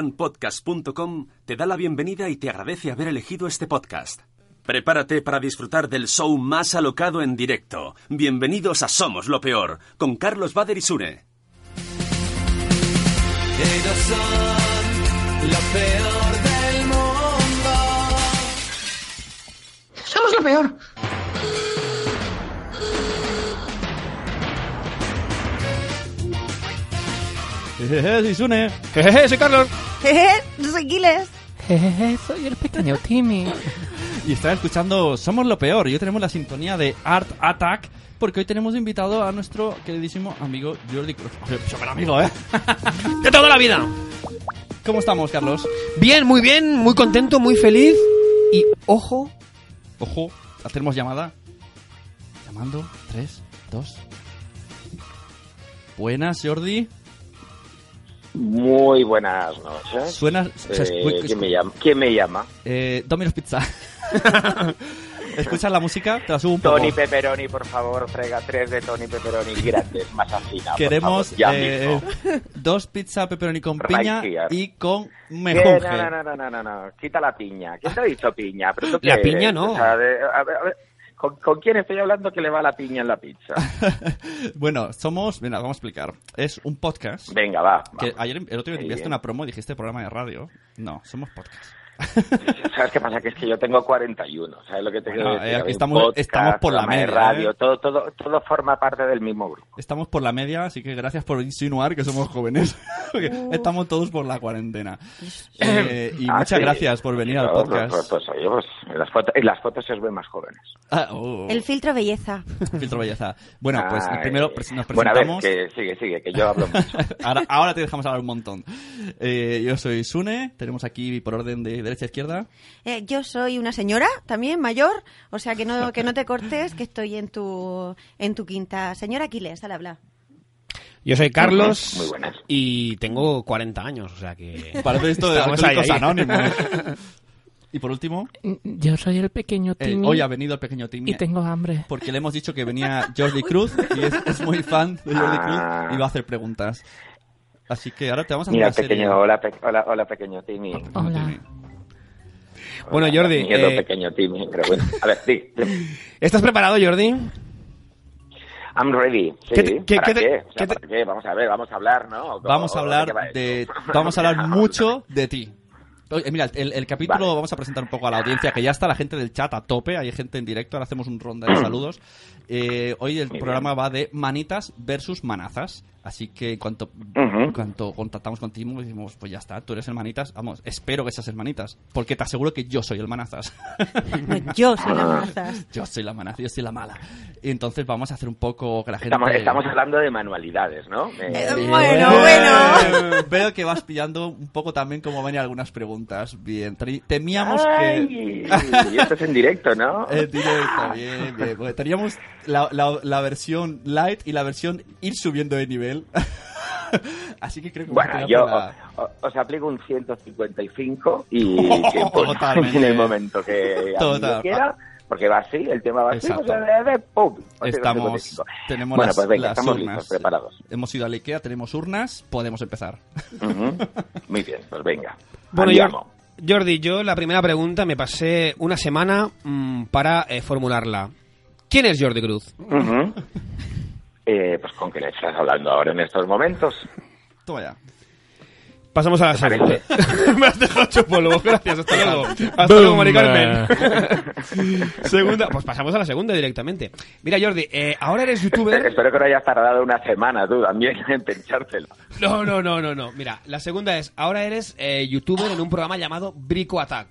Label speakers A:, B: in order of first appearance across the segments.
A: Naciónpodcast.com te da la bienvenida y te agradece haber elegido este podcast. Prepárate para disfrutar del show más alocado en directo. Bienvenidos a Somos lo Peor, con Carlos Bader y Sune.
B: Ellos son lo peor del mundo.
C: Somos lo peor.
D: Jeje, soy Sune.
E: Jeje, soy Carlos.
F: Jeje, no soy Giles.
E: Jeje, soy el pequeño Timmy.
D: Y están escuchando Somos lo Peor. Y hoy tenemos la sintonía de Art Attack. Porque hoy tenemos invitado a nuestro queridísimo amigo Jordi Cruz. Oye, Súper amigo, ¿eh?
E: De toda la vida.
D: ¿Cómo estamos, Carlos?
E: Bien, muy bien, muy contento, muy feliz. Y ojo,
D: Ojo, hacemos llamada. Llamando. 3, 2. Buenas, Jordi.
G: Muy buenas noches.
D: Suena.
G: Eh,
D: se escu-
G: ¿quién, me llama? ¿Quién me llama?
D: eh, Domino's Pizza. ¿Escuchas la música? Te la subo un poco.
G: Tony Pepperoni, por favor, traiga tres de Tony Pepperoni grandes, más afina. por
D: Queremos
G: favor, ya
D: eh,
G: mismo.
D: dos pizza pepperoni con
G: Right
D: piña
G: here.
D: y con
G: Eh,
D: mejunje.
G: no, no, no, no, no, no, quita la piña. ¿Quién te ha dicho piña? ¿Pero eso
E: La
G: qué
E: piña
G: es?
E: no.
G: O sea, de- a ver, a ver, ¿con, con quién estoy hablando que le va la piña en la pizza?
D: bueno, somos. Mira, vamos a explicar. Es un podcast.
G: Venga, va.
D: Que
G: vamos.
D: ayer, el otro día te
G: Muy
D: enviaste
G: bien.
D: una promo y dijiste programa de radio. No, somos podcast.
G: ¿Sabes qué pasa? Que es que yo tengo 41, ¿sabes lo que te
D: Bueno,
G: quiero decir?
D: eh, aquí
G: A ver,
D: estamos- estamos por la
G: programa de
D: media,
G: radio,
D: ¿eh?
G: todo, todo, todo forma parte del mismo grupo.
D: Estamos por la media, así que gracias por insinuar que somos jóvenes. Porque Estamos todos por la cuarentena. Eh, y
G: Ah,
D: muchas
G: sí.
D: gracias por venir al
G: Yo,
D: podcast.
G: Pues, pues, oye, pues, en, las fotos, en las fotos se os ve más jóvenes.
D: Ah, oh,
F: El filtro belleza.
D: filtro belleza. Bueno, pues
G: Ay.
D: primero pres- nos presentamos.
G: Bueno, a ver, que sigue, sigue, que yo hablo mucho.
D: ahora, ahora te dejamos hablar un montón. Eh, yo soy Sune, tenemos aquí por orden de derecha a izquierda.
F: Eh, yo soy una señora también, mayor, o sea que no, que no te cortes, que estoy en tu, en tu quinta. Señora Aquiles, al habla.
E: yo soy Carlos.
G: Muy buenas.
E: Y tengo 40 años, o sea que.
D: Parece esto de
E: Estamos
D: Alcohólicos
E: ahí, ahí.
D: Anónimos. Y por último,
H: Yo soy el pequeño
D: eh,
H: Timmy
D: hoy ha venido el pequeño Timmy.
H: y tengo hambre.
D: Porque le hemos dicho que venía Jordi Cruz y es, es muy fan de Jordi Cruz y va a hacer preguntas. Así que ahora te vamos a hacer
G: Ah. Mira,
D: una serie.
G: pequeño, hola, pe- hola, hola, pequeño Timmy.
D: Pequeño
H: Hola.
D: Timmy.
E: Bueno,
G: Hola,
E: Jordi,
G: Miedo,
E: eh,
G: pequeño Timmy, pero bueno. A ver, sí, sí.
E: ¿Estás preparado, Jordi?
G: I'm ready. Sí,
E: ¿Qué te- qué-
G: ¿para
E: qué te-
G: qué? O sea,
E: qué te-
G: ¿para qué? Vamos a ver, vamos a hablar, ¿no? ¿O-
D: Vamos a
G: o-
D: hablar
G: qué va esto?
D: de, vamos a hablar mucho de ti. Oye, mira, el, el capítulo
G: Vale.
D: vamos a presentar un poco a la audiencia, que ya está la gente del chat a tope, hay gente en directo, ahora hacemos un ronda de saludos. Eh, hoy el
G: Muy
D: programa va de manitas versus manazas, así que cuanto,
G: Ujú.
D: cuanto contactamos contigo decimos, pues ya está, tú eres el manitas, vamos, espero que seas el manitas, porque te aseguro que yo soy el manazas.
F: No, yo soy la mazas.
D: Yo soy la mala, yo soy la mala. Y entonces vamos a hacer un poco que la gente...
G: Estamos, estamos hablando de manualidades, ¿no?
F: Eh,
G: sí.
F: bueno,
D: Eh,
F: bueno.
D: Veo que vas pillando un poco también cómo venía algunas preguntas. Bien, tre- temíamos que...
G: Ay, y esto es en directo, ¿no?
D: En directo, bien, bien. Bueno, teníamos la, la- la versión light y la versión ir subiendo de nivel. Así que creo que... vamos a
G: Bueno,
D: tirar
G: yo
D: por la-
G: o- o- os aplico un 155 y que, pues,
D: Totalmente.
G: en el momento que a mí
D: Total.
G: me quiera, porque va así, el tema va así,
D: Exacto.
G: pues, eh, eh, pum,
D: Estamos,
G: 155.
D: tenemos
G: bueno,
D: las,
G: pues venga,
D: las
G: estamos
D: urnas.
G: listos, preparados.
D: Hemos ido a la Ikea, tenemos urnas, podemos empezar.
G: Ujú. Muy bien, pues venga.
E: Bueno,
G: Andiamo.
E: Jor- Jordi, yo la primera pregunta me pasé una semana mm, para eh, formularla. ¿Quién es Jordi Cruz?
G: Ujú. Eh, pues con qué le estás hablando ahora en estos momentos.
D: Toma ya.
E: Pasamos a la siguiente. me has dejado hecho polvo. Gracias, hasta luego. Hasta luego, Mari Carmen. segunda, pues pasamos a la segunda directamente. Mira, Jordi, eh, ahora eres youtuber.
G: Espero que no hayas tardado una semana tú también en pensártelo.
E: No, no, no, no, no. Mira, la segunda es, ahora eres eh, youtuber en un programa llamado Brico Attack.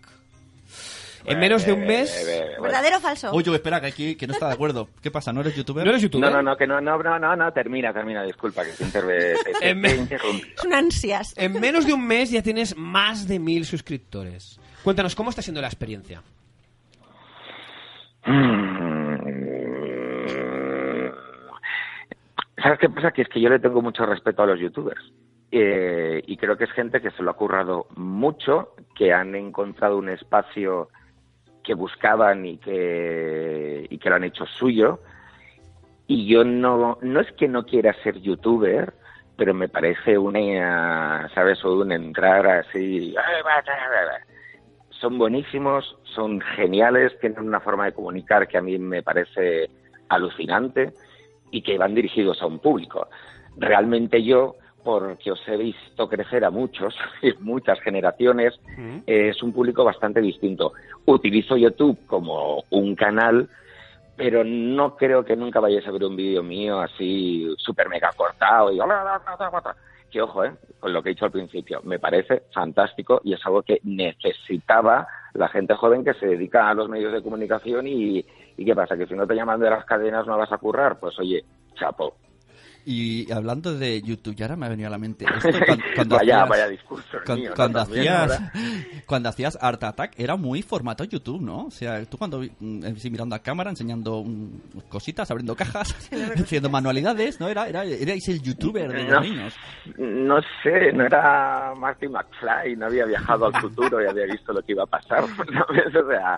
E: En menos de un mes...
G: Eh, eh, bueno.
F: ¿Verdadero o falso?
D: Oye, espera, que aquí que no está de acuerdo. ¿Qué pasa? ¿No eres youtuber?
E: ¿No eres youtuber?
G: No, no, no, que no, no, no, no, no, termina, termina, disculpa, que te, interve, te- te-
E: En
G: te
E: me-
G: interrumpí.
F: Son ansias.
E: En menos de un mes ya tienes más de mil suscriptores. Cuéntanos, ¿cómo está siendo la experiencia?
G: Mm. ¿Sabes qué pasa? Que es que yo le tengo mucho respeto a los youtubers. Eh, y creo que es gente que se lo ha currado mucho, que han encontrado un espacio que buscaban y que, y que lo han hecho suyo. Y yo no, no es que no quiera ser youtuber, pero me parece una, ¿sabes? O un entrar así. Son buenísimos, son geniales, tienen una forma de comunicar que a mí me parece alucinante y que van dirigidos a un público. Realmente yo, porque os he visto crecer a muchos, muchas generaciones, es un público bastante distinto. Utilizo YouTube como un canal, pero no creo que nunca vayáis a ver un vídeo mío así súper mega cortado y... Que ojo, ¿eh? con lo que he dicho al principio, me parece fantástico y es algo que necesitaba la gente joven que se dedica a los medios de comunicación y, y ¿qué pasa? Que si no te llaman de las cadenas no vas a currar. Pues oye, chapo.
D: Y hablando de YouTube, y ahora me ha venido a la mente esto, cuan- cuando
G: vaya,
D: hacías-
G: vaya discurso. el
D: Cuan-
G: mío, ¿no?
D: cuando,
G: También,
D: hacías,
G: ahora.
D: cuando hacías Art Attack era muy formato YouTube, ¿no? O sea, tú cuando vi- mm, así mirando a cámara, enseñando mm, cositas, abriendo cajas, haciendo manualidades, ¿no? Era, era, erais el youtuber de los
G: No.
D: niños.
G: No sé, no era Marty McFly, no había viajado al futuro y había visto lo que iba a pasar. ¿sabes? O sea,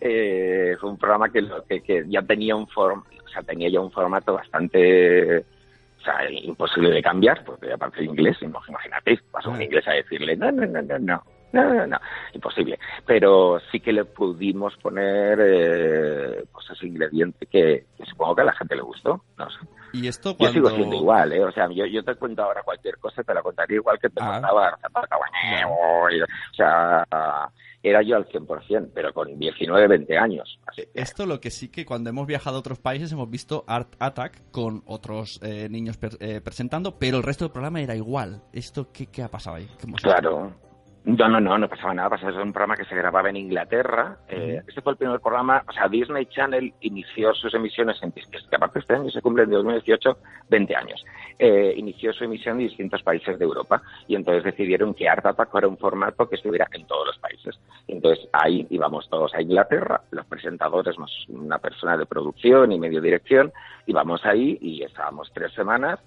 G: eh, fue un programa que, lo- que, que ya tenía un form, o sea, tenía ya un formato bastante o sea, imposible de cambiar, porque aparte de inglés, imag- imagínate, vas a
D: Ah.
G: un inglés a decirle no, no, no, no, no. No, no, no, imposible. Pero sí que le pudimos poner eh, pues ese ingrediente que, que supongo que a la gente le gustó. No sé.
D: Y esto
G: Yo
D: cuando...
G: sigo siendo igual, ¿eh? O sea, yo, yo te cuento ahora cualquier cosa, te la contaría igual que te
D: Ah.
G: contaba Zapata, Guañeo, y- O sea, era yo al 100%, pero con 19, 20 años. Así que,
D: Esto lo que sí que cuando hemos viajado a otros países hemos visto Art Attack con otros eh, niños per- eh, presentando, pero el resto del programa era igual. ¿Esto qué, qué ha pasado ahí? ¿Cómo es esto?
G: claro. No, no, no, no pasaba nada. Pasaba, era un programa que se grababa en Inglaterra. Eh, Este fue el primer programa, o sea, Disney Channel inició sus emisiones en distintos, que aparte este año se cumplen de 2018 20 años. Eh, inició su emisión en distintos países de Europa y entonces decidieron que Art Attack fuera un formato que estuviera en todos los países. Entonces ahí íbamos todos a Inglaterra, los presentadores más una persona de producción y medio dirección, íbamos ahí y estábamos tres semanas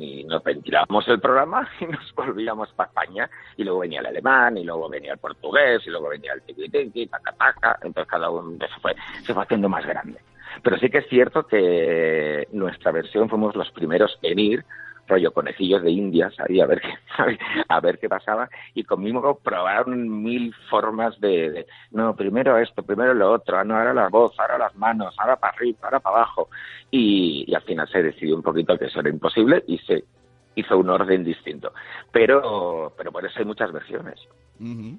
G: y nos ventilábamos el programa y nos volvíamos para España y luego venía el alemán y luego venía el portugués y luego venía el tiquitiqui, taca taca, entonces cada uno se fue, se fue haciendo más grande. Pero sí que es cierto que eh, nuestra versión fuimos los primeros en ir rollo conejillos de indias ahí a ver qué a ver qué pasaba y conmigo probaron mil formas de, de, no primero esto primero lo otro ah, no ahora la voz ahora las manos ahora para arriba ahora para abajo y, y al final se decidió un poquito que eso era imposible y se hizo un orden distinto pero pero por eso hay muchas versiones
D: Ujú.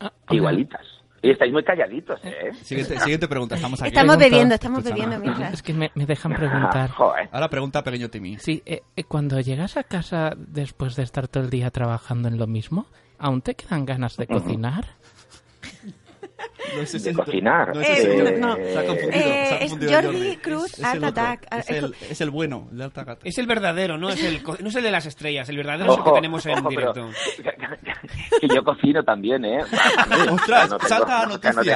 H: Ah, hombre.
G: igualitas y estáis muy calladitos eh
D: Siguiente, siguiente pregunta. Estamos aquí.
F: Estamos
D: Pregunta.
F: bebiendo, estamos
D: Escucha,
F: bebiendo mientras.
H: Es que me, me dejan preguntar.
G: Ah, Joder.
D: Ahora pregunta pequeño Timmy.
H: Sí, eh, eh, cuando llegas a casa después de estar todo el día trabajando en lo mismo, ¿aún te quedan ganas de cocinar?
D: No es
G: de cocinar
D: No,
F: es
D: ese
F: Eh,
D: es el-
F: no.
D: Se ha confundido.
F: Eh,
D: se ha
F: es
D: confundido el
F: Jordi Cruz,
D: es, es
F: Art
D: el otro.
F: Attack.
D: Es el, es el bueno, el de Art Attack.
E: Es el verdadero, no es el, co- no es el de las estrellas, el verdadero es el que tenemos en
G: ojo, pero-
E: directo.
G: que yo cocino también, ¿eh? También.
D: Ostras,
G: No tengo-
D: salta
G: o sea,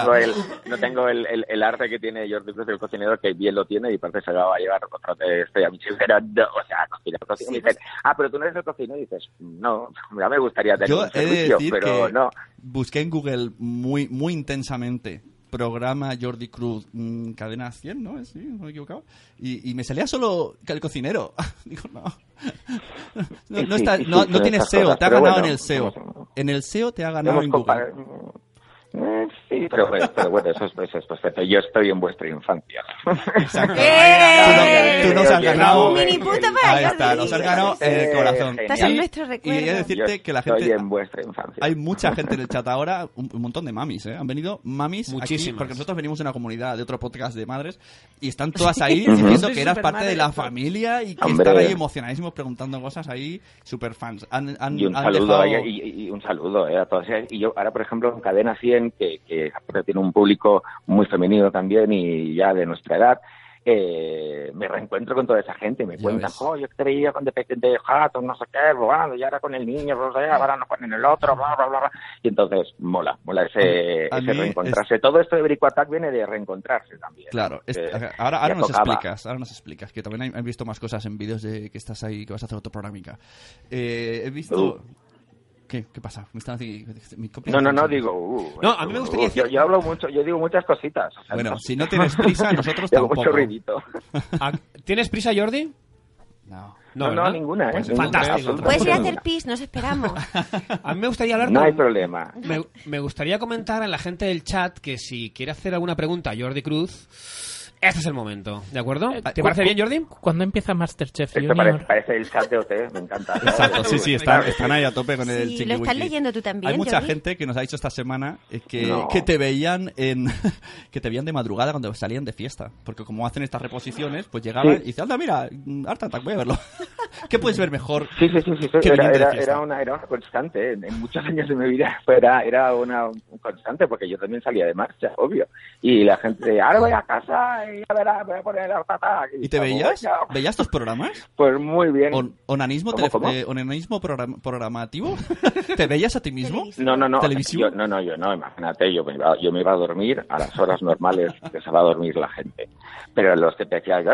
D: noticia.
G: No tengo, el, no tengo el, el- el arte que tiene Jordi Cruz, el cocinero, que bien lo tiene y parte se lo va a llevar otra vez este, a mi chico, pero no, o sea, cocina, cocina. y
D: pues-
G: dicen, ah, pero tú no eres el cocinero y dices, no, ya me gustaría tener
D: Yo
G: un
D: he de
G: servicio,
D: decir
G: pero
D: que
G: no.
D: busqué en Google muy, muy intensamente programa Jordi Cruz, mm, cadena 100, ¿no? Sí, no me he equivocado. Y, y me salía solo que el cocinero. Digo, no. No, no, está-
G: Sí, sí,
D: no,
G: sí,
D: no
G: son
D: tienes
G: esas
D: SEO,
G: cosas,
D: te ha
G: pero
D: ganado
G: bueno,
D: en el SEO.
G: vamos
D: En el SEO te ha ganado
G: Hemos
D: en
G: compar-
D: Google.
G: Eh, Sí, pero bueno, pero bueno, eso es, eso es perfecto. Yo estoy en vuestra infancia.
D: Exacto.
F: ¡Eh!
D: Tú no- tú nos has
G: Yo
D: ganado.
G: llevo
F: Un mini punto para
D: Ahí
F: Jordi.
D: está, nos has ganado el
G: Eh,
D: corazón.
G: Estás
F: en
D: Y-
F: nuestro
D: Y he de
F: recuerdo.
D: decirte
G: Yo
D: que la
G: Estoy
D: gente
G: en vuestra infancia.
D: Eh, hay mucha gente en el chat ahora, un, un montón de mamis, ¿eh? Han venido mamis aquí,
E: Muchísimas.
D: porque nosotros venimos de una comunidad de otro podcast de madres y están todas ahí diciendo
F: Soy
D: que eras parte
F: supermadre.
D: de la familia y que
G: Hombre.
D: están ahí emocionadísimos preguntando cosas ahí, super fans. Han, han-
G: y un
D: han
G: saludo
D: dejado-
G: y, y- y un saludo eh, a todos y yo ahora por ejemplo en cadena 100 que, que aparte tiene un público muy femenino también y ya de nuestra edad eh, me reencuentro con toda esa gente me
D: Ya
G: cuentan
D: ves.
G: oh yo te veía con de, pe- de jato no sé qué bueno, y ahora con el niño bla, bla, bla, ahora no con el otro bla bla bla bla". y entonces mola mola ese,
D: A mí- a
G: ese
D: mí
G: reencontrarse todo esto de Brico Attack viene de reencontrarse también
D: Claro, es-
G: Eh,
D: ahora,
G: ya
D: ahora nos
G: tocaba.
D: explicas, ahora nos explicas, que también he- he visto más cosas en vídeos de que estás ahí, que vas a hacer otro programa. Eh, he visto... ¿Qué? ¿Qué pasa? Me están así- mi copia-
G: Uh. no no no digo uh,
E: No, a mí me
G: uh,
E: gustaría
G: uh, yo-
E: decir-
G: yo, hablo mucho yo digo muchas cositas o sea,
D: Bueno,
G: no-
D: si no tienes prisa, nosotros
G: yo hago mucho
D: tampoco.
G: ruidito
E: Ah, ¿Tienes prisa, Jordi?
D: No.
G: No, no,
E: ¿verdad?
G: ninguna. ¿eh?
E: Pues
G: Ninguna,
E: fantástico.
F: Puedes ir a
G: absolutamente
F: hacer pis, nos esperamos.
E: A mí me gustaría hablar
G: No hay
E: con-
G: problema.
E: Me, me gustaría comentar a la gente del chat que si quiere hacer alguna pregunta a Jordi Cruz, este es el momento, ¿de acuerdo?
D: Ah,
H: Eh,
E: ¿Te
H: cu-
E: parece
H: cu-
E: bien, Jordi?
H: ¿Cuándo empieza Masterchef
G: Esto parece,
H: Junior?
G: parece el chat de OT, me encanta.
D: Exacto, sí, sí, están,
G: Claro.
D: están ahí a tope con el
F: Sí,
D: chiqui
F: lo estás
D: wiki.
F: leyendo tú también,
D: Hay mucha
F: Jordi.
D: gente que nos ha dicho esta semana eh, que,
G: No.
D: que te veían en que te veían de madrugada cuando salían de fiesta, porque como hacen estas reposiciones, pues llegaban
G: Sí.
D: y dicen, "Anda, mira, mm, Art Attack, voy a verlo." ¿Qué puedes ver mejor?
G: Sí, sí, sí, sí, sí,
D: Qué
G: Era,
D: brillante
G: era,
D: fiesta.
G: era una, era una constante. ¿eh? En, en muchos años de mi vida fue- era, era una constante porque yo también salía de marcha, obvio. Y la gente, ahora voy a casa y ya verás, voy a poner la pata. aquí".
D: ¿Y te
G: Como,
D: veías?
G: "Venga".
D: ¿Veías estos programas?
G: Pues muy bien.
D: On- ¿Onanismo,
G: ¿Cómo,
D: tele-
G: cómo?
D: eh, onanismo program- programativo? ¿Te veías a ti mismo?
F: Televisión.
G: No, no, no.
D: ¿Televisivo?
G: Yo, no, no, yo no, imagínate, yo me, iba, yo me iba a dormir a las horas normales que se va a dormir la gente. Pero los que te decían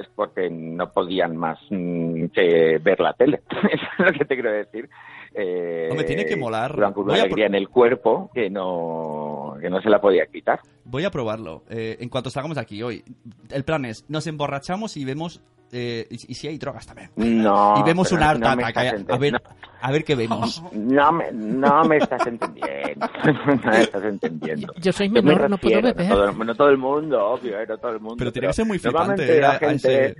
G: es porque no podían más mm, que ver la tele. Eso es lo que te quiero decir. Eh,
D: Hombre, tiene que molar.
G: Una, una
D: Voy a
G: alegría en el cuerpo que no, que no se la podía quitar.
D: Voy a probarlo. eh, en cuanto salgamos de aquí hoy, el plan es, nos emborrachamos y vemos eh, y, y si hay drogas también.
G: No.
D: y vemos
G: pero
D: un Art
G: no me
D: Attack,
G: estás
D: A, a ver,
G: entendiendo.
D: a ver qué vemos.
G: No me, no me estás entendiendo. No me estás entendiendo.
H: Yo- yo soy
G: me
H: menor, no puedo
G: refiero,
H: beber.
G: No todo, el- no todo el mundo, obvio, eh, no todo el mundo.
D: Pero tiene que ser muy
G: normalmente
D: flipante ver a-
G: la
D: a
G: gente-
D: ese-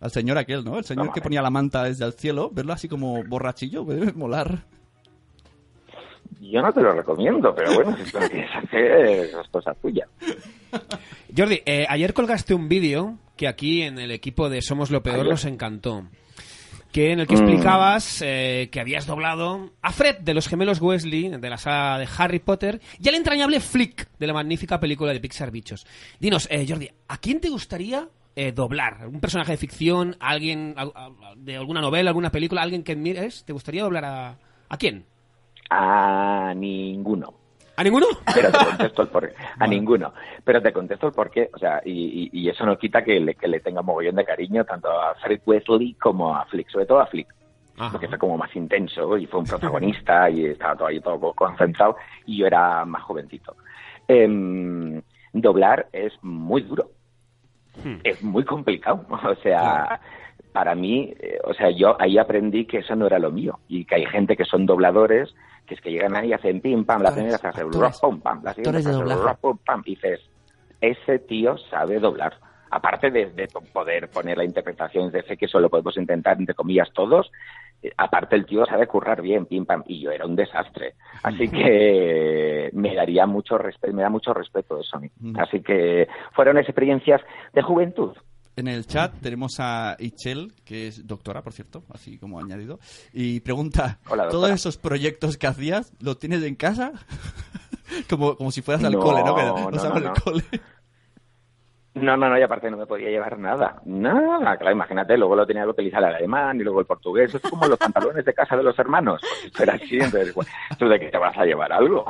D: al señor aquel, ¿no? El señor
G: Vamos a
D: que
G: ver.
D: ponía la manta desde el cielo, verlo así como borrachillo, debe molar.
G: Yo no te lo recomiendo, pero bueno, si tú lo quieres hacer, es cosa tuya.
E: Jordi, eh, ayer colgaste un vídeo que aquí en el equipo de Somos lo Peor
G: Ayer.
E: nos encantó. Que en el que
G: Mm.
E: explicabas eh, que habías doblado a Fred de los gemelos Wesley, de la saga de Harry Potter, y al entrañable Flick de la magnífica película de Pixar Bichos. Dinos, eh, Jordi, ¿a quién te gustaría eh, doblar? ¿Un personaje de ficción? ¿Alguien a- a- de alguna novela, alguna película? ¿Alguien que mires? ¿Te gustaría doblar a, a quién?
G: A ninguno.
E: ¿A ninguno?
G: Pero te contesto el porqué. A ninguno. Pero te contesto el porqué. O sea, y, y- y eso no quita que le, que le tenga mogollón de cariño tanto a Fred Wesley como a Flick, sobre todo a Flick.
E: Ajá.
D: Ah.
G: porque fue como más intenso y fue un protagonista y estaba todo ahí todo concentrado y yo era más jovencito. Em, doblar es muy duro, es muy complicado, o sea, para mí, eh, o sea, yo ahí aprendí que eso no era lo mío y que hay gente que son dobladores que es que llegan ahí y hacen pim pam, la primera
H: Actores,
G: frase,
H: actores,
G: rap, pum, pam, la siguiente
H: actores de
G: frase,
H: doblaje.
G: rap, pum, pam, y dices, ese tío sabe doblar. Aparte de, de poder poner la interpretación de fe, que eso lo podemos intentar, entre comillas, todos, eh, aparte el tío sabe currar bien, pim pam, y yo era un desastre. Así que me daría mucho respeto, me da mucho respeto eso a mí.
D: Mm.
G: Así que fueron experiencias de juventud.
D: En el chat tenemos a Ichel, que es doctora, por cierto, así como añadido, y pregunta,
G: Hola, doctora.
D: ¿todos esos proyectos que hacías los tienes en casa? como, como si fueras al
G: No,
D: cole, ¿no? Que
G: no,
D: no, sabes
G: no,
D: el
G: no.
D: cole.
G: No, no, no, y aparte no me podía llevar nada. Nada, claro, imagínate, luego lo tenía que utilizar el alemán y luego el portugués. Eso es como los pantalones de casa de los hermanos. Pues, Pero así, entonces, bueno, ¿tú de qué te vas a llevar algo?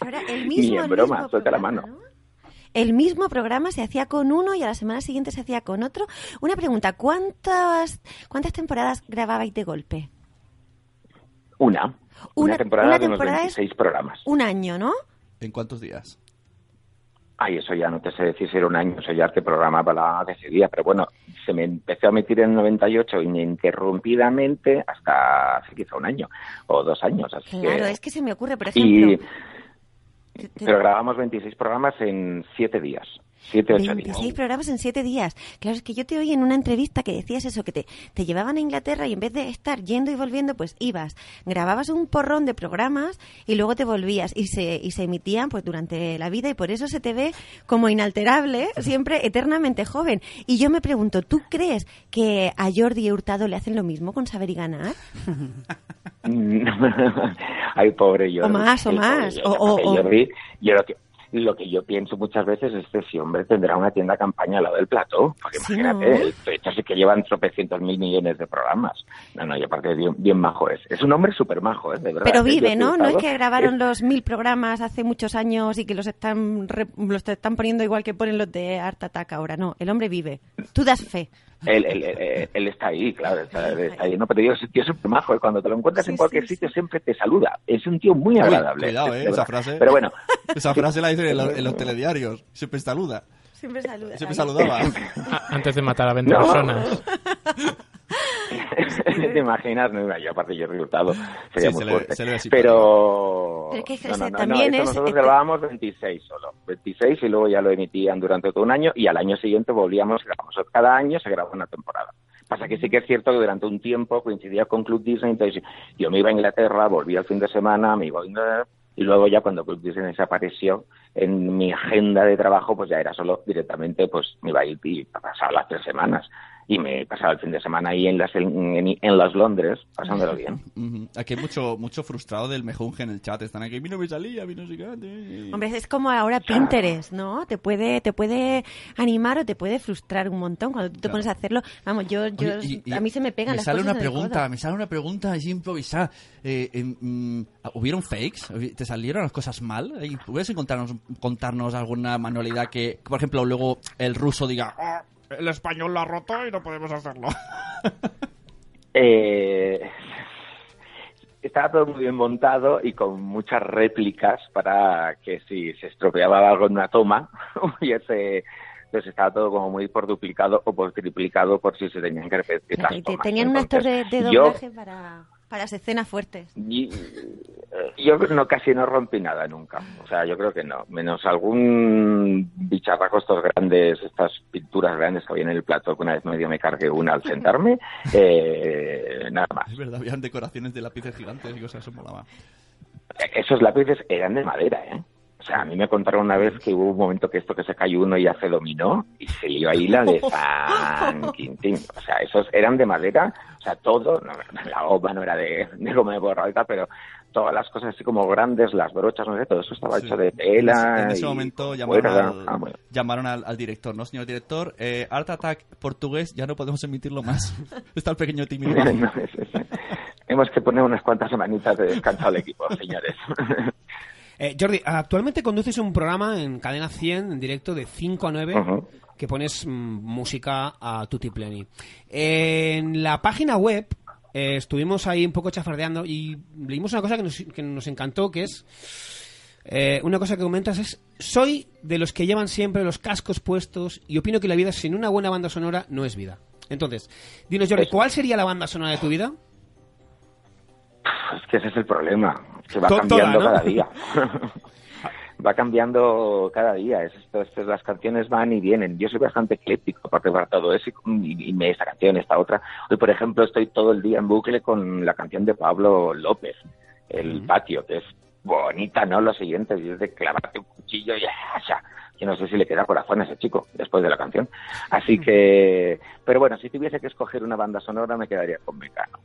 F: Ahora, el
G: Ni
F: mismo,
G: en
F: el
G: broma,
F: mismo
G: suelta la
F: programa,
G: mano.
F: ¿no? El mismo programa se hacía con uno y a la semana siguiente se hacía con otro. Una pregunta, ¿cuántas, cuántas temporadas grababais de golpe?
G: Una. Una,
F: Una-
G: temporada
F: una
G: de unos
F: temporada es-
G: 26 programas.
F: Un año, ¿no?
D: ¿En cuántos días?
G: Ay, eso ya no te sé decir si era un año, eso ya este te programaba la que seguía, pero bueno, se me empezó a meter en 98 ininterrumpidamente hasta hace quizá un año o dos años. Así
F: Claro,
G: que-
F: es que se me ocurre, por
G: y,
F: ejemplo, te- te-
G: pero grabamos 26 programas en 7 días, 7, 8 días.
F: 26 programas en 7 días. Claro, es que yo te oí en una entrevista que decías eso, que te, te llevaban a Inglaterra y en vez de estar yendo y volviendo, pues ibas, grababas un porrón de programas y luego te volvías y se, y se emitían pues durante la vida y por eso se te ve como inalterable, siempre eternamente joven. Y yo me pregunto, ¿tú crees que a Jordi Hurtado le hacen lo mismo con saber y ganar?
G: Ay, pobre Jordi.
F: O más, o
G: Ay, pobre
F: más,
G: Jordi.
F: o- o-
G: Pobre
F: o-
G: Jordi, yo lo que, lo que yo pienso muchas veces es que si hombre tendrá una tienda campaña al lado del plató. Porque
F: Sí,
G: imagínate,
F: ¿no?
G: el esto sí que llevan tropecientos mil millones de programas. No, no, y aparte bien, bien majo es. Es un hombre súper majo, ¿eh? De verdad.
F: Pero
G: Yo
F: vive,
G: he
F: ¿no? No es
G: estado-
F: que grabaron los mil programas hace muchos años y que los están re- los te están poniendo igual que ponen los de Art Attack ahora. No, el hombre vive. Tú das fe.
G: Él, él- él- él está ahí, claro, está, está ahí. No, pero digo, es un tío súper majo. ¿eh? Cuando te lo encuentras
F: Sí,
G: en cualquier
F: sí,
G: sitio
F: sí.
G: siempre te saluda. Es un tío muy
D: Uy,
G: agradable.
D: cuidado, ¿eh?
G: de
D: Esa
G: verdad.
D: frase.
G: Pero bueno,
D: Esa frase la dicen en, lo- en los telediarios, siempre saluda.
F: Siempre saluda.
D: Siempre saludaba.
H: A- Ah, Antes de matar a 20
G: No.
H: personas.
G: ¿Te imaginas? No, yo aparte yo he resultado. Sería muy
D: Sí, se le-
G: fuerte.
D: se le ve así,
G: pero...
F: Pero es que
G: no, no,
F: ese
G: no,
F: también
G: no, esto
F: es-
G: Nosotros
F: este-
G: grabábamos 26 solo. 26 y luego ya lo emitían durante todo un año y al año siguiente volvíamos, grabamos. Cada año se grabó una temporada. Pasa que sí que es cierto que durante un tiempo coincidía con Club Disney, entonces yo me iba a Inglaterra, volví al fin de semana, me iba a Inglaterra, y luego ya cuando Club Disney desapareció en mi agenda de trabajo, pues ya era solo directamente, pues me iba a ir y pasaba las tres semanas. Y me pasaba el fin de semana ahí en las, en, en- en las Londres, pasándolo bien.
D: Ujú. Aquí hay mucho, mucho frustrado del mejunje en el chat. Están aquí, a mí no me salía, a mí no sé qué. eh".
F: Hombre, es como ahora Pinterest, ¿no? Te puede, te puede animar o te puede frustrar un montón cuando tú te
D: Claro.
F: pones a hacerlo. Vamos, yo, yo
D: Oye, y- y
F: a mí se me pegan
D: me
F: las
D: sale
F: cosas
D: una
F: en el codo.
D: pregunta, me sale una pregunta así improvisada. Eh, em, mm, ¿Hubieron fakes? ¿Hubi- ¿Te salieron las cosas mal? Eh, ¿Puedes encontrarnos, contarnos alguna manualidad que, por ejemplo, luego el ruso diga, "Ah,
E: El español lo ha roto y no podemos hacerlo.
G: Eh, estaba todo muy bien montado y con muchas réplicas para que si se estropeaba algo en una toma, hubiese. Entonces pues estaba todo como muy por duplicado o por triplicado por si se tenían que repetir.
F: Claro,
G: las
F: y te-
G: tomas.
F: tenían unas
G: Entonces,
F: torres de
G: yo-
F: doblaje para, para las escenas fuertes.
G: y- Yo no, casi no rompí nada nunca. O sea, yo creo que no. Menos algún bicharraco estos grandes, estas pinturas grandes que había en el plato, que una vez medio me cargué una al sentarme. eh, nada más.
D: Es verdad, habían decoraciones de lápices gigantes y cosas, eso molaba.
G: Esos lápices eran de madera, ¿eh? O sea, a mí me contaron una vez que hubo un momento que esto que se cayó uno ya se dominó y se lió ahí la de San Quintín. O sea, esos eran de madera, o sea, todo, no, la goma no era de, de goma de borraita, pero todas las cosas así como grandes, las brochas, no sé, todo eso estaba
D: Sí.
G: hecho de tela.
D: En ese
G: y
D: momento llamaron,
G: cuerda.
D: al,
G: Ah, bueno.
D: llamaron al, al director, ¿no, señor director? Eh, Art Attack portugués, ya no podemos emitirlo más. Está el pequeño tímido.
G: No, es- es- Hemos que poner unas cuantas semanitas de descanso al equipo, señores.
E: Eh, Jordi, actualmente conduces un programa en Cadena 100, en directo de 5 a 9,
G: Ujú.
E: que pones mm, música a Tutti Pleni. En la página web eh, estuvimos ahí un poco chafardeando y leímos una cosa que nos, que nos encantó, que es... eh, una cosa que comentas es, soy de los que llevan siempre los cascos puestos y opino que la vida sin una buena banda sonora no es vida. Entonces, dinos Jordi, ¿cuál sería la banda sonora de tu vida?
G: Pues Es que ese es el problema, que va
E: To-
G: cambiando
E: toda, ¿no?
G: cada día. va cambiando cada día. Es esto- esto- las canciones van y vienen. Yo soy bastante ecléptico aparte para todo eso y, y me esta canción, esta otra. Hoy, por ejemplo, estoy todo el día en bucle con la canción de Pablo López, El Patio, que es bonita, ¿no? Lo siguiente es de clavarte un cuchillo y ¡asha! Yo no sé si le queda corazón a ese chico después de la canción. Así que... Pero bueno, si tuviese que escoger una banda sonora me quedaría con Mecano.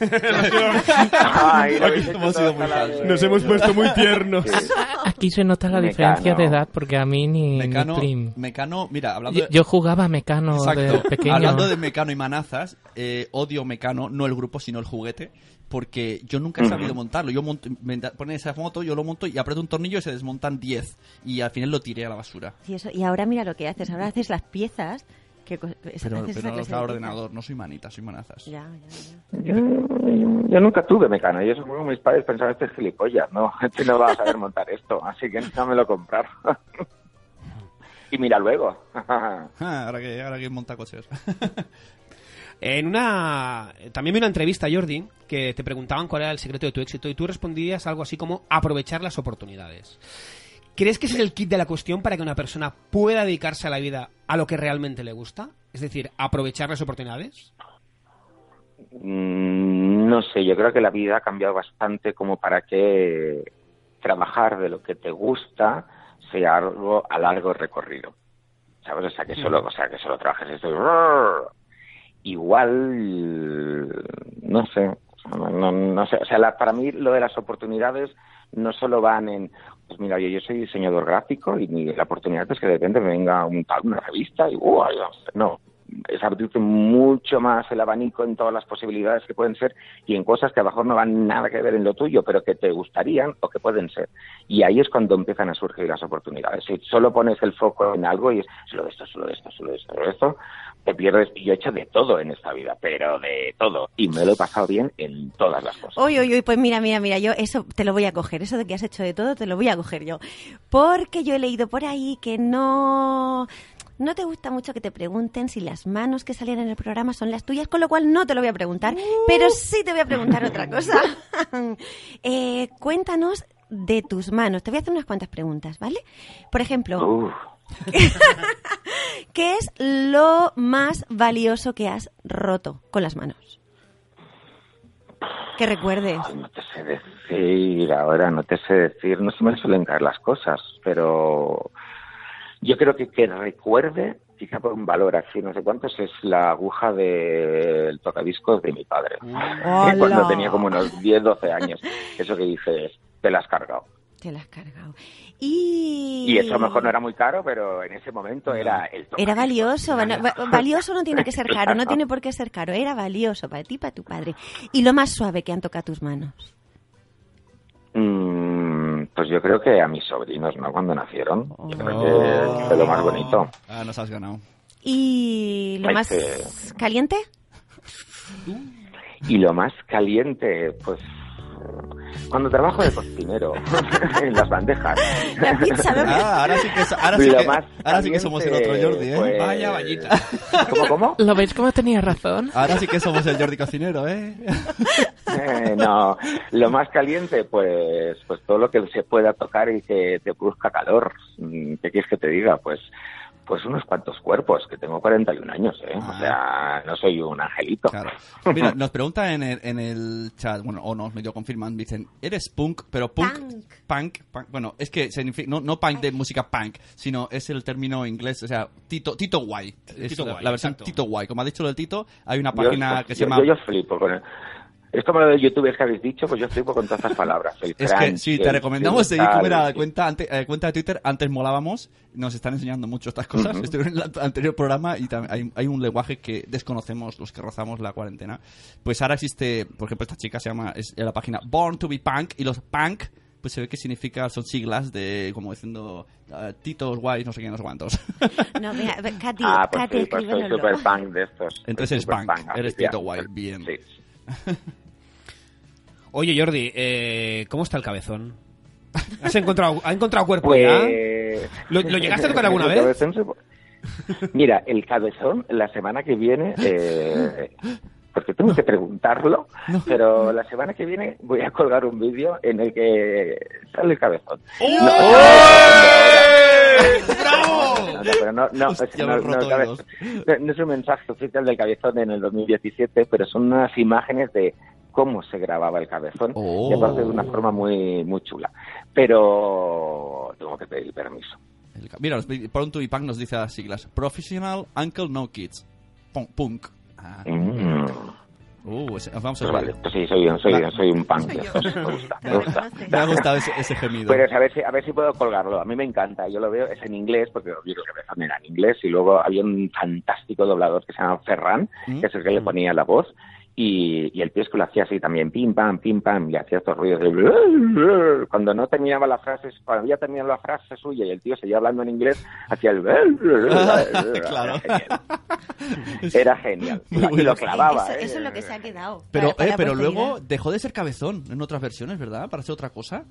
G: Ay, lo habéis hecho
D: Hemos sido
G: todos
D: muy
G: a la
D: falsos.
G: vez.
E: puesto muy tiernos.
G: Sí.
H: Aquí se nota la
G: Mecano.
H: diferencia de edad porque a mí ni, ni
D: Mecano,
H: Prim.
D: Mecano, mira, hablando
H: Yo,
D: de,
H: yo jugaba a Mecano de
D: Exacto.
H: pequeño.
D: Hablando de Mecano y Manazas, eh, odio Mecano, no el grupo, sino el juguete, porque yo nunca he sabido montarlo. Yo monto, me da- ponen esa moto, yo lo monto y aprieto un tornillo y se desmontan 10. Y al final lo tiré a la basura.
F: Y, eso, y ahora mira lo que haces, ahora haces las piezas. Que, co- es-
D: Pero,
F: haces esa
D: pero no
F: clase
D: está
F: de
D: ordenador, no soy manita, soy manazas.
F: piezas. Ya, ya, ya.
G: Yo, yo nunca tuve mecano. Yo supongo que mis padres pensaban, este es gilipollas, no, este no va a saber montar esto, así que no me lo compraron. y mira luego.
D: Ah, ahora, que, ahora que monta coches.
E: En una. También vi una entrevista, Jordi, que te preguntaban cuál era el secreto de tu éxito y tú respondías algo así como aprovechar las oportunidades. ¿Crees que ese es el kit de la cuestión para que una persona pueda dedicarse a la vida a lo que realmente le gusta? Es decir, aprovechar las oportunidades.
G: Mm, no sé, yo creo que la vida ha cambiado bastante como para que trabajar de lo que te gusta sea algo a largo recorrido. ¿Sabes? O sea, que solo, o sea, que solo trabajes esto. y- Igual, no sé, no, no- no sé. O sea, la- para mí lo de las oportunidades no solo van en, pues mira, yo, yo soy diseñador gráfico y mi- la oportunidad es que de repente me venga un tal, una revista y, ¡uh! ay, no, es abrirte mucho más el abanico en todas las posibilidades que pueden ser y en cosas que a lo mejor no van nada que ver en lo tuyo, pero que te gustarían o que pueden ser. Y ahí es cuando empiezan a surgir las oportunidades. Si solo pones el foco en algo y es solo de esto, solo de esto, solo de esto, solo de esto, te pierdes. Y Yo he hecho de todo en esta vida, pero de todo. Y me lo he pasado bien en todas las cosas.
F: Uy, uy, uy, pues mira, mira, mira, yo eso te lo voy a coger, eso de que has hecho de todo te lo voy a coger yo. Porque yo he leído por ahí que no No te gusta mucho que te pregunten si las manos que salían en el programa son las tuyas, con lo cual no te lo voy a preguntar,
G: Uh.
F: pero sí te voy a preguntar otra cosa. Eh, cuéntanos de tus manos. Te voy a hacer unas cuantas preguntas, ¿vale? Por ejemplo,
G: Uf,
F: ¿qué es lo más valioso que has roto con las manos? Que recuerdes.
G: no te sé decir ahora, no te sé decir, no se me suelen caer las cosas, pero yo creo que que recuerde, fija por un valor así, no sé cuántos, es la aguja del tocadiscos de mi padre. Cuando tenía como unos 10, 12 años. Eso que dices, te la has cargado.
F: Te la has cargado. Y...
G: Y eso a lo mejor no era muy caro, pero en ese momento era el tocadiscos.
F: Era valioso, va- no- va- valioso no tiene que ser caro, no tiene por qué ser caro, era valioso para ti, para tu padre. Y lo más suave que han tocado tus manos.
G: Mm, pues yo creo que a mis sobrinos, ¿no? Cuando nacieron. Yo creo que fue lo más bonito.
D: Ah, nos has ganado.
F: Y lo
G: Ay,
F: más
G: que-
F: caliente,
G: Y lo más caliente, pues... Cuando trabajo de cocinero, en las bandejas.
F: la pizza, ¿no?
D: Ah, ahora sí que, so- ahora sí
G: Lo
D: que,
G: más
D: ahora sí que somos el otro
G: caliente,
D: Jordi, ¿eh?
G: pues-
E: Vaya vallita.
G: ¿Cómo, cómo?
H: ¿Lo veis como tenía razón?
D: Ahora sí que somos el Jordi cocinero, ¿eh?
G: Eh, no, lo más caliente, pues, pues todo lo que se pueda tocar y que te produzca calor. Mm, ¿Qué quieres que te diga? Pues, pues unos cuantos cuerpos, que tengo 41 años, ¿eh? O sea, no soy un angelito.
D: Ah. Claro. Mira, nos pregunta en el, en el chat, bueno, o nos medio confirman, dicen, eres punk, pero punk,
F: Punk.
D: punk, punk, bueno, es que significa, no, no punk de música punk, sino es el término inglés, o sea, Tito, Tito Guay. Es
E: Tito
D: la,
E: Guay,
D: la versión
E: exacto.
D: Tito Guay. Como ha dicho lo del Tito, hay una
G: Yo-
D: página que se
G: yo-
D: llama...
G: Yo, yo flipo con el- Es como lo de youtubers que habéis dicho, pues yo flipo con todas las palabras. El
D: Es
G: crunch,
D: que sí,
G: el-
D: te recomendamos
G: el
D: seguir
G: tal,
D: como era la
G: sí.
D: cuenta, ante- eh, cuenta de Twitter. Antes molábamos, nos están enseñando mucho estas cosas. Estuve en el anterior programa y tam- hay, hay un lenguaje que desconocemos los que rozamos la cuarentena. Pues ahora existe, por ejemplo, esta chica se llama, es en la página Born to be Punk y los punk. Pues se ve que significa, son siglas de, como diciendo, eh, titos guays, no sé qué, no sé cuántos.
F: No, mira, a ver, Katy,
G: Ah, pues
F: Katy,
G: sí, pues soy
F: escríbelo.
G: super punk de estos.
D: Entonces eres
G: Soy
D: punk,
G: superpunk,
D: eres
G: así,
D: Tito
G: ya.
D: Wild, bien.
G: Sí.
E: Oye, Jordi, eh, ¿cómo está el cabezón? ¿Has encontrado, ¿Ha encontrado cuerpo ya?
G: Pues...
E: ¿Lo, lo llegaste a tocar alguna
G: El
E: vez?
G: cabezón se- Mira, el cabezón la semana que viene, eh, porque tengo que preguntarlo, pero la semana que viene voy a colgar un vídeo en el que sale el cabezón. No,
D: ¡Oh!
G: No, no, pero no, no,
D: Hostia,
G: es que
D: me he
G: no- no,
D: roto
G: cabez-
D: los.
G: no- no es un mensaje oficial del cabezón en el 2017, pero son unas imágenes de cómo se grababa el cabezón,
D: Oh.
G: y aparte de una forma muy, muy chula. Pero tengo que pedir permiso.
D: El ca- Mira, los- Born to be Punk nos dice las siglas. Professional Uncle No Kids. Punk. punk. Ah,
G: Mm.
D: uh, ese- vamos a
G: Pues
D: ver.
G: vale, pues sí, soy, un- soy,
D: Va-
G: soy un punk. de estos, Me gusta, me gusta.
D: Me ha gustado ese, ese gemido.
G: Pero a ver, si, a ver si puedo colgarlo. A mí me encanta. Yo lo veo, es en inglés, porque yo creo que también era en inglés. Y luego había un fantástico doblador que se llama Ferran,
D: ¿Mm?
G: que es el que le ponía la voz. Y, y el tío es que lo hacía así también, pim, pam, pim, pam, y hacía estos ruidos. de- Cuando no terminaba la frase, cuando había terminado la frase suya y el tío seguía hablando en inglés, hacía el...
D: Claro.
G: Era genial. Era genial.
D: Muy
G: Y lo
D: bueno.
G: clavaba.
F: eso,
G: ¿eh?
F: eso es lo que se ha quedado. pues
D: Pero,
F: para- para
D: eh, pero
F: posteridad.
D: luego dejó de ser cabezón en otras versiones, ¿verdad? Para hacer otra cosa.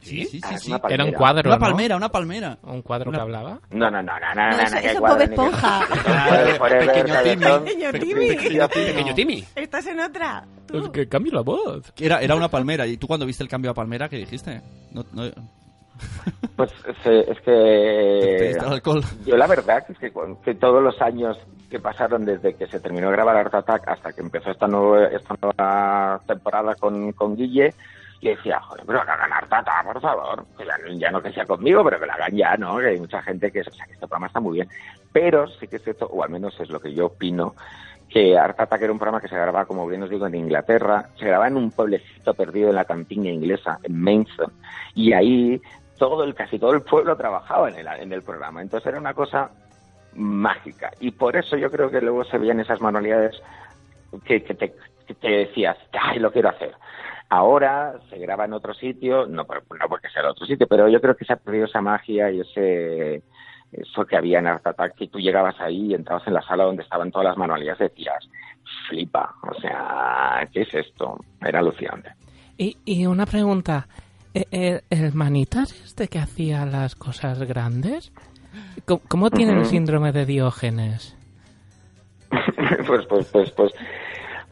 D: Sí, sí,
G: Ah,
D: sí.
G: es
D: sí.
G: una
H: Era un
G: palmera.
H: cuadro,
D: Una
H: ¿no?
D: palmera, una palmera.
H: Un cuadro que hablaba.
G: No, no, no, no, no,
F: No,
G: no,
F: eso-
G: no, qué
F: eso es
G: guarro,
F: Bob
G: ni qué-
F: Esponja.
G: Forever, forever,
D: Pequeño Timmy.
G: cabezón.
F: Pequeño
D: Pe-
F: Timmy.
D: pequeño Timmy.
E: Pequeño Timmy.
F: Estás en otra. tú.
H: Es que cambio la voz.
D: Era, era una palmera. ¿Y tú cuando viste el cambio a palmera, qué dijiste? No,
G: Eh,
D: no,
G: Pues eh, es que...
D: te diste el alcohol.
G: Yo la verdad es que, cu- que todos los años que pasaron desde que se terminó de grabar Art Attack hasta que empezó esta nueva, esta nueva temporada con, con Guille, yo decía, joder, pero que hagan Art Attack, por favor. Que ya, ya no que sea conmigo, pero que la hagan ya, ¿no? Que hay mucha gente que... O sea, que este programa está muy bien. Pero sí que es cierto, o al menos es lo que yo opino, que Art Attack era un programa que se grababa, como bien os digo, en Inglaterra. Se grababa en un pueblecito perdido en la campiña inglesa, en Maidstone. Y ahí todo el, casi todo el pueblo trabajaba en el, en el programa. Entonces era una cosa mágica. Y por eso yo creo que luego se veían esas manualidades que, que te, que te decías, ¡ay, lo quiero hacer! Ahora se graba en otro sitio, no, por- no porque sea en otro sitio, pero yo creo que se ha perdido esa magia y ese eso que había en Art Attack, que tú llegabas ahí y entrabas en la sala donde estaban todas las manualidades, decías, flipa, o sea, ¿qué es esto? Era alucinante.
H: Y, y una Eh, pregunta. ¿E- e- ¿El, manitas este que hacía las cosas grandes? ¿Cómo, cómo tienen el
G: Ujú.
H: síndrome de Diógenes?
G: pues, pues, pues, pues,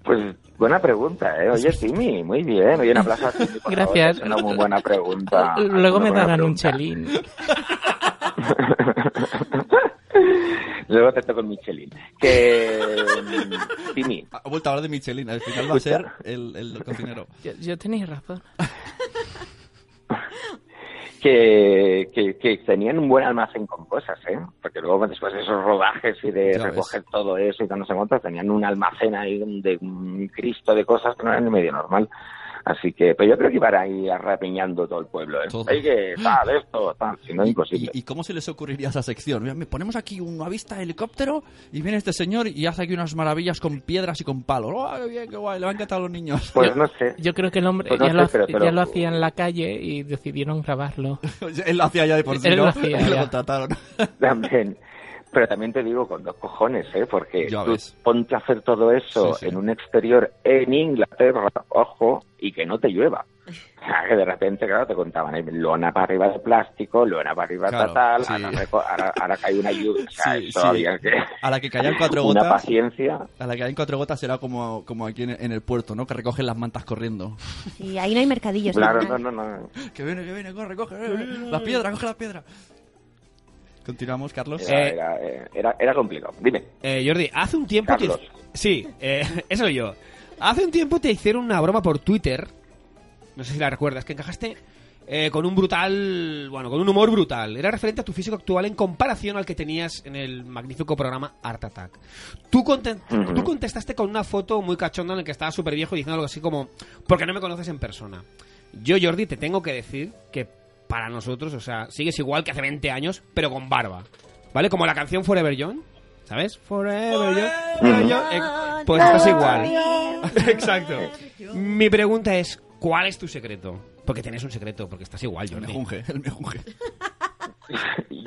G: pues, buena pregunta, ¿eh? Oye, Timmy, muy bien. Oye, un aplauso a Timmy, por favor,
H: Gracias.
G: Es una muy buena pregunta.
H: Luego
G: Ah, Una
H: me
G: buena
H: darán un
G: pregunta.
H: chelín.
G: Luego te toco el Michelin. Que... mm, Timmy,
D: Ha vuelto a hablar de Michelin. Al final va a ser el, el cocinero.
H: Yo, yo tenía razón.
G: que, que, que tenían un buen almacén con cosas, ¿eh? Porque luego después de esos rodajes y de
D: Ya ves.
G: recoger todo eso y que no sé cuántas, tenían un almacén ahí de un cristo de cosas que no era ni medio normal. Así que, pero yo creo que iban ahí arrapiñando todo el pueblo, ¿eh?
D: Todo.
G: Hay que, tal, esto, tal, si no,
D: ¿Y-
G: imposible.
D: ¿Y, y cómo se les ocurriría esa sección? Mira, me ponemos aquí una vista de helicóptero y viene este señor y hace aquí unas maravillas con piedras y con palos. ¡Oh, qué bien, qué guay! Le van a encantar a los niños.
G: Pues no sé.
H: Yo creo que el hombre
G: Pues no
H: ya,
G: sé,
H: lo, hac-
G: pero- pero-
H: ya lo hacía en la calle y decidieron grabarlo.
D: Él lo hacía ya de por sí,
H: Él
D: ¿no?
H: lo hacía
D: Lo
H: ya.
D: contrataron.
G: También. Pero también te digo con dos cojones, ¿eh? Porque
D: Ya
G: tú
D: ves.
G: ponte a hacer todo eso
D: Sí, sí.
G: en un exterior en Inglaterra, ojo, y que no te llueva. O sea, que de repente, claro, te contaban, ¿eh? lona para arriba de plástico, lona para arriba
D: Claro,
G: tal,
D: sí.
G: ahora, reco- ahora- ahora cae una lluvia. O sea,
D: Sí,
G: eso
D: sí.
G: había que...
D: A la que caían cuatro
G: Una
D: gotas.
G: paciencia.
D: A la que caen cuatro gotas será como, como aquí en, en el puerto, ¿no? Que recogen las mantas corriendo.
F: Y ahí no hay mercadillos.
G: Claro,
F: al
G: no,
F: final.
G: no, no.
D: Que viene, que viene, corre, coge.
I: eh.
D: Las piedras, coge las piedras. Continuamos, Carlos.
G: Era,
E: Eh.
G: era, eh, era- era complicado. Dime.
E: Eh, Jordi, hace un tiempo
G: Carlos.
E: te... Sí, eh, eso yo. Hace un tiempo te hicieron una broma por Twitter. No sé si la recuerdas, que encajaste eh, con un brutal... Bueno, con un humor brutal. Era referente a tu físico actual en comparación al que tenías en el magnífico programa Art Attack. Tú, conte-
G: Ujú.
E: tú contestaste con una foto muy cachonda en la que estaba súper viejo diciendo algo así como... Porque no me conoces en persona. Yo, Jordi, te tengo que decir que para nosotros, o sea, sigues igual que hace 20 años, pero con barba. ¿Vale? Como la canción Forever Young. ¿Sabes? Forever Young. Forever Young. Eh, Pues estás igual. Exacto. Mi pregunta es, ¿cuál es tu secreto? Porque tenés un secreto, porque estás igual,
D: El
E: Jordi.
D: mejunje, el mejunje.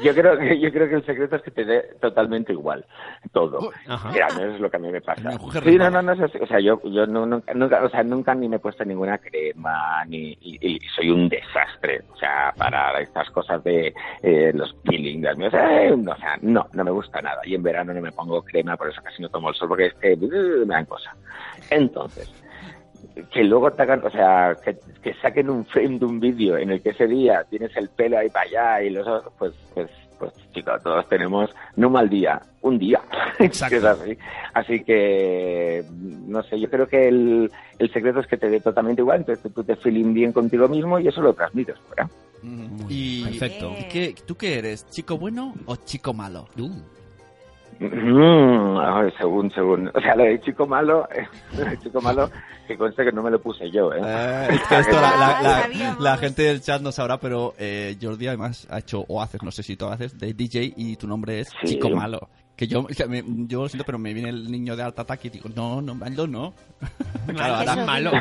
G: Yo creo que yo creo que el secreto es que te dé totalmente igual todo.
E: Ajá.
G: Mira, no es lo que a mí me
D: Me
G: pasa.
D: enjuague
G: Sí, no,
D: resbala.
G: no, no es así. O sea, yo, yo no- nunca, nunca- o sea, nunca ni me he puesto ninguna crema, ni y, y soy un desastre. O sea, para estas cosas de eh, los peelings, las mías, eh, no, o sea, no, no me gusta nada. Y en verano no me pongo crema, por eso casi no tomo el sol, porque es que uh, me dan cosa. Entonces, que luego te hagan, o sea, que, que saquen un frame de un vídeo en el que ese día tienes el pelo ahí para allá y los ojos, pues, pues, pues chicos, todos tenemos no un mal día, un día.
E: Exacto.
G: Que es así. Así que, no sé, yo creo que el, el secreto es que te dé totalmente igual, entonces que tú te feeling bien contigo mismo y eso lo transmites fuera.
D: Mm, Y,
E: Perfecto.
D: ¿y qué, ¿Tú qué eres? ¿Chico bueno o chico malo?
H: Uh.
G: Mm, ay, según, según. O sea, lo de chico malo, lo de chico malo, que conste que no me lo puse yo, ¿eh?
D: Eh, es que esto la, la- la-
F: Ah, sabíamos.
D: la gente del chat no sabrá, pero eh, Jordi además ha hecho, o haces, no sé si tú haces, de DJ y tu nombre es
G: Sí.
D: Chico Malo. Que yo, que me- yo lo siento, pero me viene el niño de alta ataque y digo, no, no, malo no. Claro, ahora
F: Eso-
E: malo.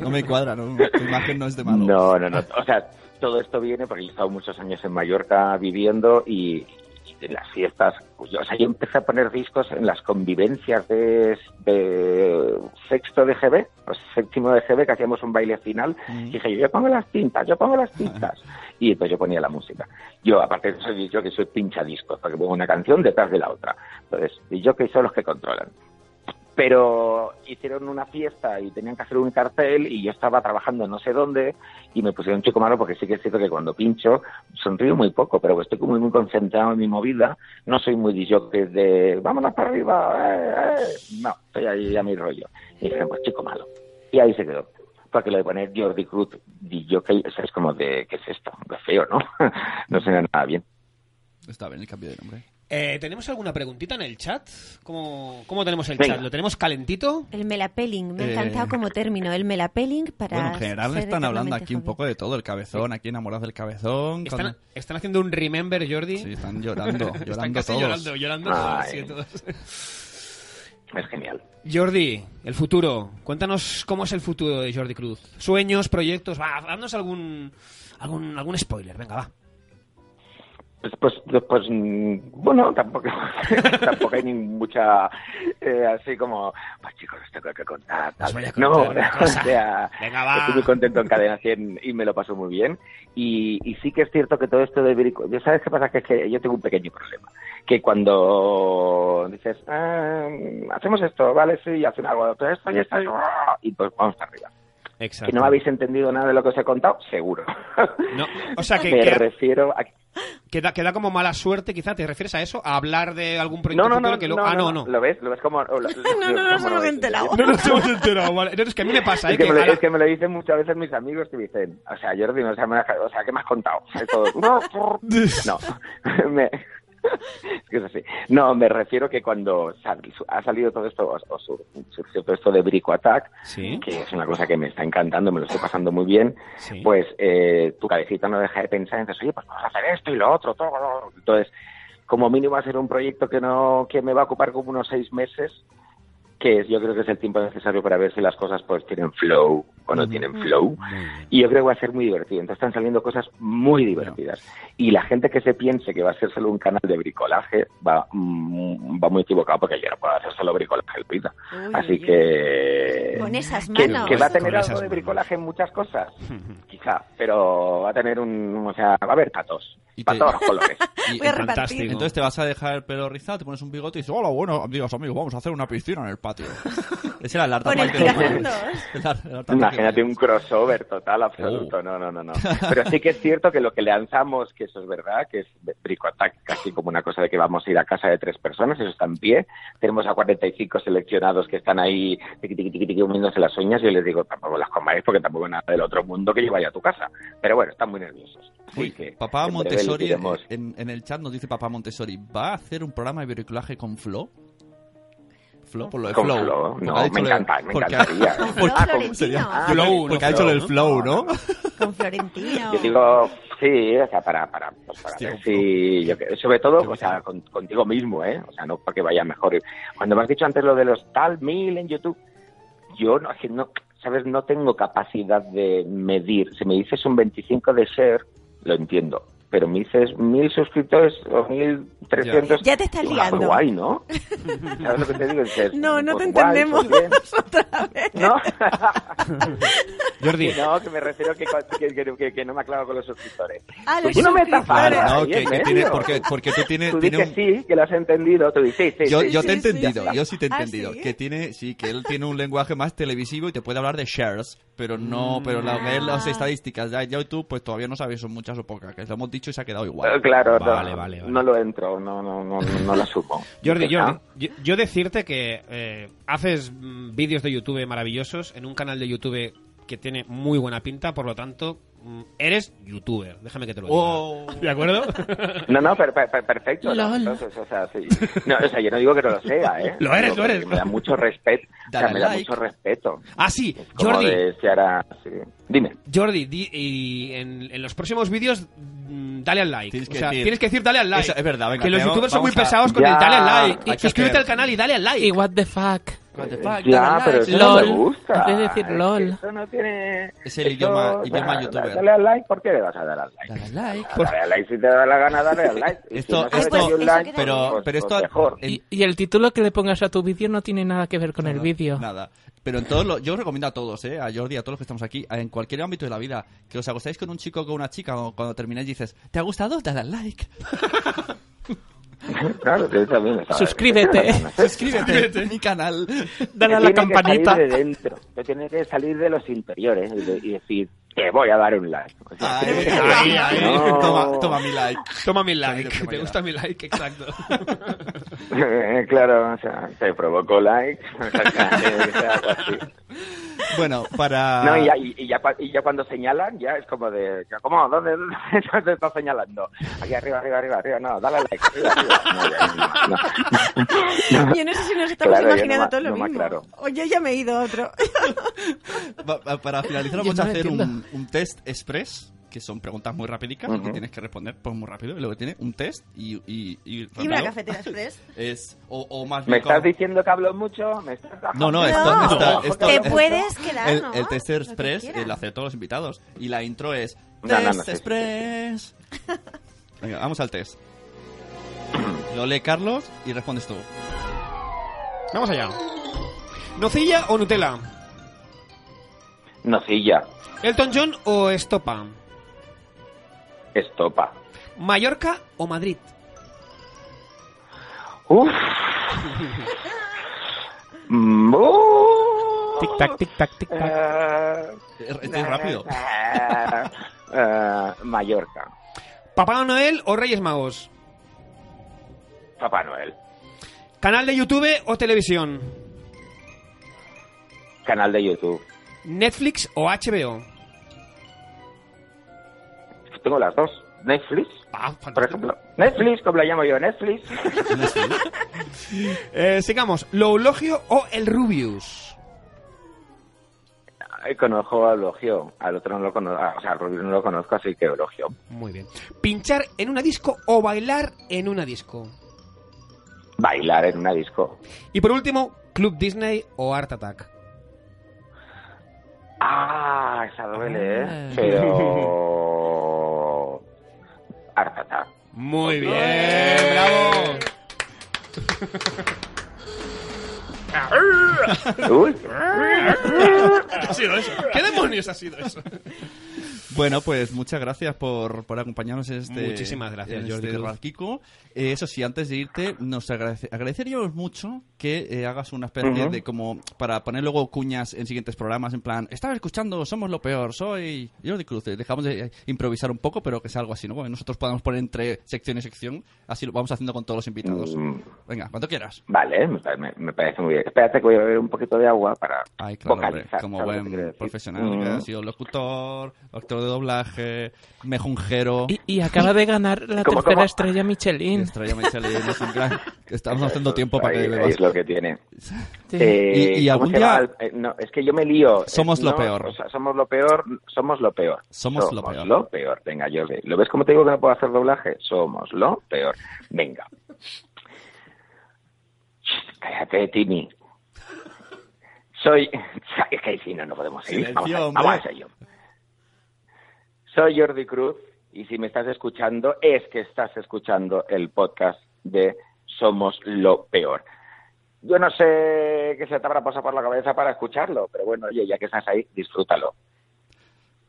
D: no me cuadra, no, tu imagen no es de malo.
G: No, no, no. O sea, todo esto viene porque yo he estado muchos años en Mallorca viviendo y, y en las fiestas. pues yo- o sea, yo empecé a poner discos en las convivencias de, de sexto de GB, o séptimo de GB, que hacíamos un baile final.
D: Mm.
G: Y dije, yo, yo pongo las tintas, yo pongo las tintas. Y pues yo ponía la música. Yo, aparte de eso, yo que soy pincha discos, porque pongo una canción detrás de la otra. Entonces, yo que son los que controlan pero hicieron una fiesta y tenían que hacer un cartel y yo estaba trabajando no sé dónde y me pusieron chico malo porque sí que es cierto que cuando pincho sonrío muy poco, pero estoy como muy concentrado en mi movida, no soy muy disjockey de vámonos para arriba, eh, eh". no, estoy ahí a mi rollo. Y dije, pues chico malo. Y ahí se quedó. Porque lo de poner Jordi Cruz, disjockey, o sea, es como de, ¿qué es esto? De feo, ¿no? no suena nada bien.
D: Está bien el cambio de nombre.
E: Eh, ¿Tenemos alguna preguntita en el chat? ¿Cómo, cómo tenemos el
G: Venga.
E: chat? ¿Lo tenemos calentito?
F: El melapeling, me ha
D: Eh.
F: encantado como término. El melapeling para.
D: Bueno, en general
F: ser
D: están hablando
F: eternamente
D: aquí un
F: joven.
D: poco de todo, el cabezón, aquí enamorados del cabezón.
E: ¿Están,
D: cuando-
E: están haciendo un remember, Jordi?
D: Sí, están llorando, llorando
E: están casi
D: todos.
E: llorando, llorando todos,
G: Ay.
E: sí, todos.
G: Es genial.
E: Jordi, el futuro. Cuéntanos cómo es el futuro de Jordi Cruz. Sueños, proyectos, va, haznos algún, algún, algún spoiler, venga, va.
G: Pues, pues, pues, pues, mm, bueno, tampoco, tampoco hay ni mucha, eh, así como, pues chicos, os tengo que contar. tal.
E: Os voy a
G: no,
E: contar una cosa.
G: o sea,
E: Venga, va.
G: estoy muy contento en Cadena 100 y me lo paso muy bien. Y, y sí que es cierto que todo esto de brico, yo ¿sabes qué pasa? Que es que yo tengo un pequeño problema. Que cuando dices, ah, hacemos esto, vale, sí, hacen algo, pero esto y esto, y, y pues vamos para arriba.
E: Exacto.
G: Que no habéis entendido nada de lo que os he contado, seguro.
E: No, o sea, que,
G: me
E: que,
G: refiero a...
E: que da, que da como mala suerte, quizá. ¿Te refieres a eso? ¿A hablar de algún proyecto futuro que luego- Ah, no, no.
G: ¿Lo ves? ¿Lo ves como...? lo- lo-
F: No, no, no
G: como
F: nos
G: lo
F: hemos
G: ves.
F: enterado.
E: No nos hemos enterado, vale. No, es que a mí me pasa, ¿eh?
G: Es que,
E: que
G: me lo,
E: a la-
G: es que me lo dicen muchas veces mis amigos que me dicen, o sea, Jordi, no, o sea, me has- o sea, ¿qué me has contado? Y todo, no, no, me- es que es así. No, me refiero que cuando sal- ha salido todo esto, o, o sur- surgió todo esto de Brico Attack,
E: Sí.
G: que es una cosa que me está encantando, me lo estoy pasando muy bien,
E: Sí.
G: pues eh, tu cabecita no deja de pensar, entonces, oye, pues vamos a hacer esto y lo otro, todo, todo. Entonces, como mínimo va a ser un proyecto que no que me va a ocupar como unos seis meses, que es, yo creo que es el tiempo necesario para ver si las cosas pues tienen flow o no tienen flow. Y yo creo que va a ser muy divertido. Entonces están saliendo cosas muy divertidas. Y la gente que se piense que va a ser solo un canal de bricolaje va, mm, va muy equivocado porque yo no puedo hacer solo bricolaje, Lupita.
F: Uy,
G: Así
F: uy, uy.
G: que...
F: Con esas
G: Que,
F: manos.
G: que va a
E: Con
G: tener
E: esas
G: algo de
E: manos.
G: bricolaje en muchas cosas, quizá, pero va a tener un... O sea, va a haber patos.
D: Y te-
G: Para todos los colores.
D: Y-
F: Voy a
E: Fantástico.
F: repartir.
D: Entonces te vas a dejar el pelo rizado, te pones un bigote y dices, hola, bueno, digas, amigos, vamos a hacer una piscina en el patio. Ese era el arte
F: Con el Carlos.
G: Imagínate un crossover total, absoluto.
D: Oh.
G: No, no, no, no. Pero sí que es cierto que lo que lanzamos, que eso es verdad, que es Brico Attack, casi como una cosa de que vamos a ir a casa de tres personas, eso está en pie. Tenemos a 45 seleccionados que están ahí tiqui, tiqui, tiqui, tiqui, uniéndose las uñas y yo les digo, tampoco las comáis porque tampoco es nada del otro mundo que yo vaya a tu casa. Pero bueno, están muy nerviosos. Así que
D: papá
G: en breve les
D: Montessori,
G: diremos.
D: en, en el chat nos dice papá Montessori, ¿va a hacer un programa de bricolaje con Flo? Flo, por lo de
G: Con
D: Flow.
G: Flo,
D: Porque
G: no,
D: ha dicho
G: me
D: lo de-
G: encanta, me
D: porque-
G: encantaría.
D: porque-
F: Ah, con- sería-
G: Ah,
E: Flow,
D: porque
E: no
D: ha dicho lo del
E: Flow,
D: Flow, ¿no?
F: Con Florentino.
G: Yo digo, sí, o sea, para, para, pues para
D: Hostia,
G: ver
D: un
G: si, yo que- sobre todo,
D: Qué
G: o sea,
D: brutal.
G: con- contigo mismo, ¿eh? O sea, no para que vaya mejor. Cuando me has dicho antes lo de los tal mil en YouTube, yo no, es que no, sabes, no tengo capacidad de medir. Si me dices un 25 de share, lo entiendo. Pero me dices mil suscriptores o mil trescientos.
F: Ya te estás
G: digo, ah,
F: liando.
G: pues guay, ¿no? ¿Sabes lo que te digo? Dices,
F: No, no
G: pues
F: te
G: guay,
F: entendemos
G: pues bien.
F: otra vez.
G: ¿No?
E: Jordi,
G: no, que me refiero que, que- que- que- que no me aclaro con los suscriptores.
F: Ah, los
G: Tú no me estás
F: suscriptores.
G: parando.
D: no,
G: ahí,
D: que,
G: en
D: que tiene,
G: medio.
D: porque, porque tú tienes...
G: Tú
D: tiene
G: dices
D: un-
G: sí, que lo has entendido. Tú dices, sí, sí,
D: yo,
G: sí,
D: yo
G: sí,
D: te he
F: sí,
D: entendido,
F: sí.
D: yo sí te he
F: Ah,
D: entendido.
F: ¿sí?
D: Que tiene, sí, que él tiene un lenguaje más televisivo y te puede hablar de shares, pero no, pero la, ver
G: Ah.
D: las estadísticas de YouTube, pues todavía no sabes, son muchas o pocas, que lo hemos dicho y se ha quedado igual.
G: Eh, Claro, no,
E: Vale, vale, vale.
G: no lo entro, no, no, no, no lo sumo.
E: Jordi,
D: Pues
G: Ya
E: Jordi,
G: está.
E: yo, yo decirte que eh, haces mm, vídeos de YouTube maravillosos en un canal de YouTube que tiene muy buena pinta, por lo tanto, mm, eres youtuber. Déjame que te lo diga.
D: Oh.
E: ¿De acuerdo?
G: No, no, per- per- per- perfecto. no,
H: Lol.
G: entonces, o sea, sí. No, o sea, yo no digo que no lo sea, ¿eh?
E: Lo eres,
G: Digo
E: lo
G: que
E: eres.
G: Me da mucho respeto. O sea,
D: Dale
G: me da
D: like.
G: mucho respeto.
E: ah, sí,
G: Como
E: Jordi.
G: de si ahora- sí. Dime.
E: Jordi, di- y en, en los próximos vídeos, mm, dale al like.
D: Tienes que
E: o sea,
D: decir-
E: tienes que decir dale al like.
D: Eso es verdad, venga,
E: que los
D: tenemos-
E: youtubers son muy
D: vamos a-
E: pesados con
G: Ya.
E: el dale al
D: Hay
E: like.
D: que
E: Y- Suscríbete
D: hacer-
E: al canal y dale al like.
H: Y what the fuck.
G: Ya, pero eso no
H: Lol.
G: me gusta.
H: Puedes decir
G: Es que
H: lol.
G: Eso no tiene...
D: Es el idioma- idioma youtuber.
G: Dale al like, ¿por qué le vas a dar al like?
D: Dale like.
G: Dale al like si te da la gana, dale al like. Y si
D: Esto,
G: no sabes
D: esto,
G: darle un like,
D: pero,
G: pues-
D: pero esto,
G: pues mejor.
D: en-
H: Y, y el título que le pongas a tu vídeo no tiene nada que ver con el
D: no,
H: vídeo.
D: Nada. Pero en todos los, yo os recomiendo a todos, ¿eh? a Jordi, a todos los que estamos aquí, en cualquier ámbito de la vida, que os acostáis con un chico o con una chica, o cuando termináis dices, ¿te ha gustado? Dale al like.
G: Claro, que eso a mí me sabe.
H: Suscríbete.
D: Suscríbete a mi canal.
G: Te
H: Dale a la
G: tiene que
H: campanita.
G: salir de dentro, te tiene que salir de los interiores y, de- y decir, te voy a dar un like. O sea,
D: Ay,
G: que-
E: ay, ay.
G: No.
D: Toma, toma mi like.
E: Toma mi
D: Salido
E: like.
D: por
E: Te
D: allá.
E: gusta mi like, exacto.
G: claro, o sea, te provocó like. O sea, o sea, algo así.
D: Bueno, para...
G: No, y ya, y, y ya, pa- y ya cuando señalan, ya es como de, ya, ¿cómo? ¿Dónde, dónde, dónde estás señalando? Aquí arriba, arriba, arriba, arriba, no, dale like, arriba, arriba. No, ya, no, no.
F: Yo no sé si nos estamos
G: Claro, yo
F: imaginando
G: no ma-
F: todo lo
G: no me
F: mismo.
G: aclaro.
F: O yo ya me he ido a otro.
D: Pues Pa- pa- para
H: Yo
D: finalizar vamos
H: no
D: a
H: lo
D: hacer un,
H: entiendo.
D: un test express que son preguntas muy rapidicas y que
G: Ujú.
D: tienes que responder pues, muy rápido y luego tiene un test y, y, y,
F: y una
D: randado.
F: cafetera express.
D: es o, o más
G: ¿Me
D: bien como-
G: estás diciendo que hablo mucho? ¿Me estás
D: no no esto,
F: No,
D: esto- esto-
F: te
D: esto-
F: puedes quedar,
D: el,
F: ¿no?
D: el test
F: Lo que
D: express
F: quieras.
D: eh, lo hace todos los invitados y la intro es
G: No, no,
D: test
G: no sé.
D: express Venga, vamos al test. Lo lee Carlos y respondes tú.
E: Vamos allá. ¿Nocilla o Nutella?
G: Nocilla,
E: ¿Elton John o Estopa?
G: estopa.
E: ¿Mallorca o Madrid?
G: Uf. Mm, uh.
H: Tic tac, tic tac, tic tac.
G: Eh,
D: Eh, Esto es rápido.
G: eh, eh, Mallorca.
E: ¿Papá Noel o Reyes Magos?
G: Papá Noel.
E: ¿Canal de YouTube o televisión?
G: Canal de YouTube.
E: ¿Netflix o HBO?
G: Tengo las dos. Netflix,
E: Ah,
G: por
E: fantástico.
G: ejemplo. Netflix, como la llamo yo, Netflix.
E: Eh, sigamos. ¿Loulogio o el Rubius?
G: Ay, eh, conozco a Eulogio. Al otro no lo conozco. O sea, al Rubio no lo conozco, así que Eulogio.
E: Muy bien. ¿Pinchar en una disco o bailar en una disco?
G: Bailar en una disco.
E: Y por último, ¿Club Disney o Art Attack?
G: Ah, esa duele,
H: Ah.
G: ¿eh? Pero... Artata.
E: Muy bien, bravo.
G: Uy.
E: ha sido eso? ¿Qué demonios ha sido eso?
D: Bueno, pues muchas gracias por, por acompañarnos en este.
E: Muchísimas gracias,
D: en
E: Jordi
D: este
E: Cruz.
D: Radquico. Eh, eso sí, antes de irte, nos agradece- agradeceríamos mucho que eh, hagas una especie
G: Ujú.
D: de como. para poner luego cuñas en siguientes programas, en plan, estaba escuchando, somos lo peor, soy Jordi Cruz. Eh, Dejamos de eh, improvisar un poco, pero que sea algo así, ¿no? Que nosotros podamos poner entre sección y sección, así lo vamos haciendo con todos los invitados.
G: Mm,
D: Venga, cuando quieras.
G: Vale, me, pa- me- me parece muy bien. Espérate que voy a beber un poquito de agua para
D: Ay, claro, hombre,
G: vocalizar.
D: como
G: ¿sabes lo que quiero
D: buen
G: decir?
D: profesional,
G: Mm.
D: que ha sido locutor, actor de doblaje, mejunjero.
H: Y, y acaba de ganar la
G: ¿Cómo,
H: tercera
G: cómo?
H: estrella Michelin.
D: Estrella Michelin es un gran- Estamos haciendo tiempo para
G: Ahí-
D: que
G: ahí
D: bebas.
G: es lo que tiene.
H: Sí.
G: Eh,
D: Y- y
G: ¿cómo
D: algún
G: se
D: día-
G: llama? Eh, no, es que yo me lío. Eh,
D: Somos lo
G: no,
D: peor.
G: o sea, somos lo peor, somos lo peor.
D: Somos lo peor.
G: lo peor. Venga, yo le- ¿Lo ves como te digo que no puedo hacer doblaje? Somos lo peor. Venga. Shh, Cállate, Timmy. Soy. Es que ahí sí, no, no podemos seguir.
D: Silencio,
G: Vamos, a-
D: hombre.
G: vamos a ello. Soy Jordi Cruz y si me estás escuchando es que estás escuchando el podcast de Somos lo Peor. Yo no sé qué se te habrá pasado por la cabeza para escucharlo, pero bueno, oye, ya que estás ahí, disfrútalo.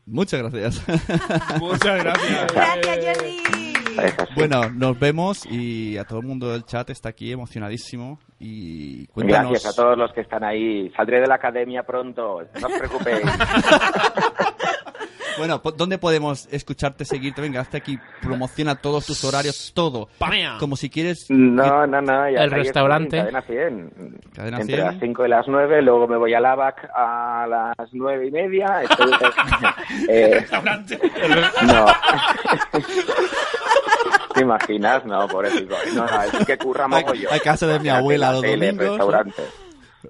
D: Muchas gracias.
E: Muchas gracias. Eh.
F: Gracias, Jordi.
G: Es así.
D: bueno, nos vemos y a todo el mundo del chat está aquí emocionadísimo. Y cuéntanos.
G: Gracias a todos los que están ahí. Saldré de la academia pronto, no os preocupéis.
D: Bueno, po- ¿dónde podemos escucharte, seguirte? Venga, hasta aquí, promociona todos tus horarios, todo.
E: Pamea.
D: Como si quieres.
G: No, no, no. ya
H: El
G: está, ahí
H: restaurante.
G: estoy en Cadena 100.
D: Cadena
G: Entre
D: 100.
G: las 5 y las 9, luego me voy a Lavac a las 9 y media. Estoy, eh,
E: Restaurante.
G: No. ¿Te imaginas? No, pobrecito. No, no, es que curra
D: Hay-
G: mogollón.
D: hay casa de mi
G: Imagínate,
D: abuela
G: la
D: los
G: tele,
D: domingos, ¿no?
G: restaurantes.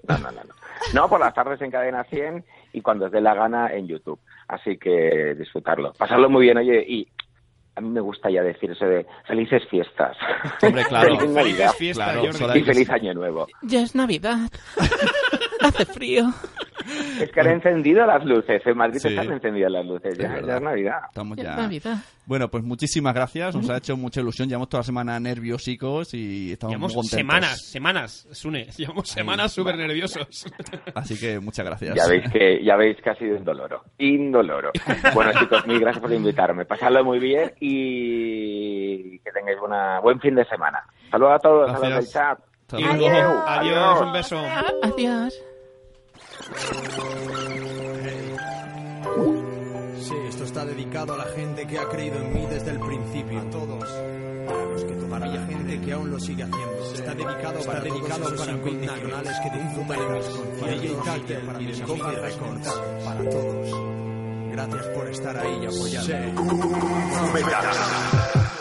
G: No, no, no, no. No, por las tardes en Cadena 100 y cuando os dé la gana en YouTube. Así que disfrutarlo. Pasarlo muy bien, oye, y a mí me gusta ya decir eso de felices fiestas.
D: Hombre, claro.
G: Feliz Navidad.
E: fiesta,
D: Claro,
E: Jordi.
D: solo
G: Y
D: hay-
G: feliz año nuevo.
H: Ya es Navidad. Hace frío.
G: Es que han encendido las luces. En Madrid
D: Sí.
G: están encendidas las luces.
D: Es
G: Ya,
D: verdad.
G: ya es Navidad.
D: Estamos
H: Ya es
D: ya.
H: Navidad.
D: Bueno, pues muchísimas gracias. Nos ha hecho mucha ilusión. Llevamos toda la semana nerviosicos y estamos muy
E: Llevamos
D: contentos.
E: semanas, semanas, Sune. Llevamos semanas súper nerviosos.
D: Así que muchas gracias.
G: Ya veis que ya veis que ha sido indoloro. Indoloro. Bueno, chicos, mil gracias por invitarme. Pasadlo muy bien y que tengáis una buen fin de semana. Saludos a todos, a los del
D: Gracias.
G: chat.
D: Hasta
E: Y
D: luego.
E: luego,
G: Adiós.
E: adiós, un beso.
H: Adiós.
B: Sí, esto está dedicado a la gente que ha creído en mí desde el principio. A todos. Para los que para la gente que aún lo sigue haciendo. está dedicado para, dedicado para incondicionales que disfrutan de mis conciertos y de mis copas recortadas. Para todos. Gracias por estar ahí y apoyarme.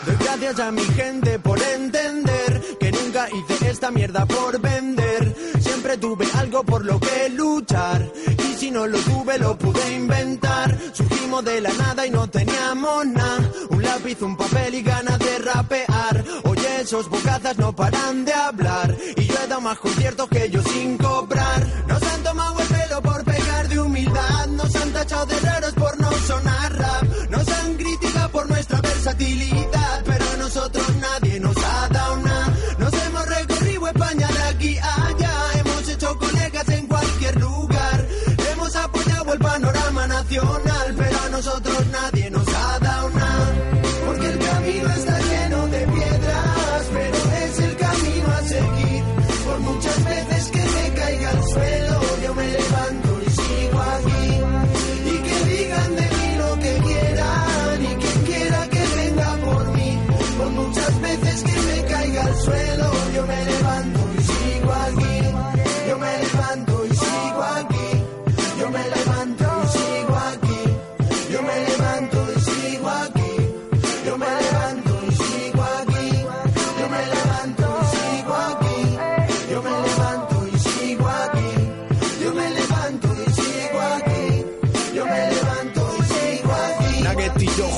B: Doy gracias a mi gente por entender que nunca hice esta mierda por vender. Siempre tuve algo por lo que luchar. Y si no lo tuve, lo pude inventar. Surgimos de la nada y no teníamos nada. Un lápiz, un papel y ganas de rapear. Oye, esos bocazas no paran de hablar. Y yo he dado más conciertos que yo sin cobrar. Nos han tomado el pelo por pegar de humildad. Nos han tachado de raros por no sonar rap. Nos han criticado por nuestra versatilidad, pero no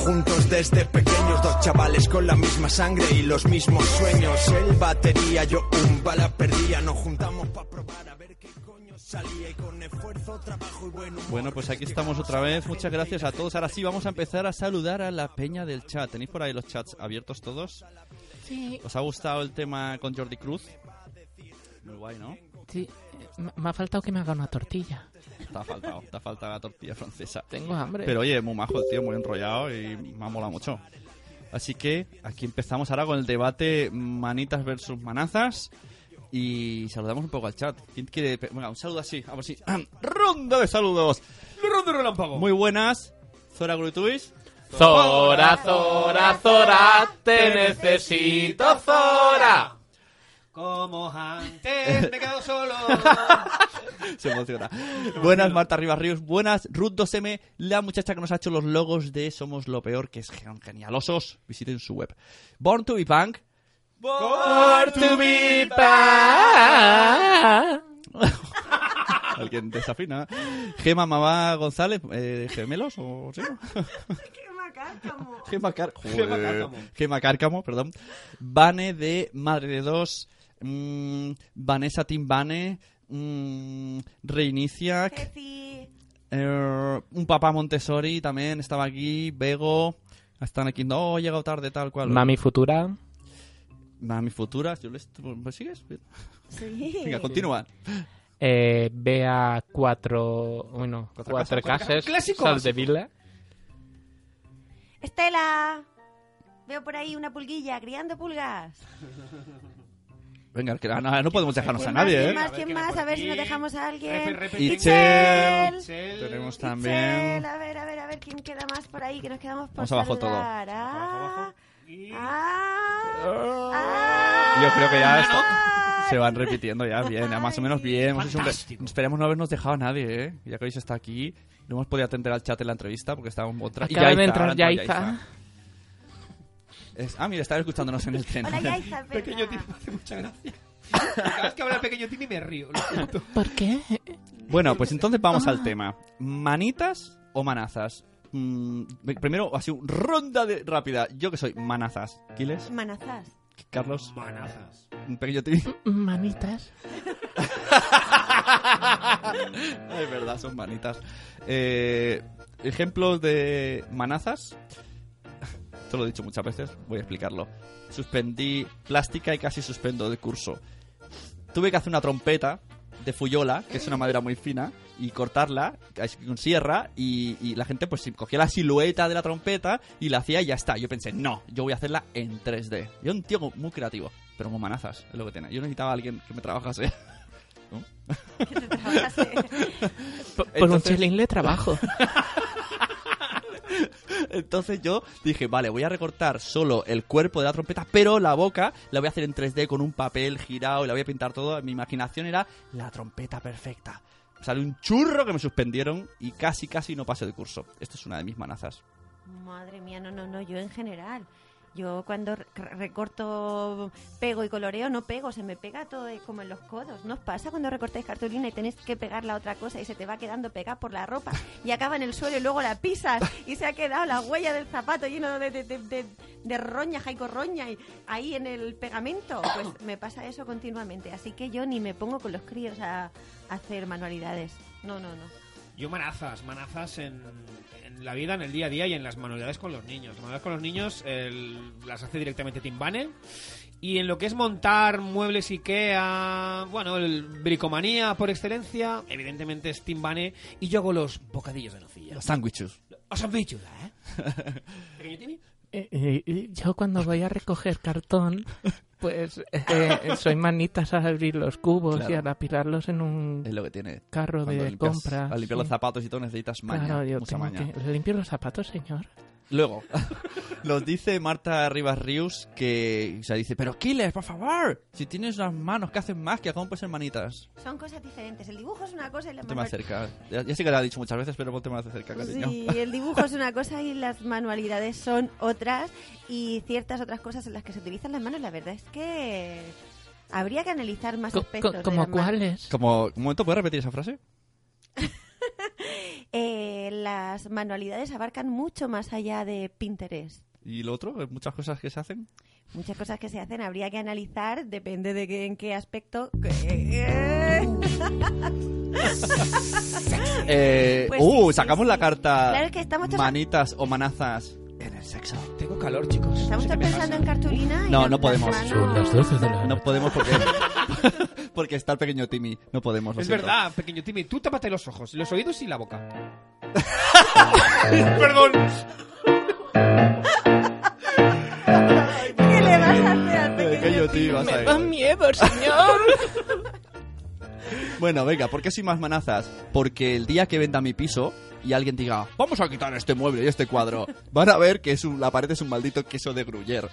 B: juntos desde pequeños, dos chavales con la misma sangre y los mismos sueños. Él batería, yo un bala perdía, nos juntamos para probar a ver qué coño salía y con esfuerzo, trabajo y buen humor.
D: Bueno, pues aquí estamos otra vez. Muchas gracias a todos. Ahora sí vamos a empezar a saludar a la peña del chat. ¿Tenéis por ahí los chats abiertos todos?
H: Sí,
D: ¿Os ha gustado el tema con Jordi Cruz? Muy guay, ¿no?
H: sí. Me- Me ha faltado que me haga una tortilla.
D: Te ha faltado, te ha faltado la tortilla francesa.
H: Tengo hambre.
D: Pero oye, muy majo el tío, muy enrollado y me ha molado mucho. Así que aquí empezamos ahora con el debate manitas versus manazas. Y saludamos un poco al chat. ¿Quién quiere? pe- Venga, un saludo así. Vamos así. ¡Ronda de saludos!
E: ¡Rondo relámpago!
D: Muy buenas. Zora Gruituis.
H: Zora, Zora, Zora, te necesito, Zora.
E: Como antes, me he quedado solo.
D: Se emociona. Buenas, Marta Rivas Ríos. Buenas, Ruth 2M, la muchacha que nos ha hecho los logos de Somos lo Peor, que es gen- genialosos. Visiten su web. Born to be Punk.
E: Born to be
D: Alguien desafina. Gema Mamá González, eh, gemelos o sí. Gema Cárcamo. Gema Cárcamo. Gema Cárcamo, perdón. Vane de Madre de Dos. mm, Vanessa Timbane. mm, Reinicia.
F: Ceci,
D: Eh, un papá Montessori también estaba aquí, Bego. Están aquí, no, he llegado tarde, tal cual.
H: Mami futura.
D: Mami futura, yo les... pues, ¿sigues?
F: sí.
D: Venga, continúa.
H: Eh, Bea 4. Bueno,
D: Cuatro
H: 4
D: casas.
H: casas.
E: Clásico
H: Saldevila.
F: Estela, veo por ahí una pulguilla criando pulgas.
D: Venga, que- ah, no, no podemos dejarnos a
F: ¿Quién
D: nadie,
F: más,
D: ¿eh?
F: ¿Quién más?
E: A ver
F: ¿Quién
E: quién hay
F: más?
E: por
F: A
E: aquí.
F: ver si nos dejamos a
E: Refe,
F: alguien.
E: refe,
D: Y
F: Itzel.
D: Chel.
E: Chel.
D: Tenemos
F: Itzel,
D: también...
F: a ver, a ver, a ver quién queda más por ahí, que nos quedamos por
D: Vamos abajo todo.
F: saludar. Ah, ah,
D: Yo
F: ah,
D: creo que ya esto-
F: ah,
D: Se van repitiendo ya bien, ya más o menos bien. Hemos hecho un re-
E: Fantástico.
D: Esperemos no habernos dejado a nadie, ¿eh? Ya que hoy está aquí, no hemos podido atender al chat en la entrevista porque estábamos otra. y
H: Acaba de
D: Yaiza,
H: entrar
D: ahora entra
H: Yaiza.
D: Es- Ah, mira, estaba escuchándonos en el tren.
F: Hola, Yaiza, es
E: Pequeño
F: verdad.
E: Tim me hace mucha gracia. Cada vez que habla el pequeño Tim me río. lo siento.
H: ¿Por qué? Ah.
D: Bueno, pues entonces vamos al tema. ¿Manitas o manazas? Mm, primero, así, un ronda de, rápida. Yo que soy manazas. ¿Quiles?
F: Manazas.
D: ¿Carlos?
E: Manazas.
D: ¿Un pequeño tibi?
H: Manitas.
D: es verdad, son manitas. Eh, ejemplos de manazas. Esto lo he dicho muchas veces, voy a explicarlo. Suspendí plástica y casi suspendo el curso. Tuve que hacer una trompeta de fuyola, que es una madera muy fina, y cortarla con sierra y, y la gente pues cogía la silueta de la trompeta y la hacía y ya está. Yo pensé, no, yo voy a hacerla en 3D. Yo un tío muy creativo, pero muy manazas, es lo que tiene. Yo necesitaba a alguien que me trabajase.
F: Que te trabajase.
H: Por un
D: Entonces-
H: chelín pues le trabajo.
D: Entonces yo dije, vale, voy a recortar solo el cuerpo de la trompeta, pero la boca la voy a hacer en 3D con un papel girado y la voy a pintar todo. Mi imaginación era la trompeta perfecta. Sale un churro que me suspendieron y casi, casi no pasé de curso. Esto es una de mis manazas.
F: Madre mía, no, no, no, yo en general. Yo cuando re- recorto, pego y coloreo, no pego, se me pega todo eh, como en los codos. ¿No os pasa cuando recortáis cartulina y tenéis que pegar la otra cosa y se te va quedando pegada por la ropa y acaba en el suelo y luego la pisas y se ha quedado la huella del zapato lleno de, de, de, de, de roña, jaico roña, y ahí en el pegamento? Pues me pasa eso continuamente. Así que yo ni me pongo con los críos a, a hacer manualidades. No, no, no.
E: Yo manazas, manazas en, en la vida, en el día a día y en las manualidades con los niños. Las manualidades con los niños el- las hace directamente Timbane. Y en lo que es montar muebles Ikea, bueno, el bricomanía por excelencia, evidentemente es Timbane. Y yo hago los bocadillos de nocilla.
D: Los sándwiches.
E: Os han dicho, ¿eh? Pequeño Timmy.
H: Eh, eh, eh, yo cuando voy a recoger cartón, pues eh, soy manitas a abrir los cubos
D: Claro.
H: y a apilarlos en un
D: Es lo que tiene.
H: carro
D: Cuando
H: de
D: limpias-
H: compra.
D: Al limpiar
H: sí.
D: los zapatos y todo necesitas maña.
H: Claro, yo
D: mucha
H: tengo
D: maña.
H: que- ¿Limpio los zapatos, señor?
D: Luego, nos dice Marta Rivas Rius que, o sea, dice, pero Kiles, por favor, si tienes unas manos que hacen más que acá pues hermanitas.
F: Son cosas diferentes. El dibujo es una cosa y la
D: Ponte más
F: manual-
D: cerca. Ya, ya sé que lo ha dicho muchas veces, pero ponte más cerca, cariño.
F: Sí, el dibujo es una cosa y las manualidades son otras y ciertas otras cosas en las que se utilizan las manos. La verdad es que habría que analizar más
H: Co-
F: aspectos.
H: co-
F: de
H: ¿Como
F: las manos.
H: cuáles?
D: Como, un momento, ¿puedes repetir esa frase?
F: Eh, las manualidades abarcan mucho más allá de Pinterest.
D: ¿Y lo otro? ¿Muchas cosas que se hacen?
F: Muchas cosas que se hacen habría que analizar, depende de qué- en qué aspecto. que-
D: Eh,
F: Pues
D: ¡Uh!
F: sí, sí,
D: sacamos
F: sí.
D: la carta
F: Claro que estamos todos-
D: manitas o manazas en el sexo.
E: Tengo calor, chicos.
F: Estamos todos pensando en cartulina. y
D: No,
F: las-
D: no podemos.
F: las
H: Son
F: manos-
H: las 12 de la
D: No
H: noche.
D: podemos porque, porque está el pequeño Timmy. No podemos. lo
E: Es
D: siento.
E: verdad, pequeño Timmy, tú tápate los ojos, los oídos y la boca. Perdón.
F: ¿Qué le vas a hacer al
D: Pequeño
F: pequeño
D: Timmy, vas a
H: Me
D: ir.
H: da miedo, señor.
D: Bueno, venga, ¿por qué sin más manazas? Porque el día que venda mi piso y alguien diga, vamos a quitar este mueble y este cuadro, van a ver que es un- la pared es un maldito queso de gruyer.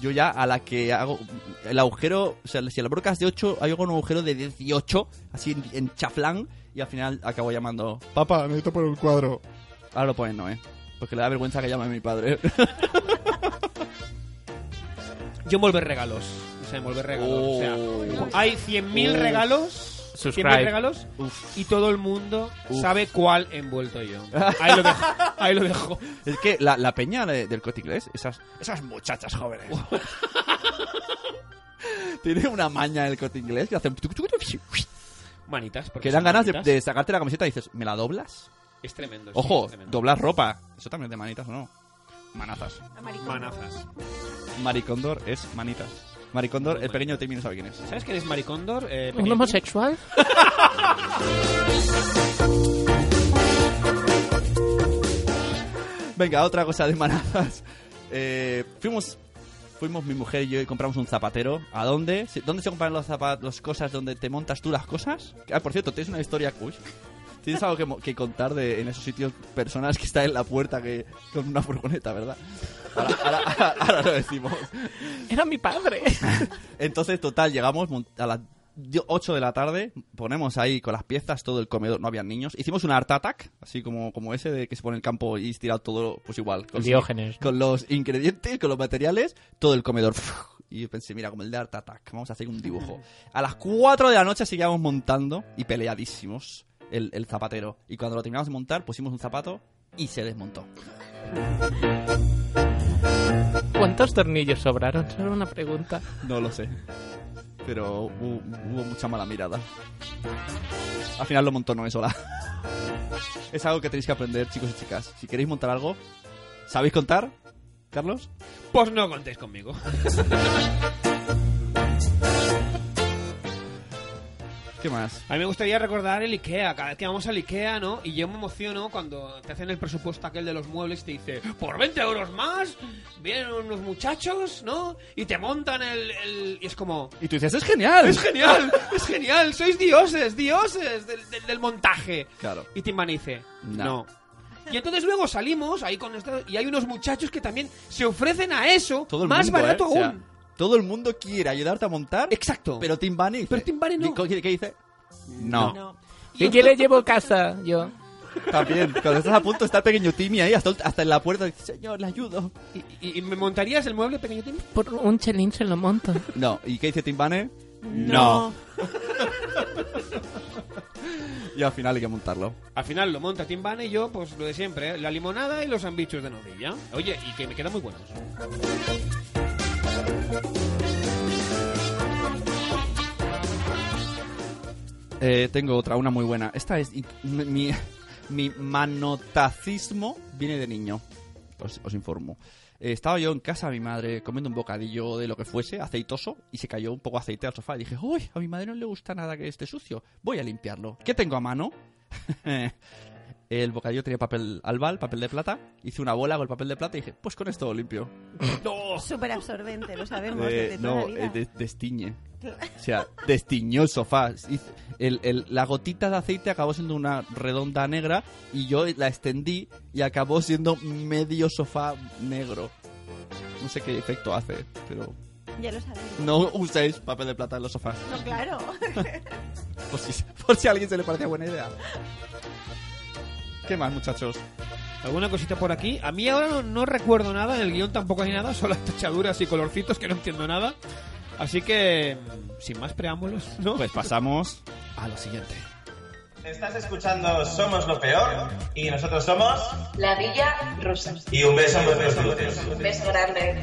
D: Yo ya a la que hago el agujero, o sea, si la broca es de 8, hago un agujero de 18, así en, en chaflán, y al final acabo llamando, papá, necesito poner un cuadro. Ahora lo ponen, no, eh. Porque le da vergüenza que llame a mi padre.
E: Yo envolver regalos. O sea, envolver regalos. O sea, hay 100.000
D: Oh.
E: regalos. 100.000
H: Subscribe.
E: regalos.
D: Uf.
E: Y todo el mundo
D: Uf.
E: sabe cuál he envuelto yo. Ahí lo dejo. Ahí lo dejo.
D: es que la, la peña de- del corte inglés, esas, esas muchachas jóvenes. Tiene una maña el corte inglés que hacen...
E: Manitas. porque
D: Que dan
E: son
D: ganas de,
E: manitas.
D: de sacarte la camiseta y dices, ¿me la doblas?
E: Es tremendo. sí,
D: Ojo,
E: es tremendo.
D: doblar ropa. Eso también es de manitas, ¿o no? Manazas.
E: Manazas.
D: Maricondor es manitas. Maricondor, el pequeño Timmy no sabe quién es.
E: ¿Sabes quién es Maricondor? Eh,
H: ¿Un
E: pequeño?
H: homosexual?
D: Venga, otra cosa de manazas. Eh, fuimos, fuimos mi mujer y yo y compramos un zapatero. ¿A dónde? Sí, ¿Dónde se compran los zapatos, las cosas donde te montas tú las cosas? Ah, por cierto, tienes una historia, Kush. Tienes algo que, mo- que contar de en esos sitios personas que están en la puerta que con una furgoneta, ¿verdad? Ahora- ahora- ahora lo decimos.
H: Era mi padre.
D: Entonces, total, llegamos mon- a las 8 de la tarde, ponemos ahí con las piezas todo el comedor, no había niños. Hicimos un art attack, así como, como ese de que se pone en el campo y estirado todo, pues igual. Con,
H: Diógenes.
D: con los ingredientes, con los materiales, todo el comedor. Y yo pensé, mira, como el de art attack, vamos a hacer un dibujo. A las 4 de la noche seguíamos montando y peleadísimos el, el zapatero. Y cuando lo terminamos de montar, pusimos un zapato y se desmontó.
H: ¿Cuántos tornillos sobraron? Solo una pregunta.
D: No lo sé. Pero hubo, hubo mucha mala mirada. Al final lo montó Noé sola. Es algo que tenéis que aprender, chicos y chicas. Si queréis montar algo, ¿sabéis contar? Carlos.
E: Pues no contéis conmigo.
D: ¿Qué más?
E: A mí me gustaría recordar el IKEA. Cada vez que vamos al IKEA, ¿no? Y yo me emociono cuando te hacen el presupuesto aquel de los muebles y te dice, por 20 euros más, vienen unos muchachos, ¿no? Y te montan el... el- Y es como...
D: Y tú dices, es genial.
E: Es genial, es genial, sois dioses, dioses del, del- del montaje.
D: Claro.
E: Y Tim Van dice,
D: No.
E: no. Y entonces luego salimos ahí con esto y hay unos muchachos que también se ofrecen a eso
D: Todo el
E: más
D: mundo,
E: barato
D: ¿eh? O sea,
E: aún.
D: todo el mundo quiere ayudarte a montar.
E: Exacto.
D: Pero Tim Bunny. dice-
E: Pero Tim Bunny no.
D: ¿Qué, qué dice? No.
F: No.
H: ¿Qué quiere llevo a casa? Yo.
D: También. Cuando estás a punto está el pequeño Timmy ahí hasta, hasta en la puerta. Dice, Señor, le ayudo.
E: Y, y- y me montarías el mueble pequeño Tim?
H: Por un chelín se lo monto.
D: No. ¿Y qué dice Tim Bunny?
F: No.
D: Y al final hay que montarlo.
E: Al final lo monta Tim Van y yo, pues lo de siempre, ¿eh? la limonada y los ambichos de novilla. Oye, y que me quedan muy buenos.
D: Eh, tengo otra, una muy buena. Esta es. y- mi- Mi, mi manotacismo viene de niño. Os, os informo. Eh, estaba yo en casa, mi madre comiendo un bocadillo de lo que fuese, aceitoso, y se cayó un poco de aceite al sofá. Y dije, uy, a mi madre no le gusta nada que esté sucio. Voy a limpiarlo. ¿Qué tengo a mano? el bocadillo tenía papel albal, papel de plata. Hice una bola con el papel de plata y dije, pues con esto lo limpio.
F: Súper absorbente, lo sabemos
D: Eh,
F: desde toda
D: no,
F: la vida.
D: eh, de- destiñe. O sea, destiñó el sofá. Hiz- el- el- la gotita de aceite acabó siendo una redonda negra y yo la extendí y acabó siendo medio sofá negro. No sé qué efecto hace, pero
F: Ya lo sabemos.
D: no uséis papel de plata en los sofás. Pues
F: No, claro.
D: Por si, por si a alguien se le parecía buena idea. ¿Qué más, muchachos?
E: ¿Alguna cosita por aquí? A mí ahora no, no recuerdo nada, en el guión tampoco hay nada, solo tachaduras y colorcitos que no entiendo nada. Así que, mm, sin más preámbulos, ¿no?
D: Pues pasamos a lo siguiente.
A: Estás escuchando Somos lo Peor y nosotros somos...
J: La Villa Rosa.
A: Y un beso en vuestros
J: Un beso grande.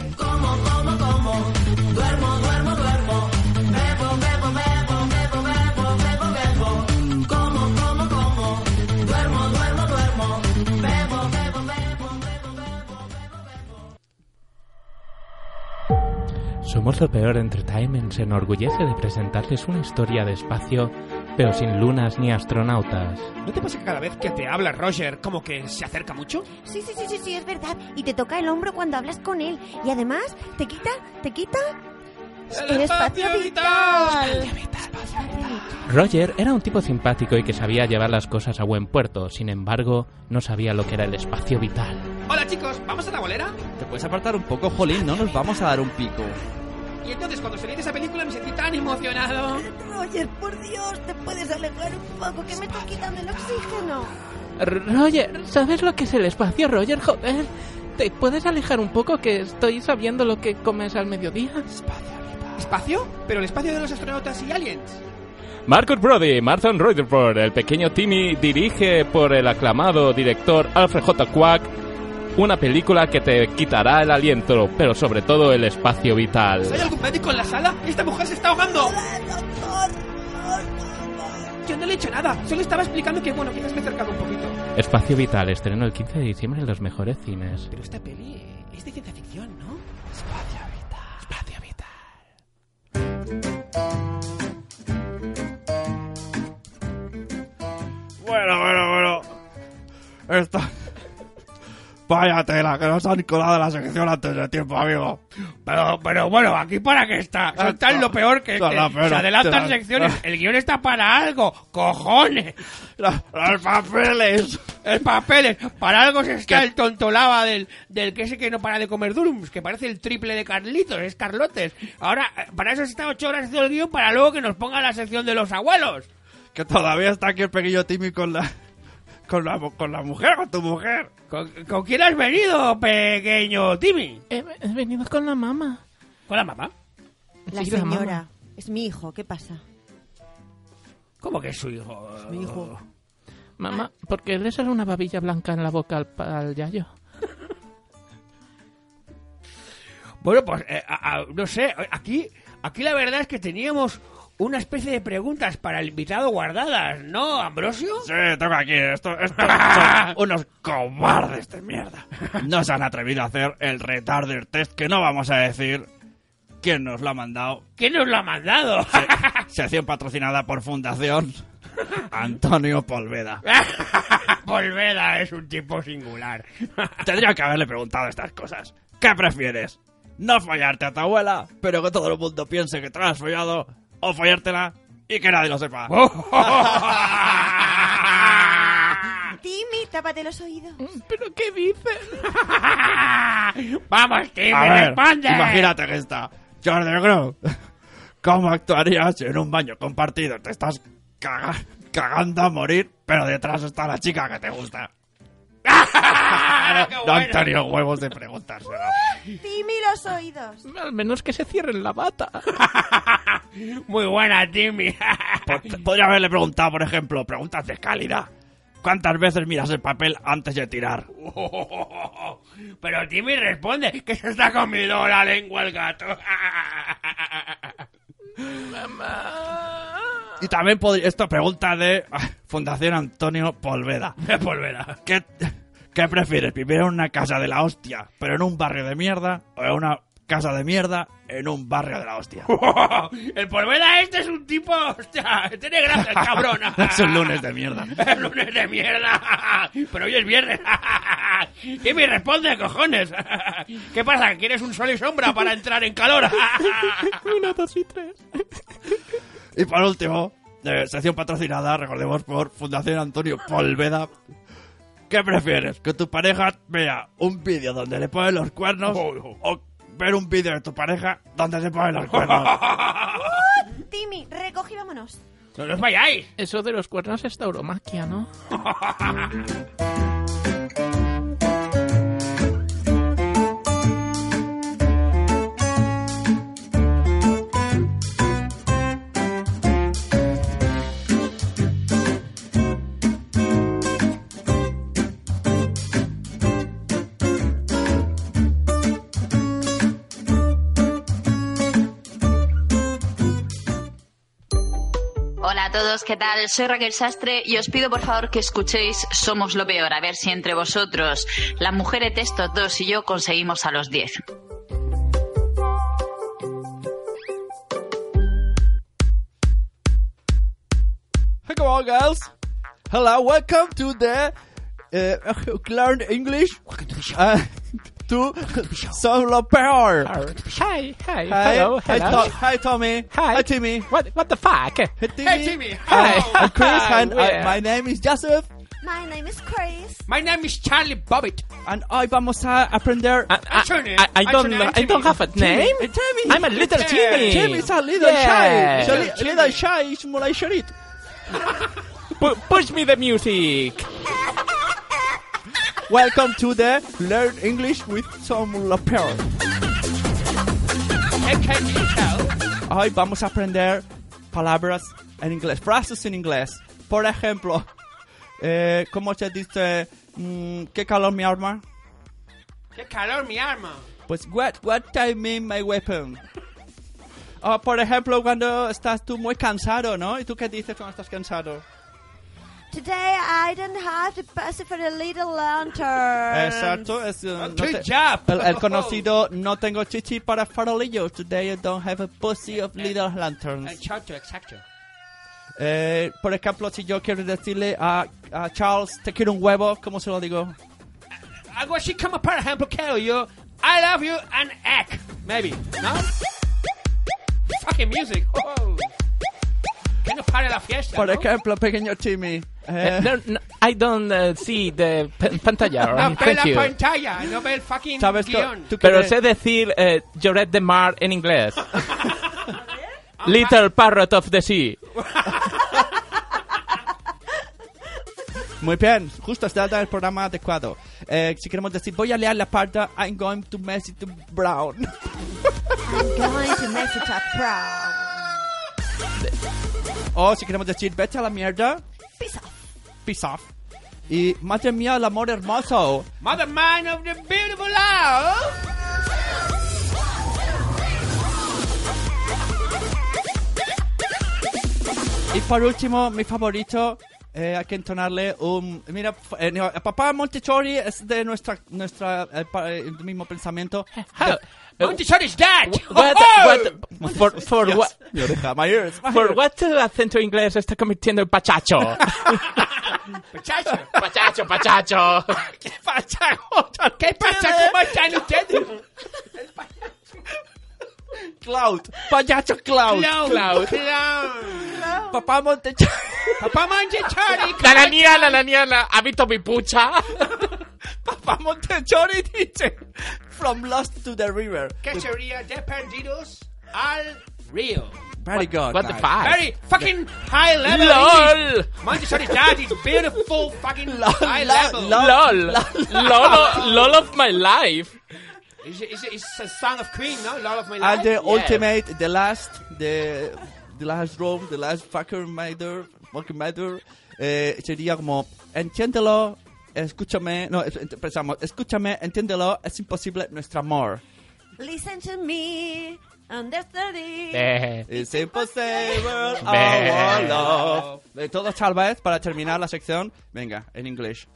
H: Somos lo peor Entertainment se enorgullece de presentarles una historia de espacio, pero sin lunas ni astronautas.
E: ¿No te pasa que cada vez que te habla Roger, como que se acerca mucho?
F: Sí, sí, sí, sí, sí, es verdad. Y te toca el hombro cuando hablas con él. Y además, te quita, te quita. El espacio vital.
H: Roger era un tipo simpático y que sabía llevar las cosas a buen puerto, sin embargo, no sabía lo que era el espacio vital.
E: Hola chicos, ¿vamos a la bolera?
I: Te puedes apartar un poco, Jolín, no nos vamos a dar un pico.
E: Y entonces cuando salí de esa película me sentí tan emocionado.
F: Roger, por Dios, te puedes alejar un poco, que me estás quitando el oxígeno.
H: Roger, ¿sabes lo que es el espacio, Roger? Joder, ¿te puedes alejar un poco que estoy sabiendo lo que comes al mediodía?
E: ¿Espacio? ¿Pero el espacio de los astronautas y aliens?
K: Marcus Brody, Martin Rutherford, el pequeño Timmy dirige por el aclamado director Alfred J. Quack una película que te quitará el aliento, pero sobre todo el espacio vital.
E: ¿Hay algún médico en la sala? ¡Esta mujer se está ahogando! Yo no le he hecho nada, solo estaba explicando que, bueno, quizás me he acercado un poquito.
H: Espacio Vital estrenó el 15 de diciembre en los mejores cines.
E: Pero esta peli eh, es de ciencia ficción, ¿no? Espacio vital. Espacio vital.
I: Bueno, bueno, bueno. Esta. Vaya tela, que nos han colado la sección antes de tiempo, amigo.
E: Pero, pero bueno, aquí para qué está.
I: Ah,
E: Son tan lo peor que
I: Son
E: te-
I: lo peor.
E: se adelantan
I: Son-
E: secciones. El guión está para algo. ¡Cojones!
I: La- ¡Los papeles!
E: El papel, para algo se está el tontolaba del, del que ese que no para de comer durums, que parece el triple de Carlitos, es Carlotes. Ahora, eh, para eso se está ocho horas haciendo el guión para luego que nos ponga la sección de los abuelos.
I: Que todavía está aquí el pequeño Timmy con la. Con la, con la mujer, con tu mujer.
E: ¿Con, con quién has venido, pequeño Timmy?
H: He, he venido Eh, con la mamá.
E: ¿Con la mamá?
F: La
H: Sí, la mamá.
F: señora. Es mi hijo, ¿qué pasa?
E: ¿Cómo que es su hijo?
F: Mi hijo.
H: Mamá, ¿por qué le sale una babilla blanca en la boca al, al yayo?
E: Bueno, pues eh, a- a- no sé, aquí, aquí la verdad es que teníamos una especie de preguntas para el invitado guardadas, ¿no, Ambrosio?
I: Sí, tengo aquí esto. esto son unos cobardes de mierda. Ah. No se han atrevido a hacer el retarder test, que no vamos a decir quién nos lo ha mandado.
E: ¿Quién nos lo ha mandado?
I: Sección patrocinada por Fundación Antonio Polveda.
E: Volveda es un tipo singular.
I: Tendría que haberle preguntado estas cosas. ¿Qué prefieres? ¿No follarte a tu abuela, pero que todo el mundo piense que te la has follado? ¿O follártela y que nadie lo sepa?
F: Ah. Timmy, tápate los oídos.
H: Mm, ¿Pero qué dices?
E: Vamos, Timmy,
I: A ver,
E: responde.
I: Imagínate que está Jordan Grow. ¿Cómo actuarías si en un baño compartido? Te estás caga- cagando a morir, pero detrás está la chica que te gusta.
E: qué
I: No han
E: bueno.
I: tenido huevos de preguntárselo.
F: Timmy, los oídos.
H: Al menos que se cierren la bata.
E: Muy buena, Timmy.
I: Pod- Pues Podría haberle preguntado, por ejemplo, preguntas de calidad. ¿Cuántas veces miras el papel antes de tirar?
E: Pero Timmy responde que se está comiendo la lengua el gato.
I: Y también podría... Esto pregunta de ah, Fundación Antonio Polveda.
E: Volverá.
I: ¿Qué, qué prefieres? ¿Vivir en una casa de la hostia, pero en un barrio de mierda? ¿O en una casa de mierda en un barrio de la hostia?
E: El Polveda este es un tipo... Hostia, tiene gracia, el cabrón.
I: es un lunes de mierda.
E: Es lunes de mierda. Pero hoy es viernes. Timmy responde, cojones. ¿Qué pasa? ¿Quieres un sol y sombra para entrar en calor?
H: Una, dos y tres.
I: Y por último, eh, sección patrocinada, recordemos, por Fundación Antonio Polveda. ¿Qué prefieres? ¿Que tu pareja vea un vídeo donde le ponen los cuernos? ¿O ver un vídeo de tu pareja donde se ponen los cuernos?
F: Timmy, recogí, vámonos.
E: No nos vayáis.
H: Eso de los cuernos es tauromaquia, ¿no?
I: a todos, ¿qué tal? Soy Raquel Sastre y os pido por favor que escuchéis Somos lo Peor, a ver si entre vosotros, las mujeres de estos dos y yo conseguimos a los 10.
D: Hey, come on, girls. Hello, welcome to the uh, learn English uh, to solo power.
H: Hi, hi,
D: Hi,
H: hello,
D: hi,
H: hello.
D: To- hi, Tommy.
H: Hi.
D: hi, Timmy.
H: What, what the fuck?
D: Hey, Timmy. Hey, Timmy.
H: Hi.
D: I'm Chris, and I-
H: Yeah.
D: my name is Joseph,
F: My name is Chris.
E: My name is Charlie Bobbitt.
D: and hoy vamos a aprender.
H: I, I, I, I don't know. I don't have a name.
D: Hey, Timmy.
H: I'm a little Timmy.
D: Timmy is a little
H: Yeah.
D: shy. So li- little shy is more like Sharit.
H: Pu- push me the music.
D: Welcome to the Learn English with Tom Lapierre. Hoy vamos a aprender palabras en inglés, frases en inglés. Por ejemplo, eh, ¿cómo se dice mm, qué calor mi arma?
E: Qué calor mi arma.
D: Pues what, what I mean my weapon. O, por ejemplo, cuando estás tú muy cansado, ¿no? ¿Y tú qué dices cuando estás cansado?
F: Today I don't have to pass for a little lantern.
D: Exacto, es, eh, no
E: Good
D: te-
E: job.
D: El, el conocido no tengo chichi para farolillos. Today I don't have a pussy of little lanterns.
E: Exacto, exacto.
D: Eh, por ejemplo, si yo quiero decirle a, a Charles, te quiero un huevo, ¿cómo se lo digo?
E: Algo así como, por ejemplo, quiero yo, I love you and egg. Maybe, ¿no? Fucking music. Oh. Que no pare la fiesta,
D: Por
E: ¿no?
D: ejemplo, pequeño Timmy.
H: Uh,
D: eh,
H: no, no, I don't uh, see the pan- pantalla.
E: No
H: alright,
E: ve la
H: Thank you.
E: pantalla, no ve el fucking
D: ¿Sabes co-
E: guión.
D: tú
H: Pero
D: quieres-
H: sé decir eh, Lloret de Mar en inglés. Little Parrot of the Sea.
D: Muy bien, justo está en el programa adecuado. Eh, si queremos decir, voy a leer la parte I'm going to mess it to Brown.
F: I'm going to message a pro.
D: o Oh, si queremos decir, vete a la mierda,
F: Peace off.
D: peace off. Y madre mía, el amor hermoso.
E: Mother man of the beautiful love.
D: Y por último, mi favorito, eh, hay que entonarle un... Mira, f- eh, no, papá Montessori es de nuestra, nuestra eh, pa- eh, mismo pensamiento.
H: How? Uh,
E: Montessori is that.
H: what,
E: Oh,
H: what, for, for,
D: Dios,
H: what,
D: mi oreja, my ears, my
H: for
D: ears.
H: what el acento inglés se está convirtiendo en pachacho.
E: Muchacho.
H: pachacho, pachacho.
E: ¿Qué pasa? ¿Qué pasa? ¿Cómo están ustedes?
D: Cloud, payacho Cloud.
E: Clown. Clown.
D: Papá Montessori.
E: Papá Montessori.
H: La naniana, la naniana. ¿Ha visto mi pucha?
D: papá Montessori dice, from lost to the river.
E: ¿Qué sería de perdidos al río?
D: Very good.
H: What the
D: man.
H: fuck?
E: Very fucking high level. English.
H: LOL.
E: Montessori that is beautiful fucking
D: Lo-
E: high
D: lo-
E: level.
D: lo-
H: LOL. LOL. LOL of my life.
E: It's, it's, it's a song of Queen, no? Love of my
D: And
E: life.
D: the ultimate, the last, the, the last room, the last fucker matter, fucking matter, eh, sería como, entiéndelo, escúchame, no, es- ent- pensamos, escúchame, entiéndelo, es imposible nuestro amor.
F: Listen to me. Understudy.
H: Eh,
D: It's impossible
H: Ve.
D: our love. Eh, De todos tal vez, para terminar la sección, venga, en inglés.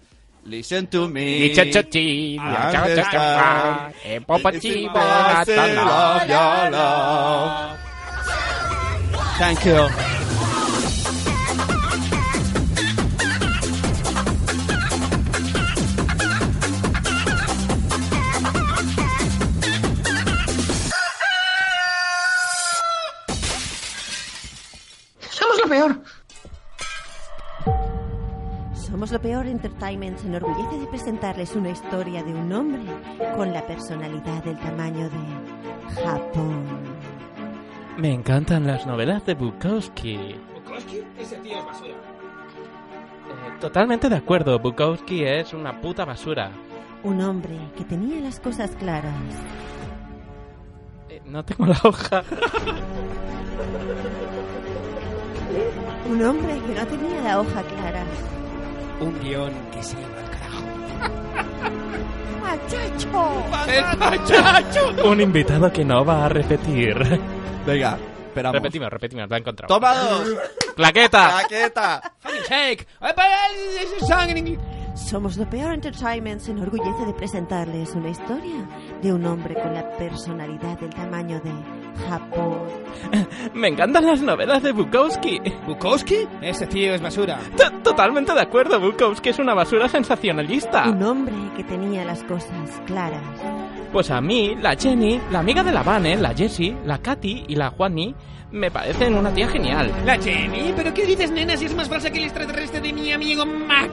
D: Listen to me.
H: Y chachachi,
D: Ah,
H: chachacha,
D: está.
H: chachacha, eh, popachi,
D: It's
H: bonata,
D: impossible
H: no.
D: of your love. Thank you.
I: Somos lo peor.
F: Somos lo peor Entertainment se enorgullece de presentarles una historia de un hombre con la personalidad del tamaño de Japón.
H: Me encantan las novelas de Bukowski.
E: Bukowski, ese tío es basura.
H: Eh, Totalmente de acuerdo, Bukowski es una puta basura.
F: Un hombre que tenía las cosas claras
H: Eh, No tengo la hoja.
F: Un hombre que no tenía la hoja clara.
E: Un guión que se lleva al carajo.
F: ¡Machacho!
H: Un invitado que no va a repetir.
D: Venga, esperamos.
H: Repetimos, repetimos, la he encontrado.
D: Toma dos.
J: ¡Claqueta!
D: ¡Claqueta!
E: Shake. song en inglés.
F: Somos lo peor Entertainment se enorgullece de presentarles una historia de un hombre con la personalidad del tamaño de Japón.
H: Me encantan las novelas de Bukowski.
E: ¿Bukowski? Ese tío es basura.
H: To- Totalmente de acuerdo, Bukowski es una basura sensacionalista.
F: Un hombre que tenía las cosas claras.
H: Pues a mí, la Jenny, la amiga de la Vane, la Jessie, la Katy y la Juani me parecen una tía genial.
E: La Jenny, ¿pero qué dices, nena, si es más falsa que el extraterrestre de mi amigo Mac?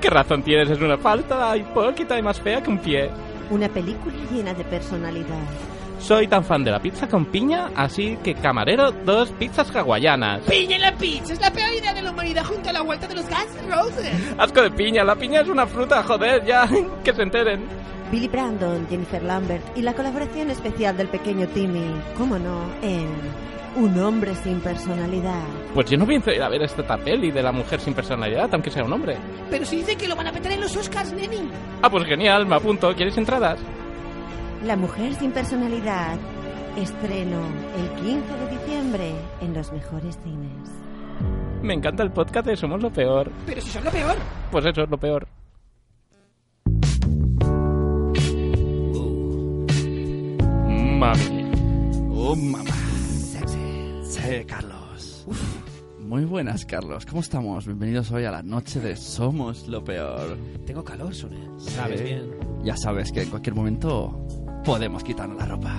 H: ¿Qué razón tienes? Es una falta y poquita y más fea que un pie.
F: Una película llena de personalidad.
H: Soy tan fan de la pizza con piña, así que camarero, dos pizzas hawaianas.
E: Piña en la pizza, es la peor idea de la humanidad junto a la vuelta de los Guns N' Roses.
H: Asco de piña, la piña es una fruta, joder, ya, que se enteren.
F: Billy Brandon, Jennifer Lambert y la colaboración especial del pequeño Timmy, cómo no, en Un hombre sin personalidad.
H: Pues yo no pienso ir a ver esta tapeli de la mujer sin personalidad, aunque sea un hombre.
E: Pero si dice que lo van a petar en los Oscars, neni.
H: Ah, pues genial, me apunto, ¿quieres entradas?
F: La mujer sin personalidad. Estreno el 15 de diciembre en los mejores cines.
H: Me encanta el podcast de Somos lo Peor.
E: Pero si son lo peor.
H: Pues eso es lo peor. Mami.
D: ¡Oh, mamá! Sí, Carlos. Muy buenas, Carlos. ¿Cómo estamos? Bienvenidos hoy a la noche de Somos lo Peor.
E: Tengo calor, Sune.
D: ¿Sabes? Ya sabes que en cualquier momento podemos quitarnos la ropa.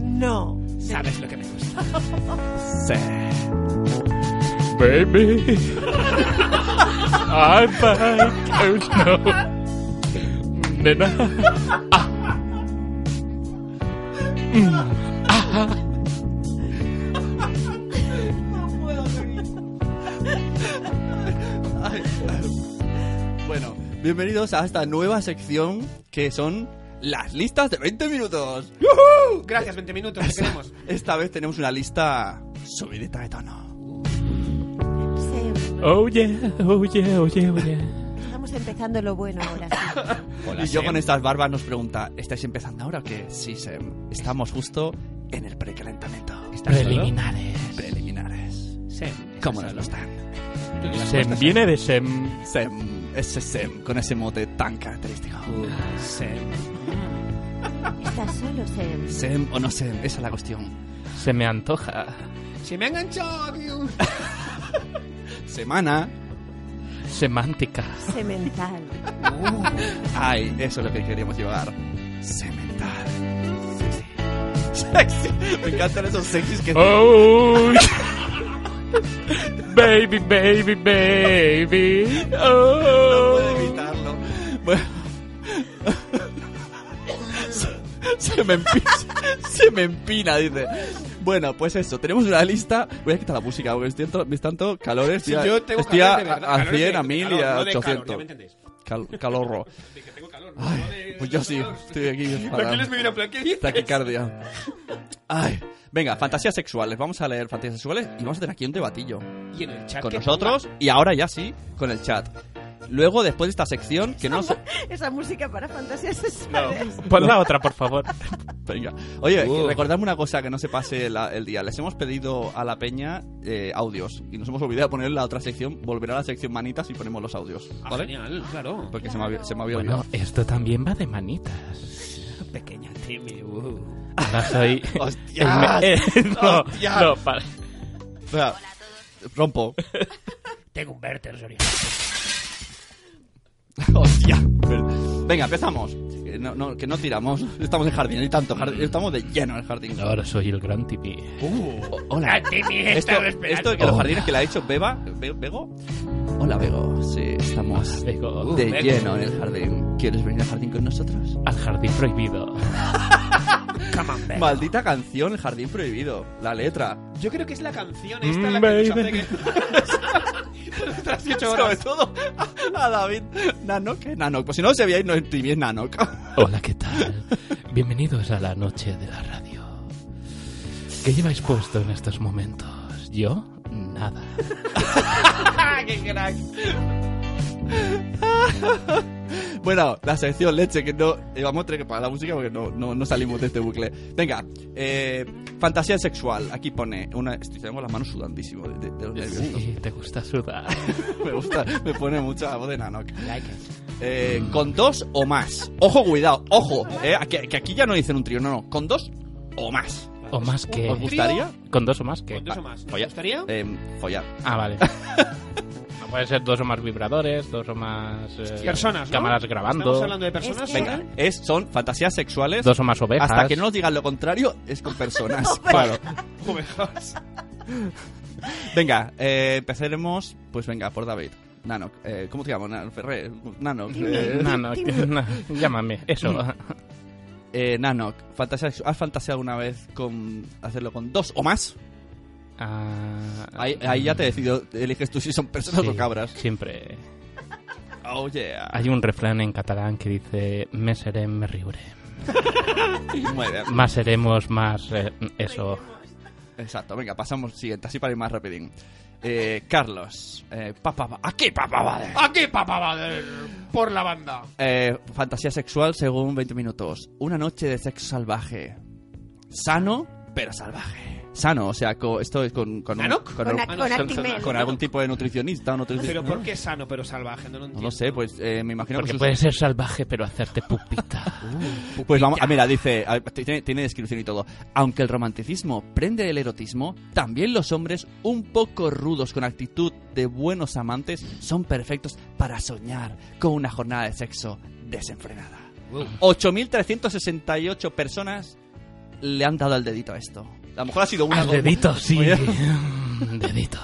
F: No.
E: Sabes lo que me gusta.
D: Sí.
J: Baby. I'm back. Oh, no. Nena. Ah. Mm. Ah.
D: Bueno, bienvenidos a esta nueva sección que son las listas de 20 minutos. Eh,
E: Gracias, 20 minutos, te queremos.
D: Esta vez tenemos una lista subidita de tono.
F: Se-
J: Oh, yeah. Oh, yeah. Oh, yeah. Oh, yeah.
F: Estamos empezando lo bueno ahora. sí.
D: y yo con estas barbas nos pregunta, ¿estáis empezando ahora o qué? Sí, Sem. Estamos justo en el precalentamiento.
J: Preliminares.
D: Preliminares.
E: Sem.
D: ¿Cómo nos lo están?
J: Sem viene de Sem.
D: Sem, ese Sem, con ese mote tan característico.
E: Sem.
F: Estás solo, Sam.
D: Sem o no Sem, esa es la cuestión.
H: Se me antoja.
E: Se me ha enganchado, tío.
D: Semana.
H: Semántica.
F: Semental.
D: Uh. Ay, eso es lo que queríamos llevar. Semental. Sexy. Sexy. Me encantan esos sexys que...
J: Oh. baby, baby, baby.
D: No
J: Oh.
D: puedo evitarlo. Bueno. Se, se me empina, se me empina, dice. Bueno, pues eso, tenemos una lista. Voy a quitar la música porque estoy tanto, tanto calores.
E: Si
D: ya-
E: yo tengo
D: estoy
E: calor de
D: a,
E: verdad,
D: a
E: calor de-
D: 100, a 1000 y
E: calor,
D: a
E: no de calor, ya
D: 800.
E: me entendéis.
D: Cal- calorro.
E: De que tengo calor. no
D: Ay,
E: de-
D: pues yo sí, estoy aquí.
E: Los kilos me dirán, plan, ¿qué dices?
D: Taquicardia. Ay, venga, fantasías sexuales. Vamos a leer fantasías sexuales y vamos a tener aquí un debatillo
E: Y en el chat
D: con
E: que
D: nosotros y ahora ya sí con el chat. Luego, después de esta sección, que no Pues sé.
F: Esa música para fantasías
J: No.
F: sexuales.
J: Pon la otra, por favor.
D: Venga. Oye,
J: Uh.
D: recordadme una cosa que no se pase la- el día. Les hemos pedido a la peña eh, audios y nos hemos olvidado de poner la otra sección. Volverá a la sección manitas y ponemos los audios.
E: ponga- Ah,
D: ¿Vale?
E: Genial, claro.
D: Porque se me había, se me había
H: Bueno,
D: olvidado.
H: esto también va de manitas.
D: Pues-
E: Pequeña Timmy. uh.
H: Ahora soy... el
D: ¡Hostias!
H: me- eh, no,
D: ¡Hostias!
H: no, para.
D: O sea, rompo.
E: Tengo un verter, Soria.
D: Hostia. Venga, empezamos. Que no, no- que no tiramos. Estamos en jardín, hay tanto jardín. Estamos de lleno en el jardín.
H: Ahora soy el gran tipi.
D: Hola. Esto, esto de que los
H: Hola.
D: jardines que le ha hecho Beba. Be- ¿Bego? Hola, Bego. Sí, estamos de
H: Vengo
E: Bego.
D: lleno en el jardín. ¿Quieres venir al jardín con nosotros?
H: al jardín prohibido.
D: Maldita canción, el jardín prohibido. La letra.
E: Yo creo que es la canción esta
J: Mm,
E: la que nos
J: baby.
E: hace que... Tras 18
D: Sobre
E: horas.
D: todo a David. Nanok, ¿eh? Nanok. Pues si no lo sabíais, no escribís Nanok.
H: Hola, ¿qué tal? Bienvenidos a la noche de la radio. ¿Qué lleváis puesto en estos momentos? Yo, nada.
E: ¡Qué crack!
D: Bueno, la sección leche, que no. eh, vamos a tener que pagar la música porque no, no, no salimos de este bucle. Venga, eh, fantasía sexual. Aquí pone. Una, estoy tengo las manos sudandísimo de, de- de los nervios.
H: Sí, te gusta sudar.
D: Me gusta, me pone mucha voz de Nanok. Eh, con dos o más. Ojo, cuidado, ojo. eh, que, que aquí ya no dicen un trío, no, no. Con dos o más.
H: O más que.
D: ¿Os gustaría?
H: Con dos o más que.
E: Con dos o más. ¿Te
D: Follar.
E: gustaría?
D: Eh, follar.
H: Ah, vale. No Puede ser dos o más vibradores, dos o más eh,
E: Personas, ¿no?
H: cámaras
E: Estamos
H: grabando,
E: hablando de personas.
F: Es que-
E: ¿verdad?
D: Venga, es, son fantasías sexuales.
H: dos o más ovejas.
D: Hasta que no nos digan lo contrario, es con personas. claro.
E: Ovejas.
D: Venga, eh, empezaremos, pues venga, por David. Nanok, eh, ¿cómo te llamo? Nan- Ferrer, Nanok. eh, Mm.
H: No, no, no, llámame. Eso.
D: eh, Nanok, fantasía- ¿has fantaseado alguna vez con hacerlo con dos o más?
H: Ah,
D: Ahí, ahí ya te decido, eliges tú si son personas
H: sí,
D: o cabras.
H: Siempre.
D: Oh yeah.
H: Hay un refrán en catalán que dice: Me seré, me riure.
D: Muy bien.
H: Más seremos, más. eh, eso.
D: Exacto, venga, pasamos siguiente, así para ir más rapidín. Eh, Carlos, eh, pa, pa, pa- aquí papá vale.
E: Aquí, papá, madre, por la banda.
D: Eh, fantasía sexual según 20 minutos. Una noche de sexo salvaje. Sano, pero salvaje. Sano, o sea, co- esto es con... Con, un-
E: ¿Nanoc?
D: con,
F: Con,
D: un-
F: a- con Actimel.
D: con algún tipo de nutricionista o nutricionista.
E: Pero ¿por qué sano pero salvaje? No lo
D: No
E: entiendo.
D: lo sé, pues eh, me imagino
H: Porque
D: que... sus-
H: puedes ser salvaje, pero hacerte pupita.
E: Uh.
D: Pues vamos, ah, mira, dice, ah, tiene, tiene descripción y todo. Aunque el romanticismo prende el erotismo, también los hombres un poco rudos con actitud de buenos amantes son perfectos para soñar con una jornada de sexo desenfrenada. 8.368 personas le han dado el dedito a esto. A lo mejor ha sido una,
H: Al dedito, sí.
D: Oye.
E: Mm,
H: dedito.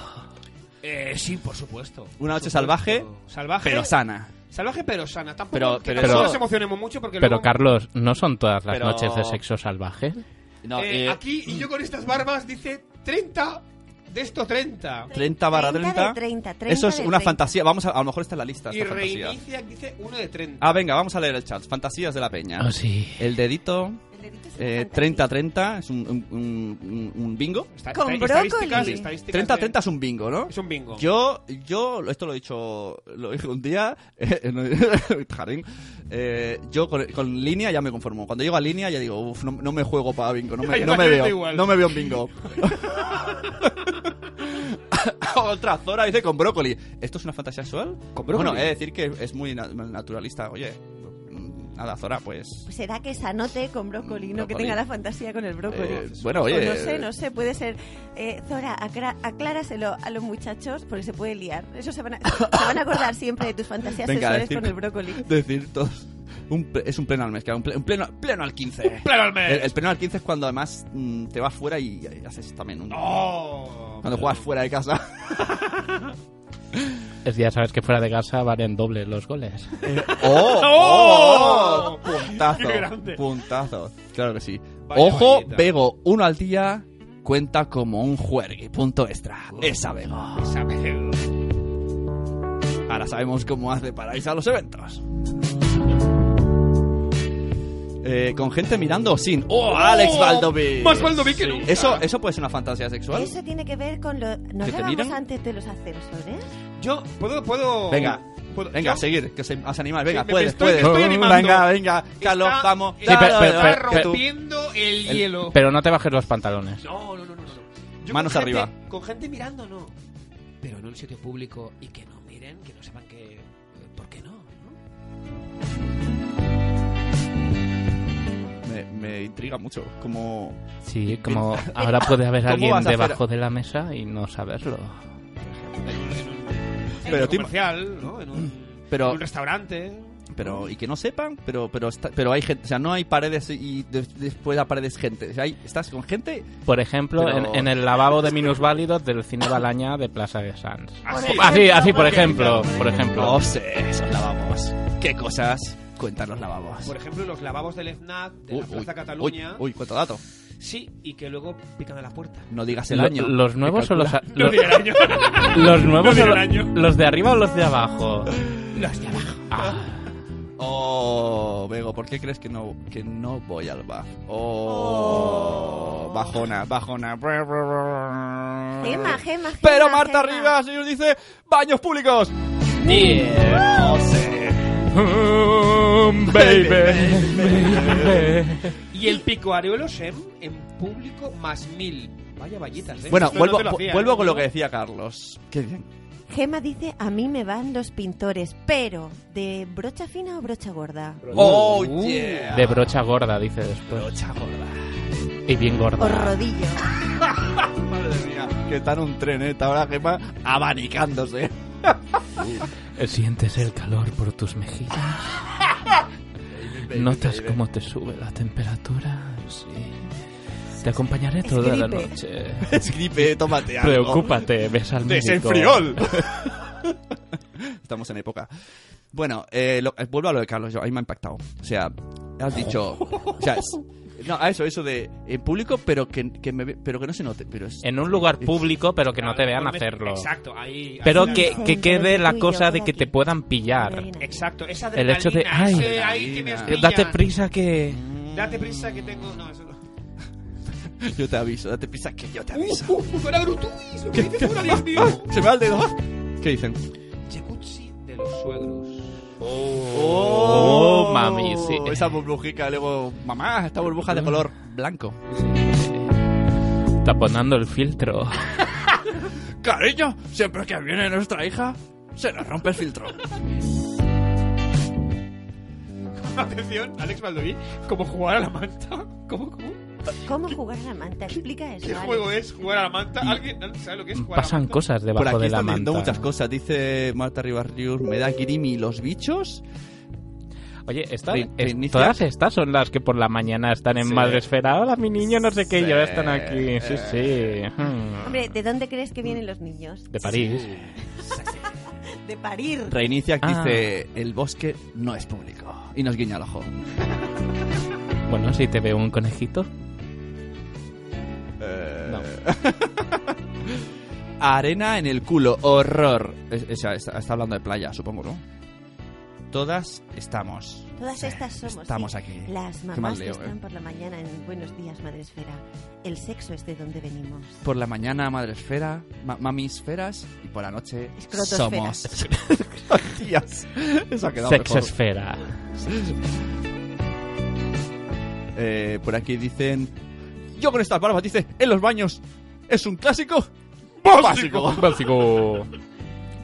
E: Eh, sí, por supuesto.
D: una noche salvaje,
E: Salvaje.
D: pero sana.
E: Salvaje pero sana. Tampoco
D: Pero-
E: que
D: pero
E: tampoco
H: eso-
E: nos emocionemos mucho porque
H: Pero
E: luego...
H: Carlos, ¿no son todas las
D: Pero-
H: noches de sexo salvaje?
D: No,
E: Eh,
D: eh,
E: aquí, y yo con estas barbas, dice 30 de esto 30.
D: 30 barra 30.
F: 30 de 30, 30
D: Eso es
F: de
D: una
F: 30.
D: fantasía. Vamos a, a lo mejor está en la lista.
E: Y
D: esta fantasía.
E: reinicia, dice uno de 30.
D: Ah, venga, vamos a leer el chat. Fantasías de la peña.
H: Oh, sí.
D: El dedito
F: El dedito es una
D: eh,
F: fantasía.
D: 30-30 es un, un- un- un- un bingo.
E: Esta-
F: Con
E: esta- estadísticas-
F: brócoli.
E: estadísticas de-
D: 30-30 es un bingo, ¿no?
E: Es un bingo.
D: Yo, yo, esto lo he dicho, lo dije un día, en el jardín, eh, yo con, con línea ya me conformo. Cuando llego a línea ya digo, uff, no, no me juego para bingo, no me,
E: Yo
D: no me
E: también estoy
D: veo,
E: igual.
D: no me veo en bingo. Otra Zora dice con brócoli. ¿Esto es una fantasía sexual?
E: Con brócoli.
D: Bueno, es decir que es muy na- naturalista. Oye, nada, Zora, pues...
F: Pues será que sanote con brócoli, no que
D: Brócoli.
F: tenga la fantasía con el brócoli.
D: Eh, bueno,
F: O
D: oye.
F: no sé, no sé, puede ser. Eh, Zora, acra- acláraselo a los muchachos porque se puede liar. Eso se van a, se van a acordar siempre de tus fantasías
D: Venga,
F: sexuales
D: decir-
F: con el brócoli.
D: decir todos. Un ple- es un pleno al mes, claro, un, ple- un pleno, pleno al 15.
E: ¡Pleno al
D: El,
E: mes!
D: el pleno al 15 es cuando además mm, te vas fuera y, y haces también un.
E: ¡Oh!
D: Cuando juegas fuera de casa.
H: Es ya sabes que fuera de casa valen doble los goles.
D: ¡Oh!
E: ¡Oh!
D: Puntazo.
E: ¡Qué grande!
D: Puntazo. Claro que sí.
E: Vaya
D: Ojo,
E: bonita.
D: Bego, uno al día cuenta como un juergue. Punto extra. Esa Bego. Ahora sabemos cómo hace para irse a los eventos. Eh, con gente mirando o sin. ¡Oh, Alex Valdoví!
E: Más Valdoví que nunca.
D: Eso, eso puede ser una fantasía sexual.
F: Eso tiene que ver con lo. ¿No
D: ¿Que te
F: hablábamos
D: miran?
F: antes de los ascensores?
E: Yo puedo, puedo.
D: Venga,
E: Oh, puedo-
D: venga, a
E: yo-
D: seguir, que os os animáis. Venga,
E: Sí, me- me
D: puedes,
E: estoy-
D: puedes.
E: me estoy animando.
D: Venga, venga, Carlos,
E: está-
D: vamos.
E: Está,
H: Sí, pero- pero-
E: está
H: pero- pero-
E: rompiendo el,
D: El-
E: hielo.
H: Pero no te bajes los pantalones.
E: No, no, no, no. no. Yo
D: Manos
E: con gente-
D: arriba.
E: Con gente mirando, no. Pero no en un sitio público y que no miren, que no sepan que. eh, ¿Por qué no? no?
D: Me, me intriga mucho. Como.
H: Sí, como ahora puede haber
D: ¿Cómo
H: alguien
D: vas a hacer-
H: debajo de la mesa y no saberlo.
E: En
D: Pero
E: un
D: te-
E: comercial, ¿no? En un,
D: Pero-
E: en un restaurante.
D: Pero, y que no sepan, pero pero está- pero hay gente, o sea, no hay paredes y de- después de paredes gente. O sea, hay- estás con gente.
H: Por ejemplo,
D: Pero-
H: en, en el lavabo de minusválidos del cine Balaña de Plaza de Sanz.
D: Ah,
E: Así.
H: Así, así, por ejemplo, Ah, por ejemplo.
D: No sé, esos lavabos. ¿Qué cosas cuentan los
H: ah,
D: lavabos?
E: Por ejemplo, los lavabos del FNAC, de la
D: Uy,
E: Plaza
D: uy,
E: Cataluña.
D: Uy, uy, cuánto dato.
E: Sí, y que luego pican a la puerta.
D: No digas el
H: Lo-
D: año.
H: ¿Los nuevos o los, a-
E: No
H: los,
E: diré el año.
H: los nuevos
E: No
H: o
E: diré
H: lo-
E: el año.
H: los de arriba o los de abajo?
E: Los de abajo.
H: Ah,
D: Oh, Bego, ¿por qué crees que no, que no voy al bar? Oh, bajona, bajona.
F: Gema, gema, gema,
D: Pero Marta
F: gema.
D: Rivas nos dice baños públicos.
H: yeah.
D: Oh, sí.
H: Down, baby.
E: Y el pico areolo Sem en público más mil. Vaya vallitas, ¿eh?
D: Bueno,
E: Esto no
D: vuelvo,
E: te lo
D: vu-
E: hacía,
D: vuelvo
E: ¿eh?
D: con lo que decía Carlos. Qué bien.
F: Gema dice, a mí me van los pintores, pero ¿de brocha fina o brocha gorda?
D: Oh,
E: Uh.
D: yeah.
H: De brocha gorda, dice después. Brocha gorda. Y bien
F: O
H: gorda.
F: rodillo.
D: Madre mía, que está en un tren, ¿eh? Está ahora Gema abanicándose.
J: Sientes el calor por tus mejillas. Notas cómo te sube la temperatura. Sí. Te acompañaré toda la
F: gripe.
J: noche.
D: Es gripe, tómate algo.
J: Preocúpate, ves al médico.
D: Estamos en época. Bueno, eh, lo- eh, vuelvo a lo de Carlos, yo, ahí me ha impactado. O sea, has dicho... o sea, es- no, a eso, eso de en público, pero que, que me ve- pero que no se note. Pero es,
H: En un lugar público, pero que no te vean
E: Claro, pues,
H: hacerlo.
E: Exacto, ahí.
H: Pero
E: ahí
H: que,
E: está.
H: que quede la
F: Tú y yo
H: cosa
F: por
H: de que
F: aquí.
H: te puedan pillar.
F: Adrenalina.
E: Exacto, esa
H: El hecho de,
E: adrenalina,
H: ay,
E: ese, ahí que me has
D: Eh,
E: pillado.
H: Date prisa que...
E: Date prisa que tengo. No, eso no.
D: Yo te aviso, date prisa que yo te aviso.
E: Uh, uh, con la grutuis, lo que dice fuera, Dios mío.
D: Se me va el dedo. ah. ¿Qué dicen?
E: Jacuzzi de los suegros.
H: Oh, mami, sí.
D: Esa burbujica, luego, mamá, esta burbuja de color blanco.
H: Taponando el filtro.
D: Cariño, siempre que viene nuestra hija, se nos rompe el filtro.
E: Atención, Alex Baldoví, ¿cómo jugar a la manta? ¿Cómo, cómo?
F: ¿Cómo jugar a la manta? Explica eso.
E: ¿Qué
F: Alex.
E: juego es jugar a la manta? ¿Alguien alguien sabe lo que es jugar a la
H: Pasan
E: manta?
H: cosas
D: Por
H: debajo
D: aquí
H: de la
D: están diciendo
H: manta.
D: muchas cosas. Dice Marta Ribarrius, me da grimi los bichos.
H: Oye, estas-
D: Re-
H: es-
D: reinicia.
H: todas estas son las que por la mañana están en
D: Sí.
H: Madresfera. Hola, mi niño, no sé qué,
D: Sí.
H: y ahora están aquí. Sí, sí. Hmm.
F: Hombre, ¿de dónde crees que vienen los niños?
H: De París.
F: De parir.
D: Reinicia
H: Ah.
D: dice, el bosque no es público. Y nos guiña el ojo.
H: Bueno, si te veo un conejito. No.
D: Arena en el culo, horror. Es- es- está, está hablando de playa, supongo, ¿no? Todas estamos.
F: Todas estas somos.
D: Estamos
F: sí.
D: aquí.
F: Las
D: Qué mal
F: mamás
D: leo,
F: que
D: eh.
F: están por la mañana en Buenos Días, Madresfera. El sexo es de donde venimos.
D: Por la mañana, madresfera, ma- mamisferas. Y por la noche,
F: Escrotosfera.
D: somos. Tías, eso ha quedado mejor.
H: Sexesfera.
D: Eh, por aquí dicen. Yo con estas barbas, dice, en los baños. Es un clásico. Básico.
H: Básico.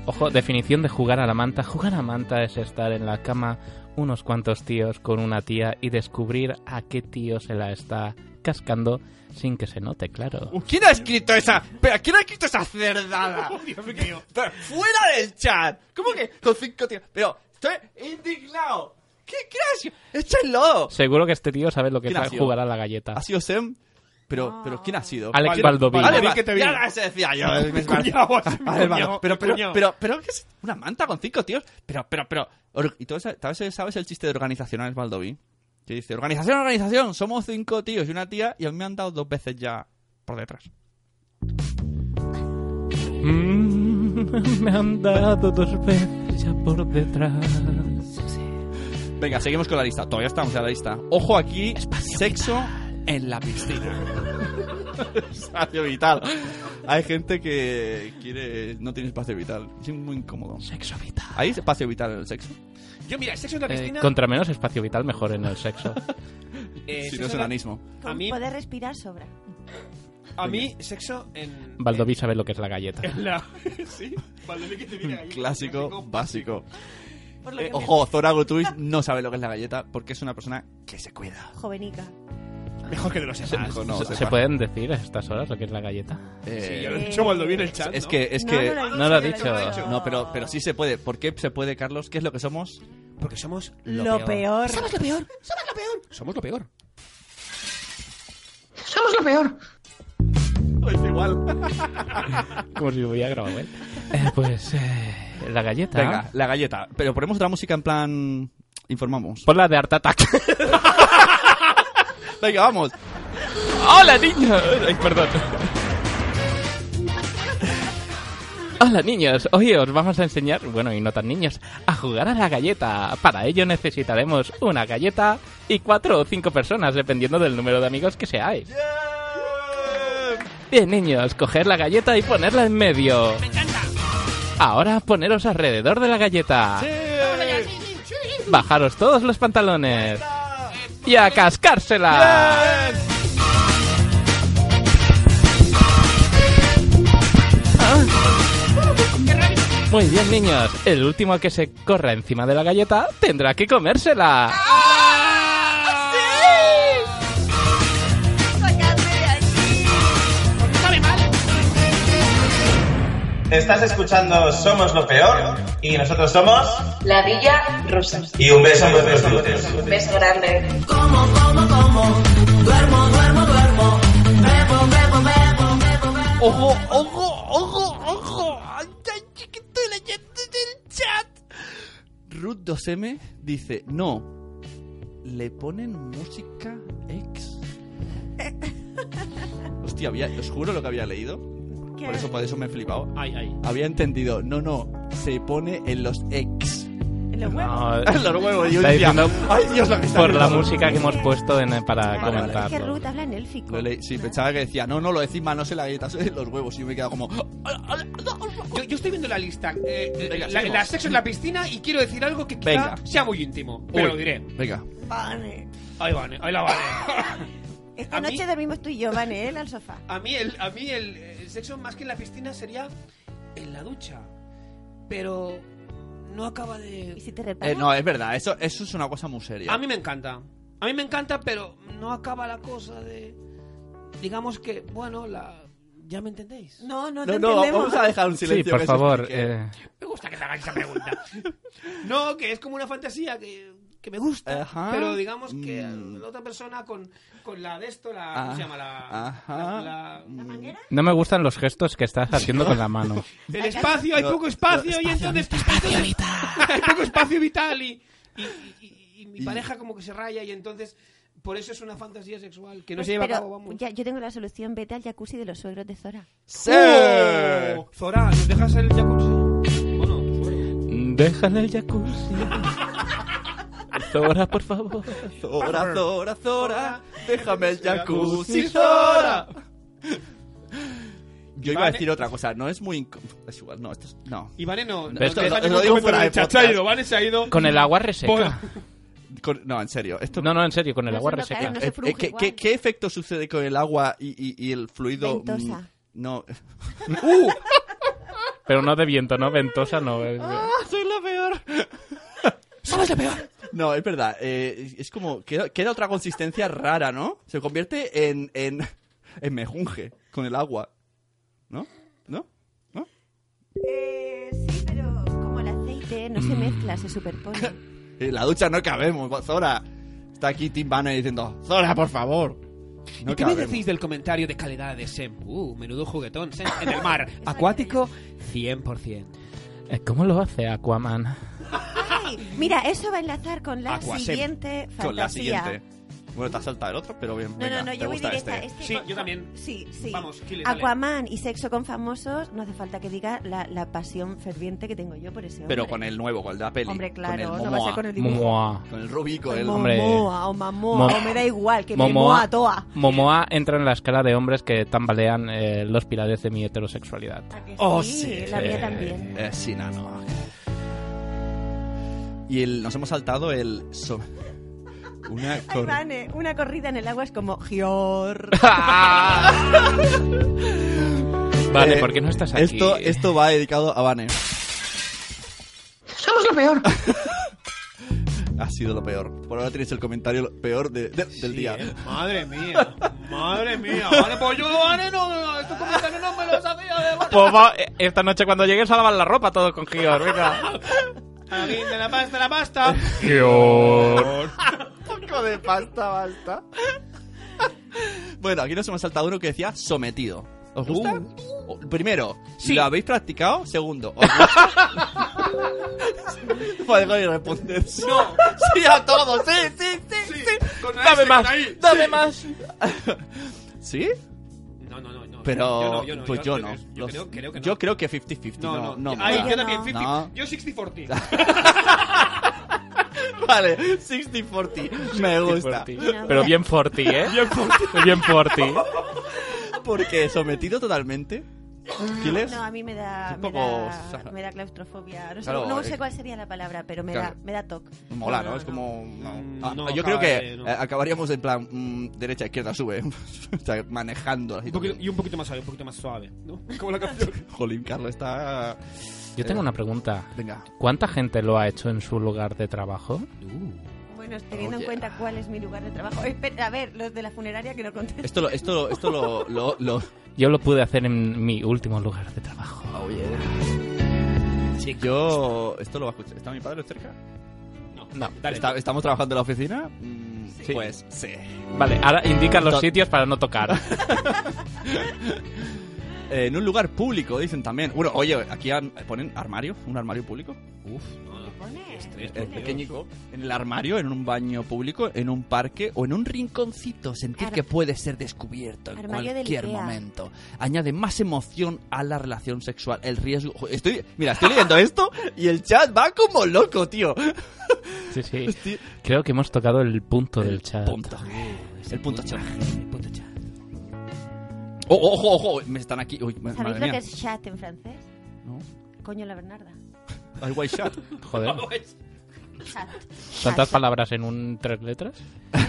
H: Ojo, definición de jugar a la manta. Jugar a manta es estar en la cama unos cuantos tíos con una tía y descubrir a qué tío se la está cascando sin que se note, claro.
D: ¿Quién ha escrito esa? ¿Pero quién ha escrito esa cerdada?
E: Oh, Dios mío.
D: Pero ¡Fuera del chat! ¿Cómo que con cinco tíos? Pero estoy indignado. ¡Qué gracia! ¡Échenlo!
H: Seguro que este tío sabe lo que
D: ¿Quién ha
H: es
D: sido?
H: jugar a la galleta.
D: ¿Ha sido Sem? Pero, pero ¿quién ha sido?
H: Alex
D: ¿Quién-
H: Baldoví.
D: Vale,
E: Baldoví,
D: va-
E: que te
D: ya
E: vi.
D: la- se decía yo.
E: Un
D: es
E: cuñado,
D: verdad.
E: es un
D: Vale, vale,
E: cuñado,
D: Pero,
E: un
D: pero,
E: cuñado.
D: pero, pero, ¿qué es? Una manta con cinco tíos. Pero, pero, pero. or- Y todo eso, tal vez sabes el chiste de organizacional, Baldoví. Que dice, organización, organización, somos cinco tíos y una tía y a mí me han dado dos veces ya por detrás.
J: Mm, me han dado dos veces ya por detrás.
D: Venga, seguimos con la lista. Todavía estamos en la lista. Ojo aquí, sexo en la piscina. espacio vital. Hay gente que quiere no tiene espacio vital. Es muy incómodo.
J: Sexo vital.
D: ¿Hay espacio vital en el sexo?
E: Yo, mira, el sexo en la
H: Eh,
E: piscina.
H: contra menos espacio vital, mejor en el sexo.
E: eh,
D: si
E: sexo
D: no es
E: en la-
D: enanismo.
E: A
F: Con
E: mí,
F: poder respirar sobra.
E: a mí, sexo en.
H: Valdoví sabe lo que es la galleta.
E: en la. sí, Valdoví que te diga. ahí.
D: Clásico básico.
F: Por lo
D: Eh,
F: que me-
D: ojo, Zora Gotuis no sabe lo que es la galleta porque es una persona que se cuida.
F: Jovenica.
E: Mejor que no lo sepas.
D: Ojo, no,
H: ¿Se- ¿Se
D: sepa.
H: pueden decir a estas horas lo que es la galleta?
D: Eh,
E: Sí, ya lo he dicho Valdoví en el chat.
D: es
E: ¿no?
D: que es
F: No,
D: que
F: no lo he dicho,
H: No lo ha
F: yo
H: dicho.
F: he
D: no, pero pero sí se puede. ¿Por qué se puede, Carlos? ¿Qué es lo que somos?
E: Porque somos
F: Lo, peor. ¿Sabes lo peor?
E: Somos lo peor.
D: Es igual.
H: Como si lo hubiera grabado él. Eh, pues eh, la galleta.
D: Venga, la galleta. Pero ponemos otra música en plan informamos.
H: Pon la de Art Attack.
D: Venga, vamos.
H: ¡Hola, niños! Ay, perdón. Hola niños, hoy os vamos a enseñar, bueno y no tan niños, a jugar a la galleta. Para ello necesitaremos una galleta y cuatro o cinco personas, dependiendo del número de amigos que seáis. Bien niños, coger la galleta y ponerla en medio. Ahora poneros alrededor de la galleta. Bajaros todos los pantalones. Y a cascársela.
F: Ah.
H: Muy bien, niños. El último que se corra encima de la galleta tendrá que comérsela.
F: ¡Ah!
C: Estás escuchando Somos lo Peor y nosotros somos...
L: La Villa Rosa.
C: Y un beso en vuestros glúteos.
L: Un beso grande.
D: Ojo, ojo, ojo, ojo. Ay, ay, chiquito, la gente del chat. Ruth 2M dice, no, le ponen música ex. Hostia, había, os juro lo que había leído. Por eso, por eso me he flipado.
H: Ay, ay.
D: Había entendido, no, no, se pone en los ex.
F: Los huevos.
H: No,
D: En los huevos, yo
H: está
D: decía,
H: diciendo
D: ay Dios, lo que está
H: por la
D: leyendo".
H: música que hemos puesto en- para
F: Claro,
H: comentarlo.
F: es que Ruth habla en élfico.
D: Lo leí, sí, pensaba que decía, no, no, lo decís mal, no sé la galleta, soy los huevos. Y yo me he quedado como,
E: Yo, yo estoy viendo la lista. eh, eh,
D: Venga,
E: la,
D: seguimos.
E: la sexo en la piscina y quiero decir algo que quizá
D: Venga.
E: sea muy íntimo. Pero
D: Uy.
E: lo diré.
D: venga.
F: Vane.
E: Ahí va, ahí la va.
F: Esta
E: ¿A mí?
F: noche dormimos tú y yo, Vane, él al sofá.
E: A mí, el, a mí el, el sexo más que en la piscina sería en la ducha. Pero no acaba
F: Y
E: de...
F: si te reparas,
D: Eh, no, es verdad, eso, eso es una cosa muy seria.
E: A mí me encanta. A mí me encanta, pero no acaba la cosa de... Digamos que, bueno, la... ¿Ya me entendéis?
F: no, no,
D: no,
F: te
D: no,
F: entendemos.
D: vamos a dejar un
H: Sí,
D: silencio.
H: por
D: que se
H: favor.
D: explique.
H: eh,
E: Me gusta que me hagas esa pregunta. No, que es como una fantasía que, que me gusta.
D: Ajá.
E: Pero digamos que
D: Mm.
E: la otra persona con, con la de esto, la. ¿Cómo
D: Ah,
E: se llama? La.
D: ajá. Mm.
E: la- la-
H: no me gustan los gestos que estás haciendo con la mano.
E: el espacio, hay
D: No,
E: poco
D: no,
E: espacio, y
D: espacio,
E: entonces. entonces- hay poco espacio vital y. y, y- y- y mi pareja como que se raya y entonces. Por eso es una fantasía sexual que no
F: Pues,
E: se lleva a
F: pero
E: cabo, vamos.
F: ya, yo tengo la solución, vete al jacuzzi de los suegros de Zora.
D: ¡Sí!
F: ¡Eh!
E: ¡Oh! Zora, ¿nos dejas el jacuzzi? Bueno, suelo.
H: Déjale el jacuzzi. Zora, por favor.
D: Zora, Zora, Zora, déjame el jacuzzi, Zora. Yo iba a
E: Vale.
D: decir otra cosa, no es muy... inco- Es igual, no, esto es... No.
E: Ivane no. no
D: Esto
E: te
D: lo-
E: deja
D: lo
E: ningún
D: digo
E: comentario
D: fuera de
E: en el chat, se ha
D: podcast.
E: ido, Ivane se ha ido.
H: Con el agua reseca.
D: Con- no, en serio, esto...
H: No, no, en serio, con el
F: No
H: agua
F: se toca,
H: reseca.
F: no se
D: Eh,
F: frunge
D: eh, ¿qué,
F: igual.
D: qué, qué efecto sucede con el agua y, y- y el fluido? mm,
F: Ventosa.
D: No.
E: ¡Uh!
H: Pero no de viento, ¿no? Ventosa, no. es-
J: Ah,
D: soy lo peor!
E: ¡Somos lo peor!
D: No, es verdad. eh, es como. Queda, queda otra consistencia rara, ¿no? Se convierte en. en. en mejunje con el agua. ¿No? ¿No? ¿No?
F: Eh, sí, pero como el aceite no se mezcla, se superpone.
D: En Eh, la ducha no cabemos, Zora. Está aquí Tim Banner diciendo: ¡Zora, por favor! No
E: ¿Y qué me
D: cabemos.
E: decís del comentario de calidad de Sem? Uh, menudo juguetón, Sem, en el mar. Acuático, 100%.
H: Eh, ¿Cómo lo hace Aquaman?
F: Ay, mira, eso va a enlazar con la
D: Aquasem.
F: siguiente fantasía.
D: Con la siguiente. Bueno, te has saltado el otro, pero bien.
F: No,
D: venga,
F: no, no,
D: te
F: yo voy
D: gusta
F: directa.
D: este.
F: Este
E: Sí,
F: con-
E: yo también.
F: Sí, sí.
E: Vamos, Kili, dale.
F: Aquaman y sexo con famosos, no hace falta que diga la, la pasión ferviente que tengo yo por ese hombre.
D: Pero con el nuevo, con el de la peli.
F: Hombre,
D: con el
F: claro, no va a
D: Momoa,
F: ser con el dibujo.
H: Momoa.
D: Con el Rubí, con
F: Con
D: el.
H: hombre.
F: Momoa o Mamoa,
H: Mom-
F: o me da igual, que
H: Momoa,
F: Momoa toa.
H: Momoa entra en la escala de hombres que tambalean eh, los pilares de mi heterosexualidad.
F: ¿A que
D: Oh, sí.
F: La mía
H: Eh,
F: también.
D: Eh, sí, no, no. Y el, nos hemos saltado el. so- una
F: Ay,
D: cor-
F: Vane, eh, una corrida en el agua es como Gior.
D: Ah.
H: Vale,
D: Eh,
H: ¿por qué no estás aquí?
D: Esto, esto va dedicado a Vane.
L: Somos lo peor.
D: Ha sido lo peor. Por ahora tenéis el comentario lo peor de- de- del día.
E: Madre mía, madre mía. Vale, pues yo, vale, no, no, estos comentarios no me los hacía de vale.
H: Pues va, eh, esta noche cuando llegues a lavar la ropa todo con Gior, venga.
E: A mí, de la pasta, de la pasta.
D: Poco de pasta, basta. bueno, aquí nos hemos saltado uno que decía sometido. ¿Os gusta? O- Primero, si
E: Uh. Sí.
D: lo habéis practicado. Segundo, ¿os gusta? Vale, Javi, responded.
E: No.
D: Sí, a todos, sí, sí, sí, este, sí.
E: con
H: Dame
E: ese,
H: más,
E: con ahí.
H: dame más.
D: ¿Sí,
E: No, no, no, no.
D: pero
E: Yo no, yo no,
D: pues yo, no.
E: Yo,
D: Los-
E: creo, creo que no.
D: yo creo que 50-50.
E: no, no,
D: no.
E: Ay,
D: mola.
E: yo también, 50.
D: No.
E: Yo 60-40.
D: Vale, 60-40. Me gusta.
H: Pero bien forti, ¿eh? Bien forti.
D: Porque sometido totalmente ¿Chiles?
F: Ah, No, a mí me da,
D: Es un
F: me
D: poco-
F: da, me da claustrofobia. No sé,
D: Claro,
F: no
D: eh,
F: sé cuál sería la palabra, pero me
D: claro.
F: da, me da toc.
D: Mola, ¿no? Es como... Ah,
E: Mm, no,
D: yo creo que
E: acabaré, no.
D: eh, acabaríamos en plan mm, derecha, izquierda, sube. o sea, manejando.
E: Un poquito- y un poquito más suave, un poquito más suave, ¿no? Como la canción.
D: Jolín, Carlos está... eh,
H: Yo tengo una pregunta.
D: Venga.
H: ¿Cuánta gente lo ha hecho en su lugar de trabajo?
F: Bueno, teniendo
D: Oh, yeah.
F: en cuenta cuál es mi lugar de trabajo. Espera, a ver, los de la funeraria que no contestan.
D: Esto, lo- esto, esto lo... lo, lo...
H: Yo lo pude hacer en mi último lugar de trabajo.
D: Ah, Yo... Esto lo va a escuchar. ¿Está mi padre cerca?
H: No.
E: Dale.
D: Está- ¿Estamos trabajando en la oficina? Mm, Pues sí.
H: Vale, ahora indica los
D: To-
H: sitios para no tocar.
D: Eh, en un lugar público, dicen también. Bueno, oye, aquí han- ponen armario, un armario público.
E: Uf, no, estrés,
D: El Eh, pequeñico. En el armario, en un baño público, en un parque o en un rinconcito. Sentir
F: Ar-
D: que puede ser descubierto en
F: Armario del
D: cualquier
F: Ikea.
D: momento. Añade más emoción a la relación sexual. El riesgo... jo, Estoy, mira, estoy leyendo esto y el chat va como loco, tío.
H: Sí, sí.
D: Hostia.
H: Creo que hemos tocado el punto del chat.
D: Punto. El punto chat. El punto chat. Oh, ojo, ojo, me están aquí. Uy, ma-
F: ¿Sabéis
D: madre
F: lo
D: mía.
F: que es chat en francés?
D: No.
F: Coño, la Bernarda.
D: Ay, guay, chat.
H: Joder.
F: Chat.
H: ¿Tantas
F: Chat.
H: palabras en un tres letras?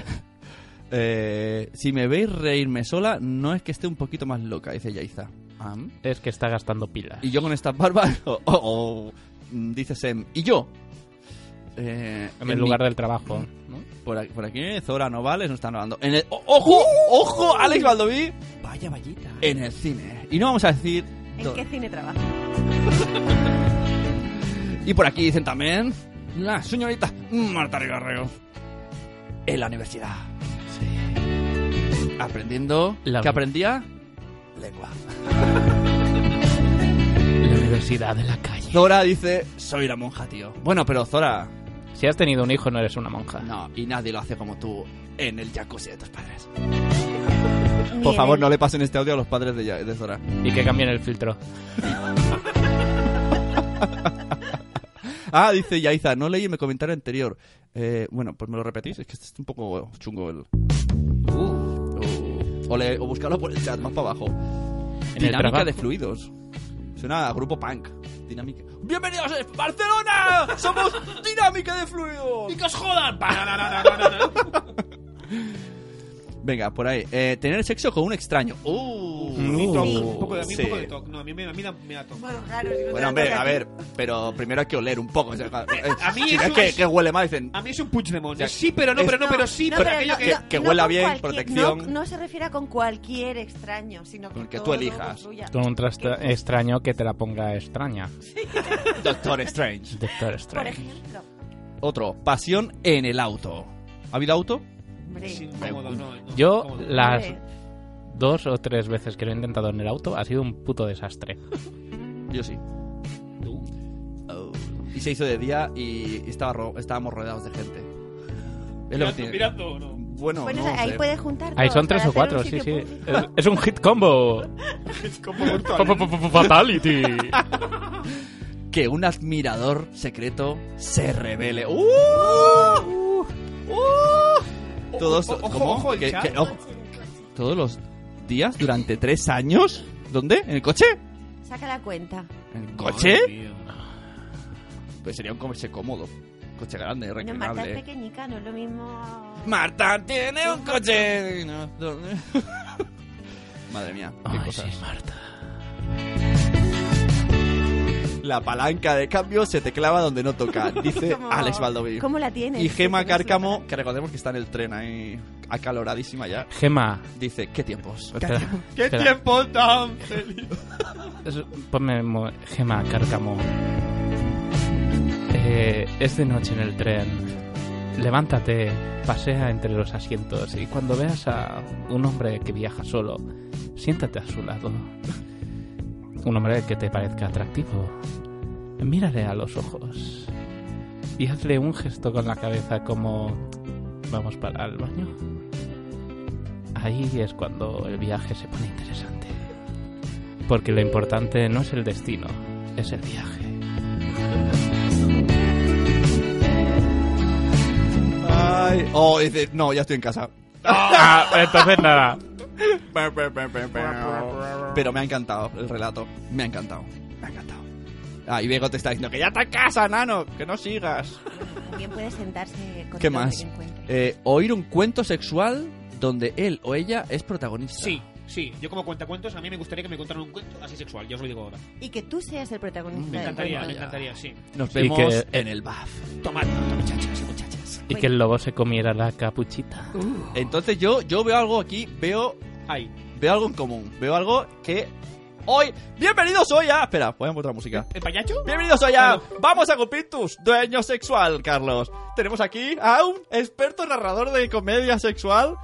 D: Eh, si me veis reírme sola, no es que esté un poquito más loca, dice Yaiza. Am.
H: Es que está gastando pilas.
D: Y yo con esta barba, o- o- o, mm, dice Sem. ¿Y yo? Eh,
H: en el lugar
D: mi-
H: del trabajo. ¿no?
D: por, aquí, por aquí, Zora Novales nos están hablando. En el- oh, o- ¡Ojo!
F: Uh.
D: ¡Ojo! ¡Alex Baldoví!
H: Vaya vallita.
D: En el cine. Y no vamos a decir...
F: ¿En
D: todo.
F: qué cine trabaja?
D: Y por aquí dicen también... La señorita Marta Ribarreo. En la universidad. Aprendiendo...
H: La-
D: ¿Qué aprendía? Lengua.
H: La universidad de la calle.
D: Zora dice, soy la monja, tío. Bueno, pero Zora,
H: Si has tenido un hijo, no eres una monja.
D: no, y nadie lo hace como tú en el jacuzzi de tus padres.
F: Ni
D: Por
F: en
D: favor,
F: el-
D: no le pasen este audio a los padres de, Ya- de Zora.
H: Y que cambien el filtro.
D: Ah, dice Yaiza, no leí en mi comentario anterior. Eh, bueno, pues me lo repetís, es que este es un poco chungo el... Uh, O, le- o buscarlo por el chat, más para abajo.
H: En el
D: Dinámica
H: trabajo.
D: de fluidos. Suena a grupo punk. Dinámica. ¡Bienvenidos a Barcelona! ¡Somos Dinámica de Fluidos!
E: ¡Y que os jodan! Pa, na, na, na, na, na, na.
D: Venga, por ahí. Eh, tener sexo con un extraño. ¡Uh!
E: Mi toc,
F: Sí.
E: Un poco de, a mí un
D: Sí.
E: poco de toc. No, a mí me, a mí da- me da toc.
F: Bueno, claro, si no te
D: Bueno,
F: la
D: hombre,
F: toca
D: a
F: ti.
D: ver, pero primero hay que oler un poco. o sea, eh,
E: A mí
D: si
E: eso
D: ves que,
E: es-
D: que huele mal, dicen.
E: A mí es un Puigdemont. de Sí, pero no, pero no,
F: No,
E: pero sí,
F: no,
E: pero
F: pero
E: aquello
F: no,
E: que...
F: no,
D: que
F: no
D: huela
F: con
D: bien,
F: cualquier-
D: protección.
F: No, no se refiere a con cualquier extraño, sino con
D: Con que tú
F: todo lo
D: elijas.
F: construya.
H: Con un trasta- extraño que te la ponga extraña.
D: Doctor Strange.
H: Doctor
F: Por
H: Strange.
F: ejemplo,
D: Otro, pasión en el auto. ¿Ha habido auto?
F: hombre,
E: Es incómodo, no, no,
H: Yo
E: incómodo.
H: las
F: hombre,
H: dos o tres veces que lo he intentado en el auto ha sido un puto desastre.
D: Yo sí. Oh. Y se hizo de día y estaba ro- estábamos rodeados de gente. Es lo que tiene.
E: Mirando, mirando, no.
D: Bueno,
F: bueno,
D: no
F: ahí
D: sé.
F: puedes juntar.
H: Ahí
F: todos
H: son
F: para
H: tres o
F: hacer un
H: cuatro, sí,
F: sitio
H: sí.
F: público.
H: Es, es un hit combo.
D: ¿eh?
H: Fatality.
D: Que un admirador secreto se revele. ¡Uh! ¡Uh! Todos,
E: Ojo, ojo,
D: ¿cómo?
E: ojo, el
D: Que-
E: chat.
D: que- ojo. Todos los días durante tres años. ¿Dónde? ¿En el coche?
F: Saca la cuenta.
D: ¿En el coche? Pues sería un coche cómodo. Coche grande,
F: Bueno, Marta es
D: reclinable.
F: pequeñica, no es lo mismo.
D: Marta tiene un coche. No, ¿dónde? Madre mía, qué
H: Ay,
D: cosas.
H: sí, Marta.
D: La palanca de cambio se te clava donde no toca, dice
F: ¿Cómo-
D: Alex Baldoví.
F: ¿Cómo la tienes?
D: Y Gema
F: ¿Tienes la-
D: Cárcamo, que recordemos que está en el tren ahí, acaloradísima ya,
H: Gema.
D: dice, ¿qué tiempos?
H: espera,
E: ¡Qué
H: espera.
E: tiempo tan feliz!
H: Es- Ponme mo- Gema Cárcamo. Eh, es de noche en el tren. Levántate, pasea entre los asientos y cuando veas a un hombre que viaja solo, siéntate a su lado. Un hombre que te parezca atractivo. Mírale a los ojos y hazle un gesto con la cabeza como vamos para el baño. Ahí es cuando el viaje se pone interesante. Porque lo importante no es el destino, es el viaje.
D: Ay, oh, dice, no, ya estoy en casa.
H: Ah, entonces nada.
D: Pero me ha encantado el relato. Me ha encantado. Me ha encantado. Ah, y Diego te está diciendo que ya está en casa, nano. Que no sigas.
F: También puede sentarse con
D: ¿Qué
F: todo lo
D: más?
F: que encuentre.
D: Eh, oír un cuento sexual donde él o ella es protagonista.
E: Sí, sí. Yo como cuentacuentos, a mí me gustaría que me contaran un cuento así sexual. Ya os lo digo ahora.
F: Y que tú seas el protagonista.
E: Me
F: del
E: encantaría,
F: cuento.
E: me encantaría, sí.
D: Nos
H: Y
D: vemos
H: que-
D: en el BAF.
E: Tomad, muchachos y muchachas.
H: Y que el lobo se comiera la capuchita.
D: Uh. Entonces yo, yo veo algo aquí, veo,
E: Ay.
D: veo algo en común. Veo algo que hoy... ¡Bienvenidos hoy a... Espera, voy a poner otra música.
E: ¿El payacho?
D: Bienvenidos hoy a... Vamos a cumplir tus dueño sexual, Carlos. Tenemos aquí a un experto narrador de comedia sexual.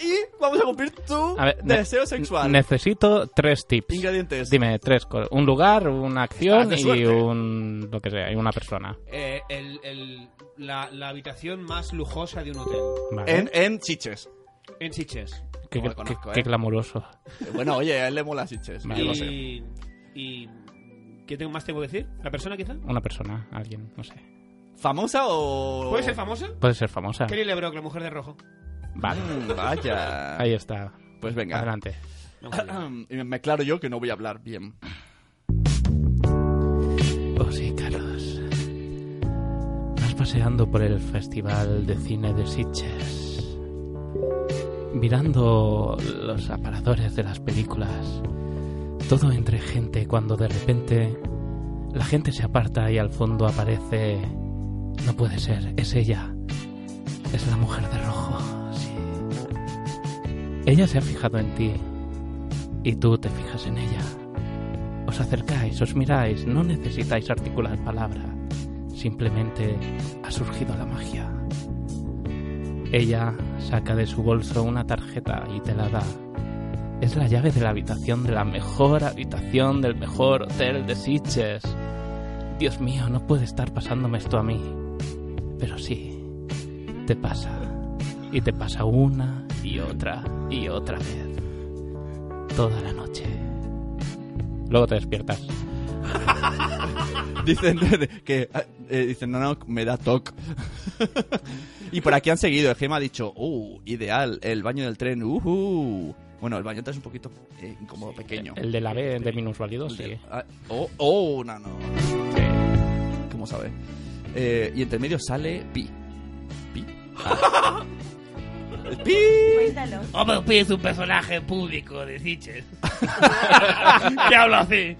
D: Y vamos a cumplir tu
H: A ver, ne-
D: deseo sexual.
H: Necesito tres tips.
D: Ingredientes.
H: Dime, tres cosas. Un lugar, una acción
D: Estás de
H: y
D: suerte.
H: un... lo que sea, y una persona.
E: Eh, el, el, la, la habitación más lujosa de un hotel.
H: Vale.
D: En, en chiches.
E: En Sitges.
H: Qué,
D: No lo
H: qué-
D: conozco,
H: qué
D: eh.
H: glamuroso.
D: Eh, Bueno, oye, a él le mola chiches.
H: Vale,
D: yo
H: lo
D: lo
E: y,
D: sé.
E: y- ¿Qué tengo más tengo que decir? ¿La persona quizá?
H: Una persona, alguien, no sé.
D: ¿Famosa o...?
E: ¿Puede ser famosa?
H: Puede ser famosa.
E: Kelly LeBrock, la mujer de rojo.
H: Vale.
D: Mm, Vaya.
H: Ahí está.
D: Pues venga.
H: Adelante.
D: y me aclaro yo que no voy a hablar bien.
H: Oh, sí, Carlos. Vas paseando por el Festival de Cine de Sitges, mirando los aparadores de las películas, todo entre gente cuando de repente la gente se aparta y al fondo aparece... No puede ser, es ella. Es la mujer de rojo, sí. Ella se ha fijado en ti y tú te fijas en ella. Os acercáis, os miráis, no necesitáis articular palabra. Simplemente ha surgido la magia. Ella saca de su bolso una tarjeta y te la da. Es la llave de la habitación de la mejor habitación del mejor hotel de Sitges. Dios mío, no puede estar pasándome esto a mí. Pero sí, te pasa. Y te pasa una y otra y otra vez. Toda la noche. Luego te despiertas.
D: Dicen que eh, dicen, no, no, me da toc. y por aquí han seguido. El Gema ha dicho, uh, ideal, el baño del tren, uhu. Bueno, el baño del tren es un poquito eh, incómodo, pequeño.
H: El de la B de minusválidos,
D: El
H: sí.
D: del- ah, oh, oh, no, no.
H: Sí.
D: ¿Cómo sabe? Eh, y entre medio sale pi. Pi. Ah. pi.
F: Cuéntalo.
E: Hombre, Pi es un personaje público de Sitges. que habla así.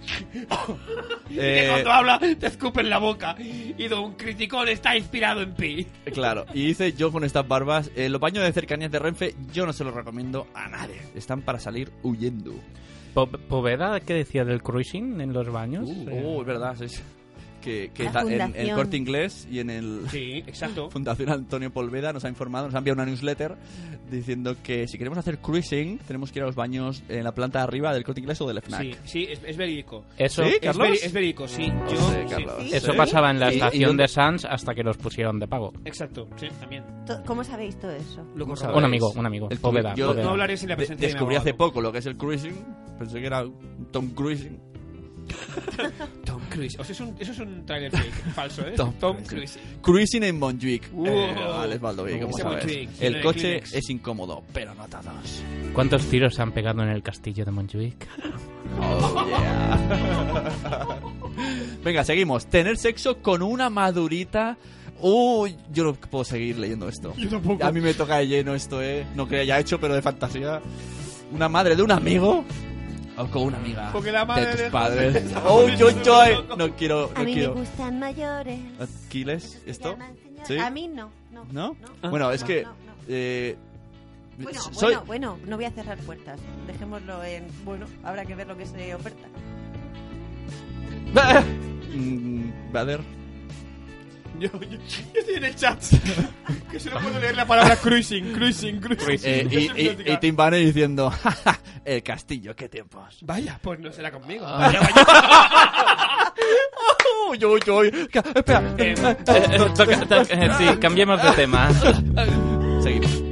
D: Eh,
E: habla te escupe en la boca. Y Don Criticón está inspirado en Pi.
D: Claro, y dice yo con estas barbas, eh, los baños de cercanías de Renfe yo no se los recomiendo a nadie. Están para salir huyendo.
H: Po- Poveda, ¿qué decía del cruising en los baños?
D: Uh,
H: Eh,
D: oh, es verdad, sí, sí. Que, que
F: La
D: está en- en el
F: fundación.
D: corte inglés y en el
E: Sí, exacto.
D: Fundación Antonio Polveda nos ha informado, nos ha enviado una newsletter diciendo que si queremos hacer cruising tenemos que ir a los baños en la planta de arriba del corte inglés o del FNAC.
E: Sí, sí, es, es verídico.
H: Eso,
D: ¿Sí?
E: Es,
D: ¿Carlos? Oh,
E: veri- es verídico, sí. Yo,
D: José,
E: sí.
D: Carlos,
H: eso
D: ¿eh?
H: pasaba en la
D: Sí, ¿y
H: estación
D: dónde-
H: de Sans hasta que los pusieron de pago.
E: Exacto, sí, también.
F: To- ¿Cómo sabéis todo eso?
E: Lo
D: ¿Cómo
E: corroboro.
D: sabes?
H: Un amigo, un amigo.
D: El
H: Poveda,
D: cru- yo-
H: Poveda.
E: No hablaré sin la
D: De-
E: presencia de mi
D: descubrí hace
E: abogado.
D: poco lo que es el cruising, pensé que era un Tom Cruising.
E: Tom Cruise. O sea, es un, eso es un trailer fake falso, ¿eh?
D: Tom Cruise.
E: Cruise.
D: Cruising en Montjuic.
E: Uh.
D: Eh, vale, es Baldoví,
E: Ese
D: como sabes.
E: Montjuic, lleno
D: El
E: de
D: coche
E: Kleenex.
D: es incómodo, pero no todos.
H: ¿Cuántos tiros se han pegado en el castillo de Montjuic?
D: Oh, yeah. Venga, seguimos. Tener sexo con una madurita. Uy, yo no puedo seguir leyendo esto. A mí me toca de lleno esto, eh. No que haya hecho, pero de fantasía. Una madre de un amigo. O con una amiga.
E: Porque la madre
D: de
E: de-
D: tus padres. oh, yo, yo, eh, No quiero,
F: A
D: no
F: mí
D: quiero.
F: me gustan mayores.
D: ¿Aquiles? ¿Esto?
F: Llaman señor-
D: ¿Sí?
F: A mí no. No.
D: ¿No?
F: no,
D: Bueno, es
F: no,
D: que.
F: no, no.
D: eh,
F: Bueno,
D: soy-
F: bueno, bueno, no voy a cerrar puertas. Dejémoslo en. Bueno, habrá que ver lo que se oferta.
D: Mm, Vader.
E: Yo, yo- yo estoy en el chat. que solo puedo leer la palabra cruising, cruising, cruising.
D: Eh,
E: Yo
D: y,
E: soy
D: y,
E: neurótica.
D: y Tim Banner diciendo, "Ja, ja, el castillo, qué tiempos.
E: Vaya, pues no será conmigo.
D: Ah. Uy, uy, uy. Ca- Espera.
E: Eh,
D: eh,
H: eh, sí, cambiemos de tema.
D: Seguimos.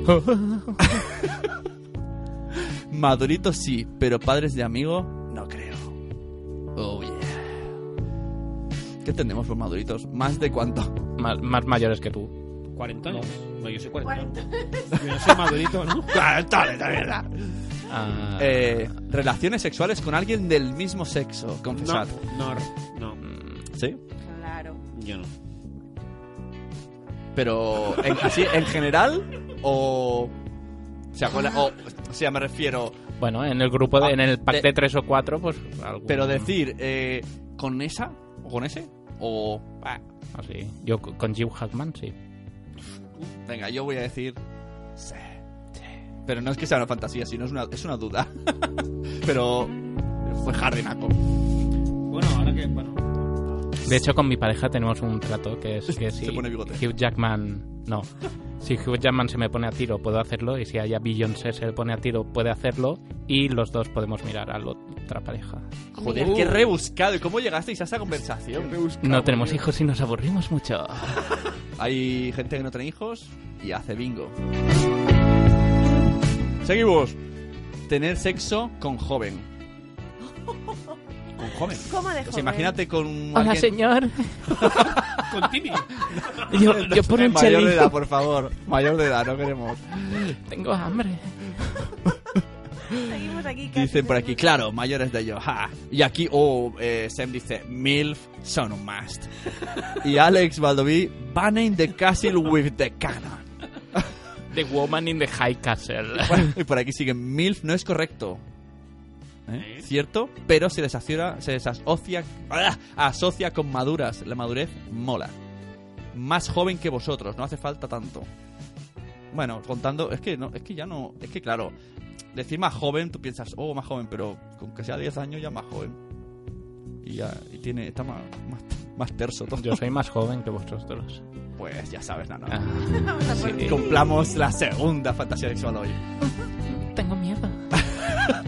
D: Madurito sí, pero padres de amigo, no creo. Oh, yeah. ¿Qué entendemos por maduritos? Más de cuánto.
H: Más, más mayores que tú.
E: Cuarentones. No, yo soy 40. Yo no soy madurito, ¿no? dale, dale, dale.
H: Ah,
D: Eh, relaciones sexuales con alguien del mismo sexo, confesad.
E: No, no, no,
H: Mm.
D: Sí.
F: Claro.
E: yo no.
D: Pero en, así, en general o... O sea, con la- o, o sea, me refiero...
H: bueno, en el grupo, de,
D: Ah,
H: en el pack
D: de-
H: de, tres o cuatro, pues algo.
D: Pero decir, eh, ¿con esa? ¿O con ese? O... ah,
H: Así. Yo c- con Jim Hackman, sí.
D: venga, yo voy a decir... Sí. Pero no es que sea una fantasía, sino es una, es una duda. Pero fue jardinaco.
E: Bueno, ahora que. Bueno.
H: De hecho, con mi pareja tenemos un trato que es que si
D: Se pone bigote.
H: Hugh Jackman. No. Si Hugh Jackman se me pone a tiro, puedo hacerlo. Y si haya Beyoncé se le pone a tiro, puede hacerlo. Y los dos podemos mirar a la otra pareja.
D: Joder, qué rebuscado. ¿Y cómo llegasteis a esa conversación?
H: No tenemos hijos y nos aburrimos mucho.
D: Hay gente que no tiene hijos y hace bingo. Seguimos. Tener sexo con joven. Con joven.
F: ¿Cómo de
D: Pues
F: joven?
D: imagínate con
H: Eh, Hola,
D: alguien-
H: señor.
E: Con Timmy.
H: Yo, yo por un
D: Mayor de
H: chelín.
D: edad, por favor. Mayor de edad, no queremos.
H: Tengo hambre.
F: Seguimos aquí. Katy,
D: Dicen por aquí,
F: seguimos.
D: claro, mayores de yo. ja. Y aquí, oh, eh, Sam dice, MILF son un must. Y Alex Baldoví, Banning the Castle with the Cannon.
H: The Woman in the High Castle.
D: Bueno, y por aquí sigue, MILF no es correcto. ¿Eh? ¿Cierto? Pero se les, asocia, se les asocia, ¡ah! asocia con maduras. La madurez mola. Más joven que vosotros, no hace falta tanto. Bueno, contando, es que no, es que ya no, es que claro, decir más joven, tú piensas, oh, más joven, pero con que sea 10 años ya más joven. Y ya, y tiene, está más, más, más terso todo.
H: Yo soy más joven que vosotros dos.
D: Pues ya sabes, nada.
H: Ah, sí.
D: Cumplamos la segunda fantasía sexual hoy.
H: Tengo miedo.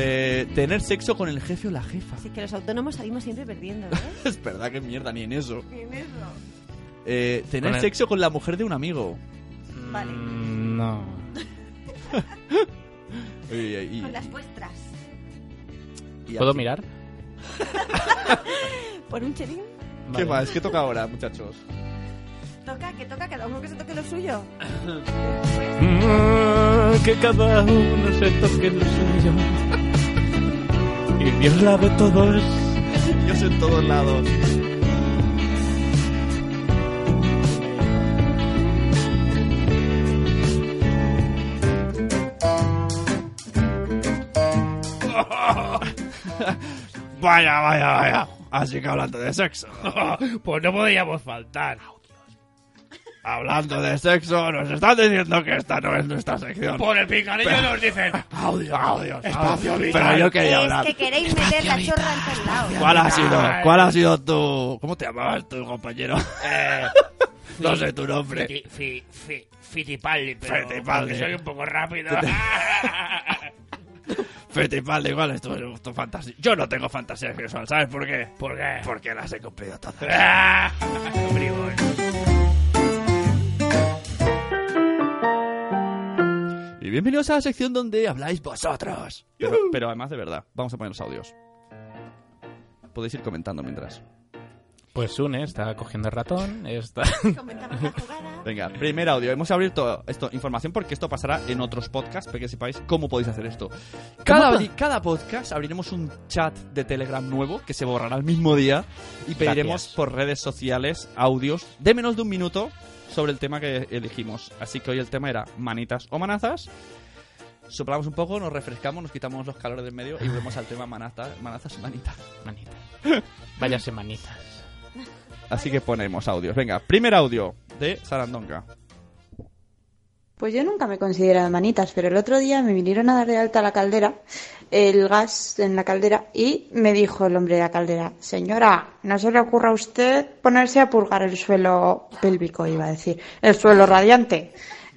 D: Eh, tener sexo con el jefe o la jefa.
F: Así que los autónomos salimos siempre perdiendo, ¿eh?
D: Es verdad que mierda, ni en eso.
F: En eso.
D: Eh, tener
H: Con el-
D: sexo con la mujer de un amigo.
F: Vale.
H: Mm, No.
D: Y- y-
F: Con las vuestras.
D: y- y
H: ¿Puedo
D: aquí-
H: mirar?
F: Por un chelín.
D: ¿Qué
H: Vale.
D: más? ¿Qué toca ahora, muchachos?
F: Toca, que toca, cada uno que se toque lo suyo.
J: Ah,
H: Mm, Que cada uno se toque lo suyo. Y Dios la ve todos.
D: Dios en todos lados.
E: Vaya, vaya, vaya. Así que hablando de sexo. pues no podíamos faltar.
D: Hablando de sexo, nos están diciendo que esta no es nuestra sección.
E: Por el picarillo nos dicen.
D: Audio, audio,
E: Espacio
D: audio.
E: vital.
D: Pero yo quería
F: Es
D: hablar.
F: que queréis meter la chorra en todos lados.
D: ¿Cuál ha sido? ¿Cuál ha sido tu? ¿Cómo te llamabas tu compañero?
E: Eh,
D: no sé tu nombre.
E: Fi, fi, fitipaldi, pero
D: Fittipaldi.
E: porque soy un poco rápido.
D: Fetipaldi, ¿cuál es tu, tu fantasía? Yo no tengo fantasía sexual, ¿sabes por qué? Ah,
E: ¿Por qué?
D: Porque las he cumplido todas.
E: Bribón.
D: Y bienvenidos a la sección donde habláis vosotros. Pero, pero además de verdad, vamos a poner los audios. Podéis ir comentando mientras.
H: Pues une, está cogiendo el ratón. Está...
F: Comentamos la jugada.
D: Venga, primer audio. Hemos abierto esto, información porque esto pasará en otros podcasts para que sepáis cómo podéis hacer esto. Cada,
H: ¿Cómo?
D: cada podcast abriremos un chat de Telegram nuevo que se borrará el mismo día y pediremos
H: Gracias.
D: por redes sociales audios de menos de un minuto sobre el tema que elegimos. Así que hoy el tema era manitas o manazas. Soplamos un poco, nos refrescamos, nos quitamos los calores del medio y volvemos al tema manata- manazas y manitas.
H: Manitas. Vaya semanitas.
D: Así que ponemos audios. Venga, primer audio de Sarandonga.
L: Pues yo nunca me he considerado manitas, pero el otro día me vinieron a dar de alta la caldera, el gas en la caldera, y me dijo el hombre de la caldera, señora, no se le ocurra a usted ponerse a purgar el suelo pélvico, iba a decir, el suelo radiante.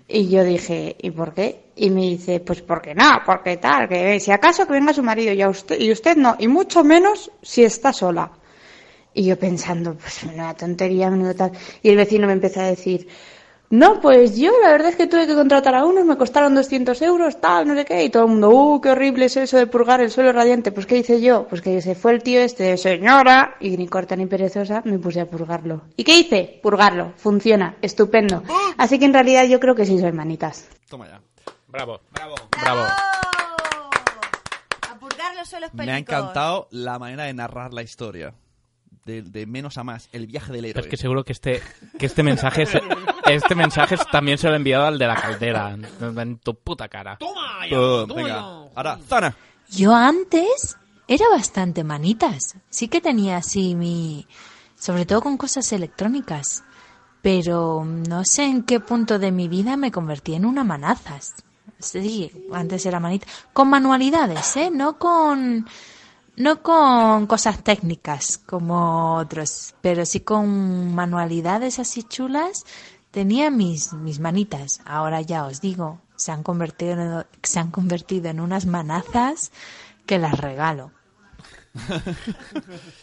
L: Y yo dije, ¿y por qué? Y me dice, pues porque no, porque tal, que si acaso que venga su marido y, a usted, y usted no, y mucho menos si está sola. Y yo pensando, pues una tontería, menudo tal. Y el vecino me empezó a decir, No, pues yo la verdad es que tuve que contratar a unos, me costaron 200 euros, tal, no sé qué, y todo el mundo, uh, qué horrible es eso de purgar el suelo radiante. Pues ¿qué hice yo? Pues que se fue el tío este de señora, y ni corta ni perezosa, me puse a purgarlo. ¿Y qué hice? Purgarlo, funciona, estupendo. Así que en realidad yo creo que sí soy manitas.
D: Toma ya.
J: Bravo.
E: Bravo.
J: Bravo.
F: A purgar los suelos
D: Me ha encantado la manera de narrar la historia. De, de menos a más, el viaje del héroe.
H: Pero es que seguro que este, que este mensaje se- este mensaje también se lo he enviado al de la caldera. En, en tu puta cara.
E: ¡Toma! ya!
D: Pum,
E: ¡Toma
D: venga.
E: ya!
D: Ahora, Zana.
M: Yo antes era bastante manitas. Sí que tenía así mi... sobre todo con cosas electrónicas. Pero no sé en qué punto de mi vida me convertí en una manazas. Sí, antes era manita. Con manualidades, ¿eh? No con... No con cosas técnicas como otros, pero sí con manualidades así chulas. Tenía mis, mis manitas. Ahora ya os digo, se han convertido, se han convertido en unas manazas que las regalo.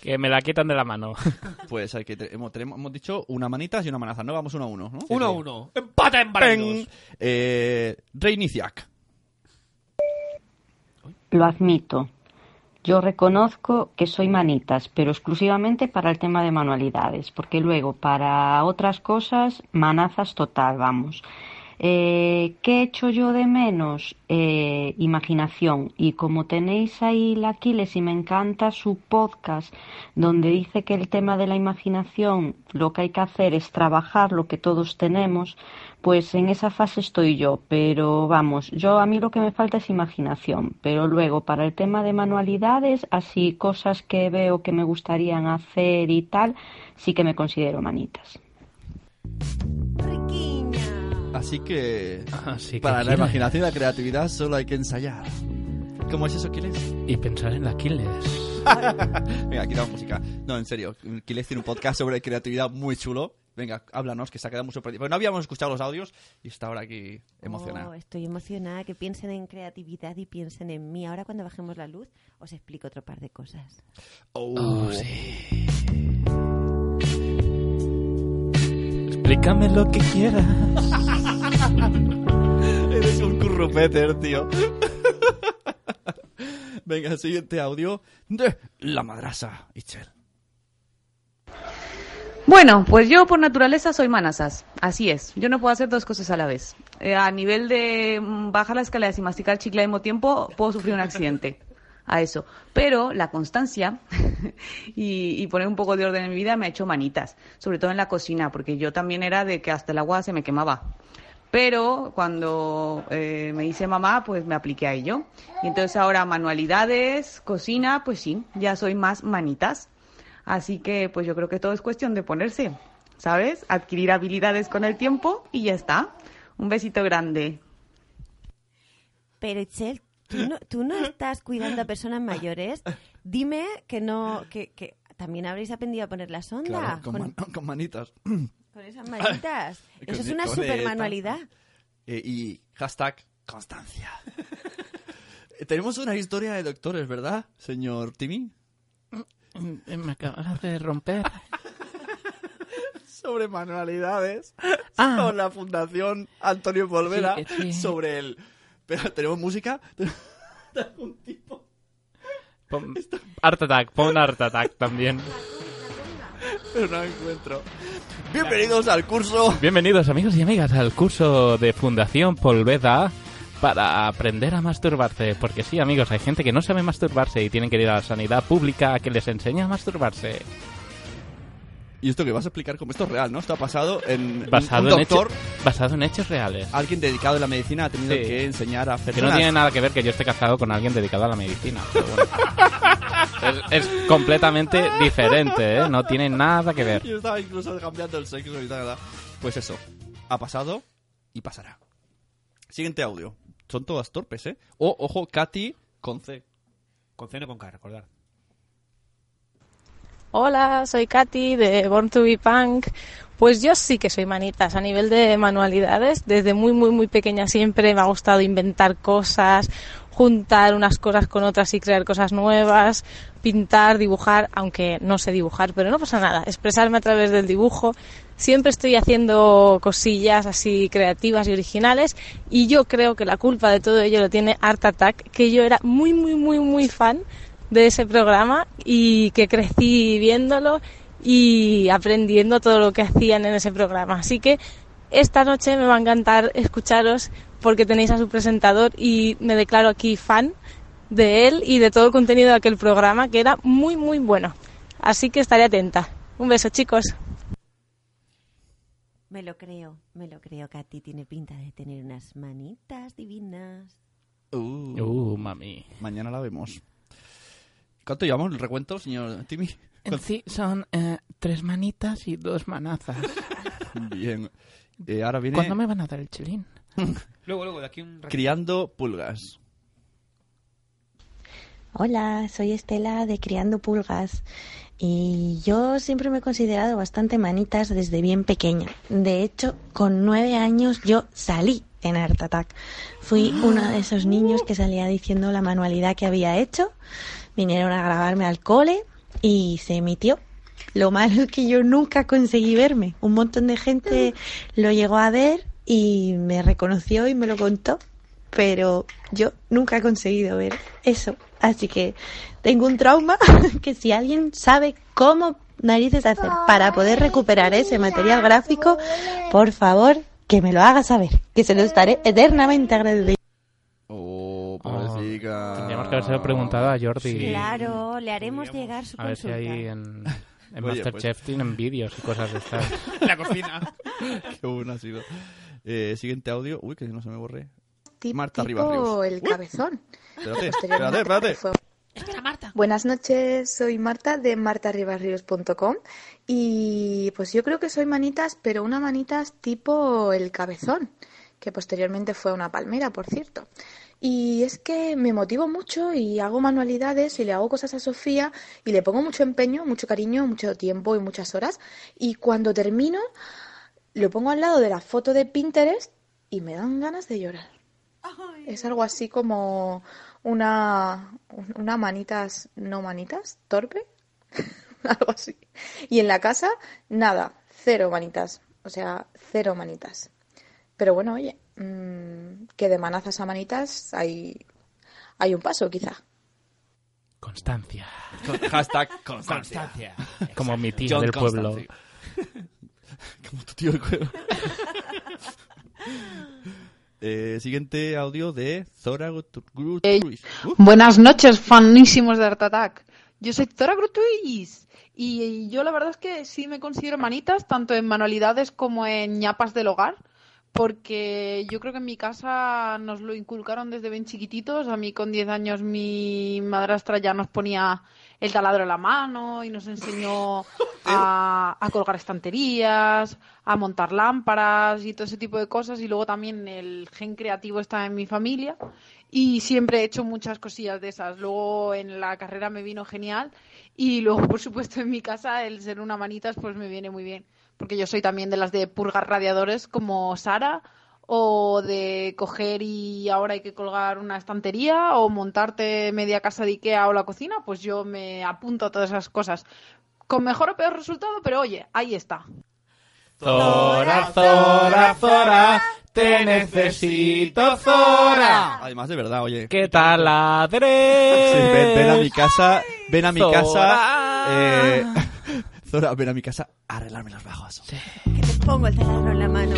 H: Que me la quitan de la mano.
D: Pues hay que te- hemos, tenemos- hemos dicho una manita y una manaza. No, vamos uno a uno. ¿no?
E: Uno a uno. Empata en
D: Peng.
E: varios.
D: Eh, Reiniciac.
N: Lo admito. Yo reconozco que soy manitas, pero exclusivamente para el tema de manualidades, porque luego para otras cosas, manazas total, vamos. Eh, ¿qué echo yo de menos? Eh, imaginación. Y como tenéis ahí la Aquiles y me encanta su podcast, donde dice que el tema de la imaginación, lo que hay que hacer es trabajar lo que todos tenemos, pues en esa fase estoy yo, pero vamos, yo a mí lo que me falta es imaginación, pero luego para el tema de manualidades, así cosas que veo que me gustarían hacer y tal, sí que me considero manitas.
D: Así que.
H: Así que
D: para la
H: gira.
D: imaginación y la creatividad solo hay que ensayar. ¿Cómo es eso, Kiles?
H: Y pensar en la Aquiles.
D: Venga, quitamos música. No, en serio. Kiles tiene un podcast sobre creatividad muy chulo. Venga, háblanos, que se ha quedado muy sorprendido. Pero no habíamos escuchado los audios y está ahora aquí emocionado.
F: Oh, estoy emocionada, que piensen en creatividad y piensen en mí. Ahora cuando bajemos la luz os explico otro par de cosas.
D: Oh,
H: Explícame lo que quieras.
D: Eres un currupeter, tío. Venga, siguiente audio de La Madrasa, Itzel.
O: Bueno, pues yo por naturaleza soy manazas, así es. Yo no puedo hacer dos cosas a la vez. Eh, a nivel de mm, bajar las escaleras y masticar chicle al mismo tiempo, puedo sufrir un accidente. A eso. Pero la constancia y, y poner un poco de orden en mi vida me ha hecho manitas, sobre todo en la cocina, porque yo también era de que hasta el agua se me quemaba. Pero cuando eh, me hice mamá, pues me apliqué a ello. Y entonces ahora manualidades, cocina, pues sí, ya soy más manitas. Así que pues yo creo que todo es cuestión de ponerse, ¿sabes? Adquirir habilidades con el tiempo y ya está. Un besito grande.
F: Pero Itzel, ¿tú no, tú no estás cuidando a personas mayores. Dime que no, que, que también habréis aprendido a poner la sonda
D: Claro, con,
F: con,
D: man- con manitas.
F: con esas manitas. Eso es una
D: Con- con
F: super
D: esta.
F: manualidad.
D: Eh, y hashtag constancia. Eh, Tenemos una historia de doctores, ¿verdad, señor Timmy?
H: Me acabas de romper.
D: Sobre manualidades.
H: Ah.
D: Con la Fundación Antonio Volvera.
H: Sí, eh, sí.
D: Sobre el... Pero, ¿Tenemos música?
H: Pon- Art Attack, pon Art Attack también.
D: Pero no la encuentro. Bienvenidos al curso.
H: Bienvenidos amigos y amigas al curso de Fundación Polveda para aprender a masturbarse. Porque sí amigos, hay gente que no sabe masturbarse y tienen que ir a la sanidad pública a que les enseñe a masturbarse.
D: Y esto que vas a explicar como esto es real, ¿no? Esto ha pasado en un-
H: Basado,
D: un
H: en,
D: doctor,
H: hechos, basado en hechos reales.
D: alguien dedicado a la medicina ha tenido
H: Sí.
D: que enseñar a
H: Que no
D: personas.
H: tiene nada que ver que yo esté casado con alguien dedicado a la medicina. pero bueno. es, es completamente diferente, ¿eh? No tiene nada que ver.
D: Yo estaba incluso cambiando el sexo y tal. Pues eso, ha pasado y pasará. Siguiente audio. Son todas torpes, ¿eh? O, ojo, Katy con C.
E: Con C no con K, recordar.
P: Hola, soy Katy de Born to be Punk. Pues yo sí que soy manitas a nivel de manualidades. Desde muy, muy, muy pequeña siempre me ha gustado inventar cosas, juntar unas cosas con otras y crear cosas nuevas, pintar, dibujar, aunque no sé dibujar, pero no pasa nada, expresarme a través del dibujo. Siempre estoy haciendo cosillas así creativas y originales y yo creo que la culpa de todo ello lo tiene Art Attack, que yo era muy, muy, muy, muy fan de ese programa y que crecí viéndolo y aprendiendo todo lo que hacían en ese programa. Así que esta noche me va a encantar escucharos porque tenéis a su presentador y me declaro aquí fan de él y de todo el contenido de aquel programa que era muy muy bueno. Así que estaré atenta. Un beso chicos.
F: Me lo creo, me lo creo. Katy tiene pinta de tener unas manitas divinas.
D: Uh, mami. Mañana la vemos. ¿Cuánto llevamos el recuento, señor Timmy?
H: En sí, son eh, tres manitas y dos manazas.
D: Bien. Eh, ahora viene
H: ¿Cuándo me van a dar el chilín?
E: Luego, luego, de aquí un ratito.
D: Criando Pulgas.
Q: Hola, soy Estela de Criando Pulgas y yo siempre me he considerado bastante manitas desde bien pequeña. De hecho, con nueve años yo salí en Art Attack. Fui uno de esos niños que salía diciendo la manualidad que había hecho. Vinieron a grabarme al cole y se emitió. Lo malo es que yo nunca conseguí verme. Un montón de gente lo llegó a ver y me reconoció y me lo contó, pero yo nunca he conseguido ver eso. Así que tengo un trauma que si alguien sabe cómo narices hacer para poder recuperar ese material gráfico, por favor, que me lo haga saber, que se lo estaré eternamente agradecida.
D: Oh, pobrecita.
H: Tendríamos que haberse preguntado a Jordi.
F: Claro, le haremos llegar su
H: A ver si
F: consulta.
H: hay en, en
D: Oye, pues.
H: Masterchef tienen vídeos y cosas de estas.
E: La cocina.
D: Qué bueno ha sido. Eh, siguiente audio. Uy, que no se me borre.
R: Tip-
D: Marta
R: tipo
D: Rivas Ríos.
R: el cabezón.
D: Espérate, espérate, espérate.
R: Posteriormente fue- Buenas noches, soy Marta de martarribasríos.com y pues yo creo que soy manitas, pero una manitas tipo el cabezón, que posteriormente fue una palmera, por cierto. Y es que me motivo mucho y hago manualidades y le hago cosas a Sofía y le pongo mucho empeño, mucho cariño, mucho tiempo y muchas horas. Y cuando termino, lo pongo al lado de la foto de Pinterest y me dan ganas de llorar. Es algo así como una, un- una manitas, no manitas, torpe, algo así. Y en la casa, nada, cero manitas, o sea, cero manitas. Pero bueno, oye, mm, que de manazas a manitas hay, hay un paso quizá.
H: Constancia.
D: Con- hashtag constancia.
H: Como mi tío
D: John
H: del pueblo.
D: Constantine. Como tu tío del pueblo. Eh, siguiente audio de Zora Gutruis.
S: Eh, Buenas noches, fanísimos de Art Attack. Yo soy Zora Grutuis y, y yo la verdad es que sí me considero manitas, tanto en manualidades como en ñapas del hogar, porque yo creo que en mi casa nos lo inculcaron desde bien chiquititos. A mí con 10 años mi madrastra ya nos ponía el taladro en la mano y nos enseñó a, a colgar estanterías, a montar lámparas y todo ese tipo de cosas. Y luego también el gen creativo está en mi familia y siempre he hecho muchas cosillas de esas. Luego en la carrera me vino genial y luego, por supuesto, en mi casa el ser una manitas pues me viene muy bien, porque yo soy también de las de purgar radiadores como Sara o de coger y ahora hay que colgar una estantería o montarte media casa de Ikea o la cocina, pues yo me apunto a todas esas cosas. Con mejor o peor resultado, pero oye, ahí está.
H: Zora, Zora, Zora, te necesito, Zora.
D: Además, de verdad, oye.
H: ¿Qué tal la
D: Sí, ven, ven a mi casa, ven a mi
H: Zora.
D: casa. eh, Zora, ven a mi casa Ah, a arreglarme los bajos.
F: Pongo el taladro en la mano.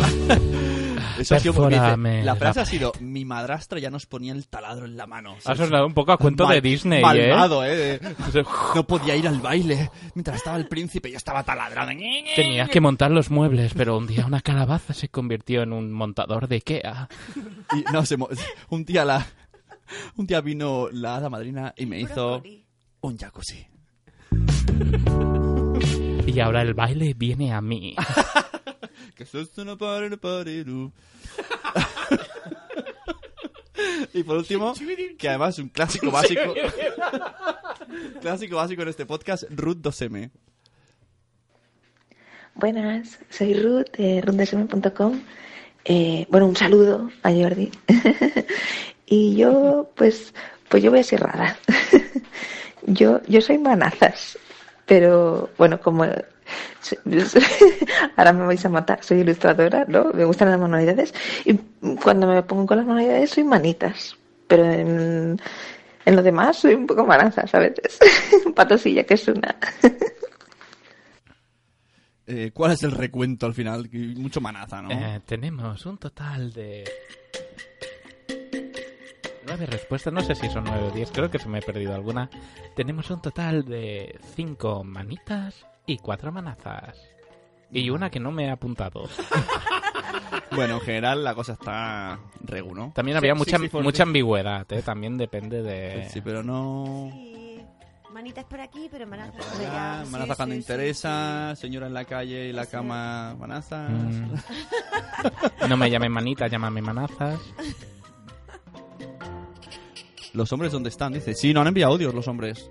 D: Eso ha sido muy bien. ¿eh?
H: Perfórame
D: La
H: la
D: frase ha sido, mi madrastra ya nos ponía el taladro en la mano.
H: Ha sonado un poco a cuento de Disney, ¿eh?
D: malvado, ¿eh? De- No podía ir al baile. Mientras estaba el príncipe, yo estaba taladrado.
H: Tenías que montar los muebles, pero un día una calabaza se convirtió en un montador de Ikea.
D: Y no, se mo- un día la un día vino la hada madrina y me hizo un jacuzzi.
H: Y ahora el baile viene a mí.
D: Que sos una pare- pareru. y por último, que además es un clásico básico, clásico básico en este podcast, Ruth 2M.
Q: Buenas, soy Ruth de rundesm.com. Eh, bueno, un saludo a Jordi.
T: Y yo, pues, pues yo voy a ser rara. yo, yo soy manazas, pero bueno, como ahora me vais a matar, soy ilustradora, ¿no? Me gustan las manualidades y cuando me pongo con las manualidades soy manitas, pero en, en lo demás soy un poco manazas a veces. Patosilla que es una.
D: Eh, ¿Cuál es el recuento al final? Que Mucho manaza, ¿no?
H: Eh, tenemos un total de nueve respuestas. No sé si son nueve o diez. Creo que se me he perdido alguna. Tenemos un total de cinco manitas y cuatro manazas. Y una que no me he apuntado.
D: Bueno, en general la cosa está regu, ¿no?
H: También había
D: Sí,
H: mucha,
D: sí, sí, por
H: mucha
D: sí.
H: ambigüedad, ¿eh? También depende de...
D: Sí, pero no...
F: Manitas por aquí, pero manazas por
D: Ah,
F: allá.
D: manaza
F: Sí,
D: cuando
F: sí,
D: interesa, señora en la calle y la cama manazas.
H: Mm. No me llamen manitas, llámame manazas.
D: ¿Los hombres dónde están? Dice, sí, no han enviado audios los hombres.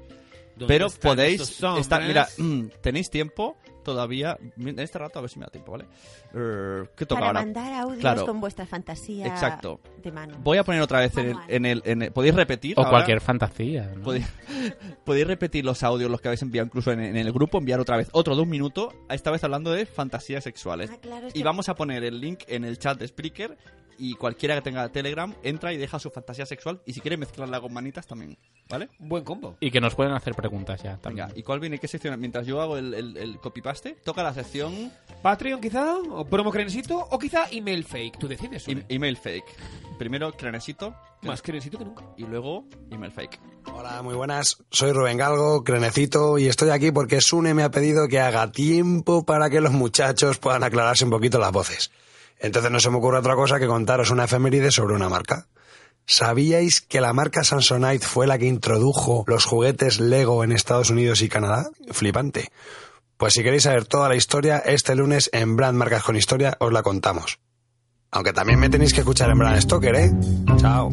E: ¿Dónde
D: Pero
E: están
D: podéis
E: estos hombres?
D: estar, mira, mm, tenéis tiempo todavía, en este rato a ver si me da tiempo, ¿vale? Eh, ¿Qué toca
F: Para
D: ahora?
F: mandar audios con vuestra fantasía
D: Exacto.
F: de mano.
D: Voy a poner otra vez en el, en el, en el- podéis repetir
H: O
D: ahora?
H: cualquier fantasía. ¿no?
D: Podéis, podéis repetir los audios, los que habéis enviado incluso en, en el grupo, enviar otra vez otro de un minuto, esta vez hablando de fantasías sexuales.
F: Ah, claro, es
D: y
F: que-
D: vamos a poner el link en el chat de Spreaker y cualquiera que tenga Telegram entra y deja su fantasía sexual y si quiere mezclarla con manitas también, ¿vale?
E: Buen combo.
H: Y que nos pueden hacer preguntas ya. También.
D: ¿Y cuál viene? ¿Qué sección? Mientras yo hago el, el, el copy-paste, toca la sección...
E: Patreon quizá, o promo crenesito, o quizá email fake. Tú decides.
D: em- email fake. Primero, crenesito.
E: Más crenesito que nunca.
D: Y luego, email fake.
U: Hola, muy buenas. Soy Rubén Galgo, Crenecito, y estoy aquí porque Sune me ha pedido que haga tiempo para que los muchachos puedan aclararse un poquito las voces. Entonces no se me ocurre otra cosa que contaros una efeméride sobre una marca. ¿Sabíais que la marca Samsonite fue la que introdujo los juguetes Lego en Estados Unidos y Canadá? Flipante. Pues si queréis saber toda la historia, este lunes en Brand Marcas con Historia os la contamos. Aunque también me tenéis que escuchar en Brand Stoker, ¿eh? Chao.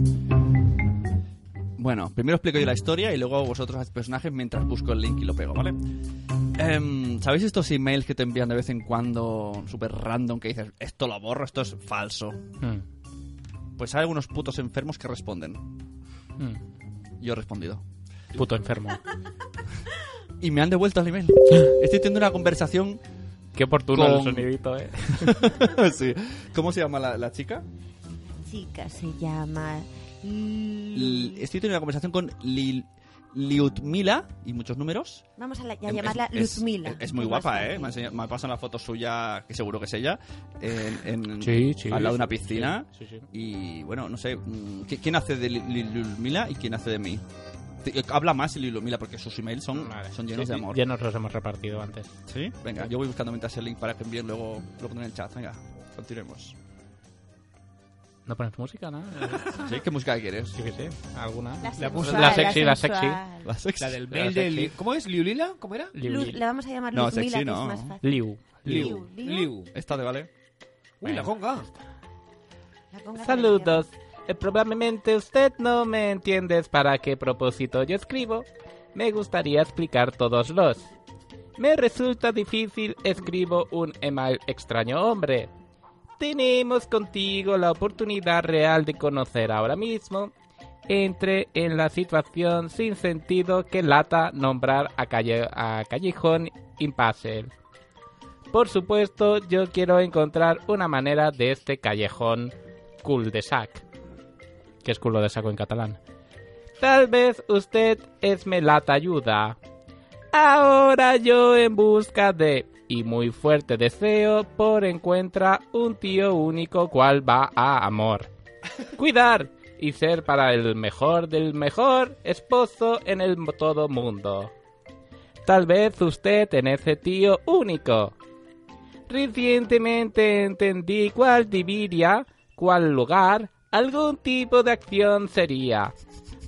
D: Bueno, primero explico yo la historia y luego vosotros los personajes mientras busco el link y lo pego, ¿vale? Em, ¿Sabéis estos emails que te envían de vez en cuando súper random que dices, esto lo borro, esto es falso?
H: Mm.
D: Pues hay algunos putos enfermos que responden.
H: Hmm.
D: Yo he respondido.
H: Puto enfermo.
D: Y me han devuelto el email. Estoy teniendo una conversación...
H: Qué oportuno el sonidito, ¿eh?
D: sí. ¿Cómo se llama la- la chica?
F: Chica se llama.
D: L- Estoy teniendo una conversación con Lil- Liutmila y muchos números.
F: Vamos a, la- a
D: Em-
F: llamarla
D: es-
F: Luzmila.
D: Es, es muy guapa, ¿eh? Me, ha enseñado- me ha pasado una foto suya, que seguro que es ella, en, en-
H: Sí, sí.
D: al lado de una piscina.
H: Sí, sí, sí.
D: Y bueno, no sé, mm, ¿qui- ¿quién hace de Lil- Lil- Liutmila y quién hace de mí? Te- eh, Habla más Liutmila porque sus emails son, son llenos
H: Sí,
D: de amor.
H: Ya nos los hemos repartido antes.
D: ¿Sí? Venga, yo voy buscando mientras el link para que envíen luego lo pondré en el chat. Venga, continuemos.
H: ¿No pones música, no?
D: ¿Sí? ¿Qué música quieres?
H: Yo qué sé, alguna.
F: La
H: La, puse-
F: sensual,
H: la sexy,
F: la
H: la
F: sensual.
H: sexy.
D: La sexy.
E: La del mail de Li- ¿Cómo es? ¿Liulila? ¿Cómo era?
F: Luz- la vamos a llamar
D: No,
F: Luzmila,
D: sexy
F: que
D: no.
F: es más fácil.
H: Liu.
F: Liu. Liu.
D: Esta te vale.
E: Uy, la conga.
H: Saludos. Eh, probablemente usted no me entiendes para qué propósito yo escribo. Me gustaría explicar todos los. Me resulta difícil escribo un email extraño hombre. Tenemos contigo la oportunidad real de conocer ahora mismo. Entre en la situación sin sentido que lata nombrar a, calle, a Callejón Impassel. Por supuesto, yo quiero encontrar una manera de este callejón cul de sac. Que es culo de saco en catalán. Tal vez usted es melata ayuda. Ahora yo en busca de y muy fuerte deseo por encuentra un tío único cual va a amor. Cuidar y ser para el mejor del mejor esposo en el mo- todo mundo. Tal vez usted en ese tío único. Recientemente entendí cuál dividia, cuál lugar, algún tipo de acción sería.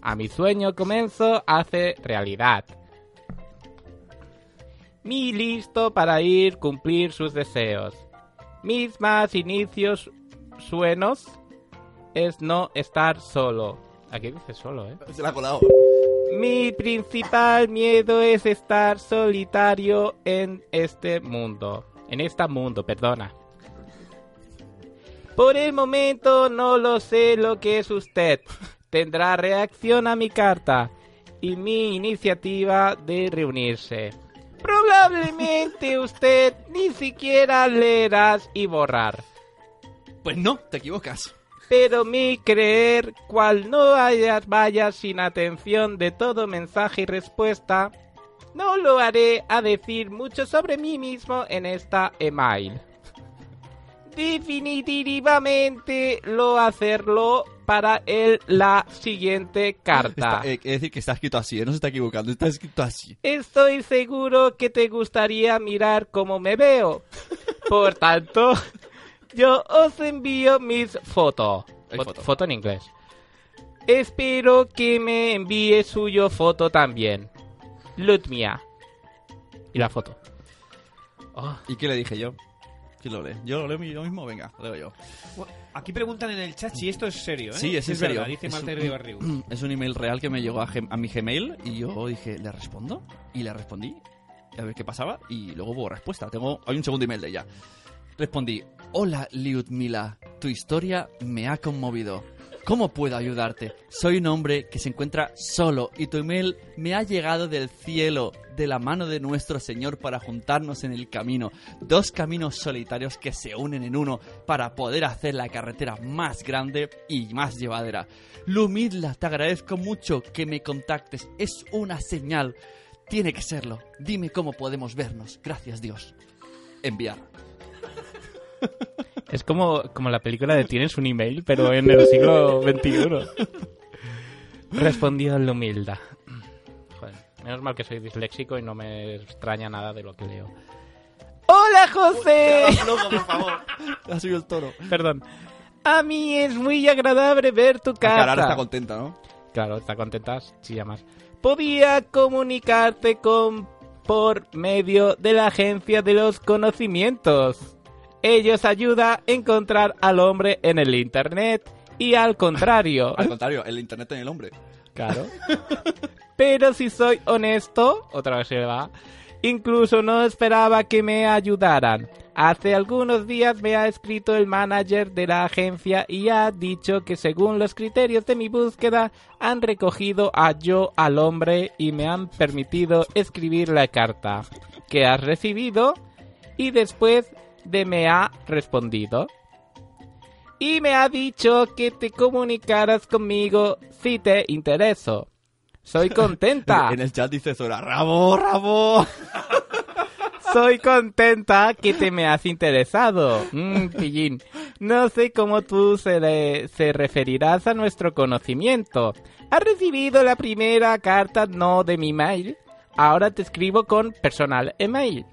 H: A mi sueño comienzo hace realidad. Mi listo para ir cumplir sus deseos. Mis más inicios suenos es no estar solo. Aquí dice solo, ¿eh?
D: Se la ha colado.
H: Mi principal miedo es estar solitario en este mundo. En este mundo, perdona. Por el momento no lo sé lo que es usted. tendrá reacción a mi carta y mi iniciativa de reunirse. Probablemente usted ni siquiera leerás y borrar.
D: Pues no, te equivocas.
H: Pero mi creer, cual no hayas vaya sin atención de todo mensaje y respuesta, no lo haré a decir mucho sobre mí mismo en esta email. Definitivamente lo hacerlo para el la siguiente carta.
D: Está- eh, es decir, que está escrito así, eh, no se está equivocando, está escrito así.
H: Estoy seguro que te gustaría mirar cómo me veo. Por tanto, yo os envío mis fotos. Fo- foto. en inglés. Espero que me envíe suyo foto también. Ludmia. Y la foto.
D: ¿Y qué le dije yo? ¿Quién lo lee? Ah. ¿Yo lo leo mi- yo mismo? Venga, lo leo yo.
E: Aquí preguntan en el chat si esto es serio, ¿eh?
D: Sí, es en
E: verdad,
D: serio.
E: dice
D: Es
E: Marta
D: un-
E: Riva Riu.
D: Es un email real que me llegó a, gem- a mi Gmail y yo dije, ¿le respondo? Y le respondí, a ver qué pasaba, y luego hubo respuesta. Tengo, hay un segundo email de ella. Respondí, hola Liudmila, tu historia me ha conmovido. ¿Cómo puedo ayudarte? Soy un hombre que se encuentra solo y tu email me ha llegado del cielo, de la mano de nuestro Señor para juntarnos en el camino. Dos caminos solitarios que se unen en uno para poder hacer la carretera más grande y más llevadera. Lumidla, te agradezco mucho que me contactes. Es una señal. Tiene que serlo. Dime cómo podemos vernos. Gracias Dios. Enviar.
H: Es como, como la película de Tienes un email, pero en el siglo XXI. Respondió la humilda. Joder, menos mal que soy disléxico y no me extraña nada de lo que leo. ¡Hola, José!
D: Ha sido el toro.
H: Perdón. A mí es muy agradable ver tu carta.
D: Cara, ahora está contenta, ¿no?
H: Claro, está contenta, chilla más. Podía comunicarte con por medio de la agencia de los conocimientos. Ellos ayuda a encontrar al hombre en el internet y al contrario.
D: Al contrario, el internet en el hombre.
H: Claro. Pero si soy honesto, otra vez se va. Incluso no esperaba que me ayudaran. Hace algunos días me ha escrito el manager de la agencia y ha dicho que según los criterios de mi búsqueda han recogido a yo al hombre y me han permitido escribir la carta que has recibido y después de me ha respondido y me ha dicho que te comunicaras conmigo si te intereso. Soy contenta.
D: En el chat dice Zora, rabo, rabo.
H: Soy contenta que te me has interesado. Mm, pillín. No sé cómo tú se, le- se referirás a nuestro conocimiento. ¿Has recibido la primera carta no de mi mail? Ahora te escribo con personal email.